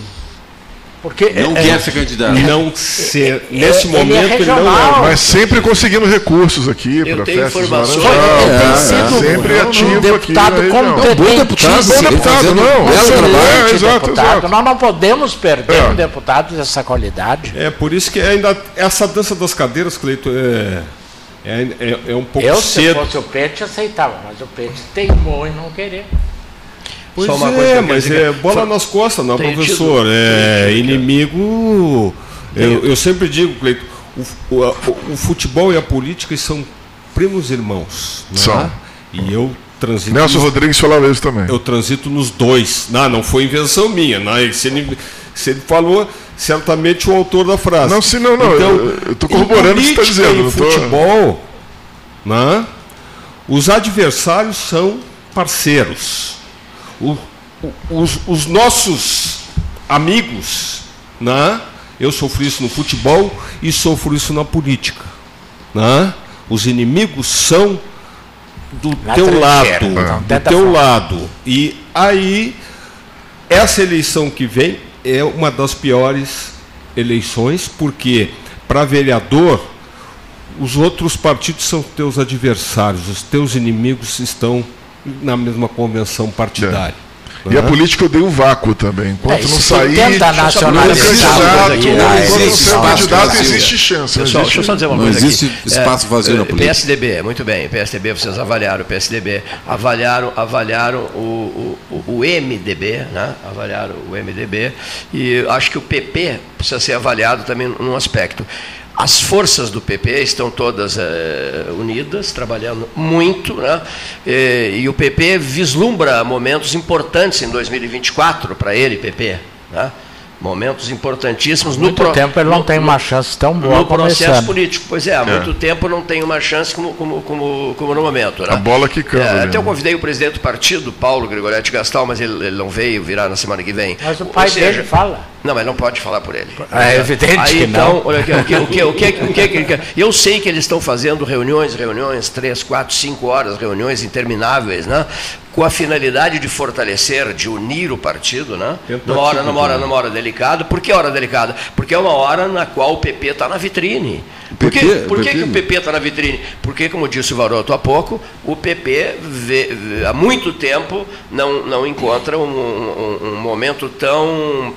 F: Porque
G: Não
D: é-
G: quer
D: é-
G: ser candidato. Não ser.
D: É-
G: Nesse
D: ele é
G: momento ele não é.
D: regional. Mas sempre conseguindo recursos aqui
A: Eu
D: para
A: tenho
D: festas.
A: informações.
D: Laranjal,
A: Ele tem
D: tá?
A: sido
D: sempre
A: um
D: ativo
F: deputado
D: aqui. na região.
F: competente.
D: Não, Bom deputado, não.
F: Excelente
D: É, exato,
F: deputado.
D: exato.
F: Nós não podemos perder
G: É.
F: um deputado dessa qualidade.
G: É por isso que ainda essa dança das cadeiras, Cleito, é, é, é, é um pouco
F: Eu, se
G: cedo.
F: fosse o Pete, aceitava, mas o Pete teimou em não querer.
G: Pois
F: Só uma
G: é,
F: coisa que eu quero
G: mas
F: dizer
G: é
F: que-
G: bola
F: só-
G: nas costas, não,
F: Tem
G: professor.
F: tido-
G: é
F: tem tido-
G: inimigo. Eu, eu sempre digo, Cleito, o, f- o, a- o- o futebol e a política são primos irmãos. né?
D: São.
G: E eu transito.
D: Nelson
G: nos-
D: Rodrigues falava isso também.
G: eu transito nos dois. Não, não foi invenção minha. Não. Se, ele, se ele falou, certamente o autor da frase. Então,
D: Não, se não, não, eu- eu tô corroborando o que você tá
G: política
D: dizendo,
G: e
D: eu tô-
G: futebol, né, os adversários são parceiros. O- o- os, os nossos amigos, né, eu sofri isso no futebol e sofro isso na política. né? Os inimigos são do
F: Na
G: teu
F: trincheira,
G: lado,
F: não,
G: do
F: dessa
G: teu
F: forma.
G: lado. E aí essa eleição que vem é uma das piores eleições porque para vereador os outros partidos são teus adversários, os teus inimigos estão na mesma convenção partidária.
D: É.
G: Né?
D: E a política odeia o vácuo também. Enquanto
G: É,
D: não
G: se tu
D: sair.
G: tenta
D: não existe
G: nacionalizar
D: candidato,
G: uma coisa aqui,
D: enquanto
G: não
D: não
G: existe
D: ser um
G: espaço
D: candidato,
G: vazio.
D: existe chance. não
A: né? Pessoal,
D: existe-
A: deixa eu só dizer uma coisa aqui. É, eh,
D: É,
A: PSDB, muito bem. PSDB, vocês avaliaram o PSDB. Avaliaram, avaliaram o, o, o- o MDB, né? Avaliaram o MDB. E acho que o PP precisa ser avaliado também num aspecto. As forças do PP estão todas eh, unidas, trabalhando muito, né? Eh, e o PP vislumbra momentos importantes em 2024 para ele, PP. Né? Momentos importantíssimos no
F: Muito
A: pro-
F: tempo ele não tem uma chance tão boa
A: no processo
F: começando.
A: político. Pois é, há
F: É.
A: muito tempo não tem uma chance como, como, como, como no momento. Né?
D: A bola quicando,
A: É,
D: né?
A: até eu convidei o presidente do partido, Paulo Gregoretti Gastal, mas ele, ele não veio, virá na semana que vem.
F: Mas o
A: Ou
F: pai
A: seja,
F: dele fala.
A: Não, mas não pode falar por ele.
F: É evidente
A: Aí,
F: que não.
A: então, olha aqui, o que, o que, o que, o que, o que- eu sei que eles estão fazendo reuniões, reuniões, três, quatro, cinco horas, reuniões intermináveis, né? Com a finalidade de fortalecer, de unir o partido, né? Numa hora, numa hora, numa hora delicada. Por que hora delicada? Porque é uma hora na qual o PP está na vitrine. Por, que,
B: PP?
A: por que, que
B: PP?
A: o PP está na vitrine? Porque, como disse o Varoto há pouco, o PP vê- vê- há muito tempo não, não encontra um- um- um momento tão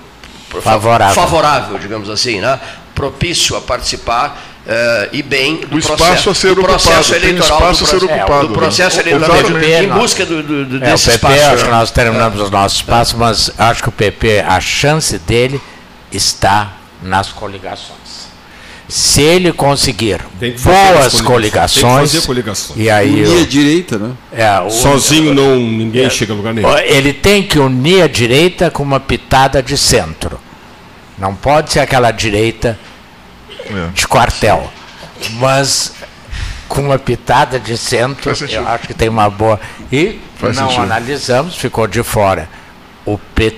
F: Favorável.
A: favorável, digamos assim, né? propício a participar eh, e bem do,
D: espaço
A: processo,
D: a ser
A: do
D: ocupado,
A: processo
D: tem
A: eleitoral,
D: espaço
A: do,
D: a ser
A: processo-
D: ocupado,
A: do processo
D: né?
A: eleitoral,
D: Exatamente.
A: em busca do, do- do-
F: É, o
A: desse
F: PP,
A: espaço.
F: acho que
A: né?
F: nós terminamos o nosso espaço, mas acho que o PP, a chance dele está nas coligações. Se ele conseguir boas coligações,
G: Tem que fazer coligações.
F: e aí
B: Unir
F: eu-
B: a direita, né?
F: É, o-
G: Sozinho não, ninguém
F: É.
G: chega a lugar nenhum.
F: Ele tem que unir a direita com uma pitada de centro. Não pode ser aquela direita
G: É.
F: de quartel. Mas com uma pitada de centro, eu acho que tem uma boa. E
M: Faz
F: não
M: sentido.
F: analisamos, ficou de fora. O P-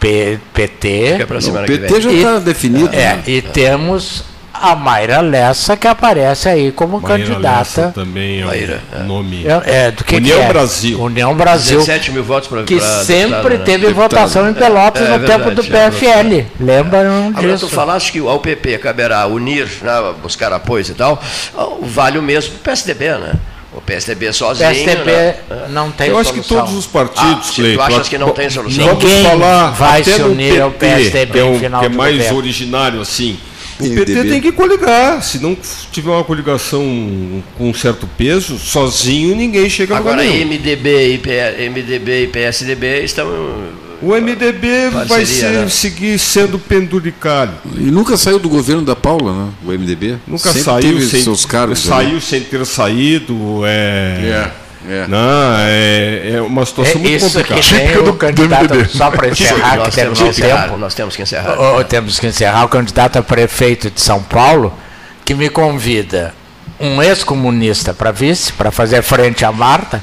F: P- PT.
A: pra
B: semana O que PT vem. já
F: E-
B: tá definido,
F: É,
B: né?
F: e temos a Mayra Lessa que aparece aí como
G: Maíra Lessa
F: candidata.
G: também é um nome.
F: É, é, do que
G: União
F: que é?
G: Brasil.
F: União Brasil.
A: 17 mil votos pra-
F: Que
A: pra
F: sempre
A: deputado, né?
F: teve
A: Deputado.
F: votação em Pelotas
A: É,
F: no
A: é
F: tempo do
A: verdade, é
F: PFL. Lembram
A: Agora,
F: disso?
A: tu falaste que ao PP caberá unir, né, buscar apoios e tal, vale o mesmo para o PSDB, né? O PSDB sozinho.
F: PSDB
A: né?
F: não tem
A: Eu acho
F: solução.
A: que todos os partidos,
G: Ah,
A: se tu achas que não tem solução.
G: Vamos falar
F: vai
G: até
F: se
G: do
F: unir ao PSDB
G: que é, um-
F: em final
G: que é
F: de
G: mais
F: governo.
G: originário assim. O
F: E o
G: PT
F: DB?
G: tem que coligar. Se não tiver uma coligação com um certo peso, sozinho ninguém chega a lugar
A: Agora,
G: nenhum.
A: MDB e, P- MDB e PSDB estão
G: O MDB vai
B: Parceria,
G: ser-
B: né?
G: seguir sendo penduricalho.
B: E nunca saiu do governo da Paula, né? O MDB.
G: Nunca
B: Sempre
G: saiu
B: teve
G: sem,
B: seus cargos. né?
G: saiu
B: ali.
G: sem ter saído. É,
B: É, é.
G: Não, é, é uma situação
F: É
G: muito
F: isso
G: complicada.
F: que nem Típica o do- do candidato, MDB. só pra encerrar,
A: nós
F: que temos
A: temos que encerrar,
F: tempo.
A: Nós temos que encerrar.
F: Ô, ô, temos que encerrar. O candidato a prefeito de São Paulo que me convida um ex-comunista para vice, para fazer frente à Marta,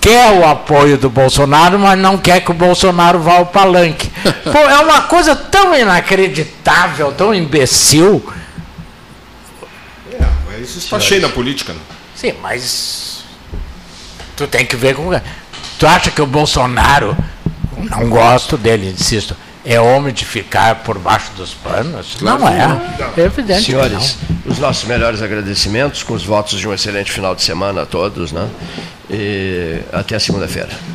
F: quer o apoio do Bolsonaro, mas não quer que o Bolsonaro vá ao palanque. Pô, é uma coisa tão inacreditável, tão imbecil.
G: É, Isso está cheio na política. né?
F: Sim, mas tu tem que ver com. Tu acha que o Bolsonaro, não gosto dele, insisto, é homem de ficar por baixo dos panos? não é. É evidente. que
A: Senhores, os nossos melhores agradecimentos com os votos de um excelente final de semana a todos, né? E até segunda-feira.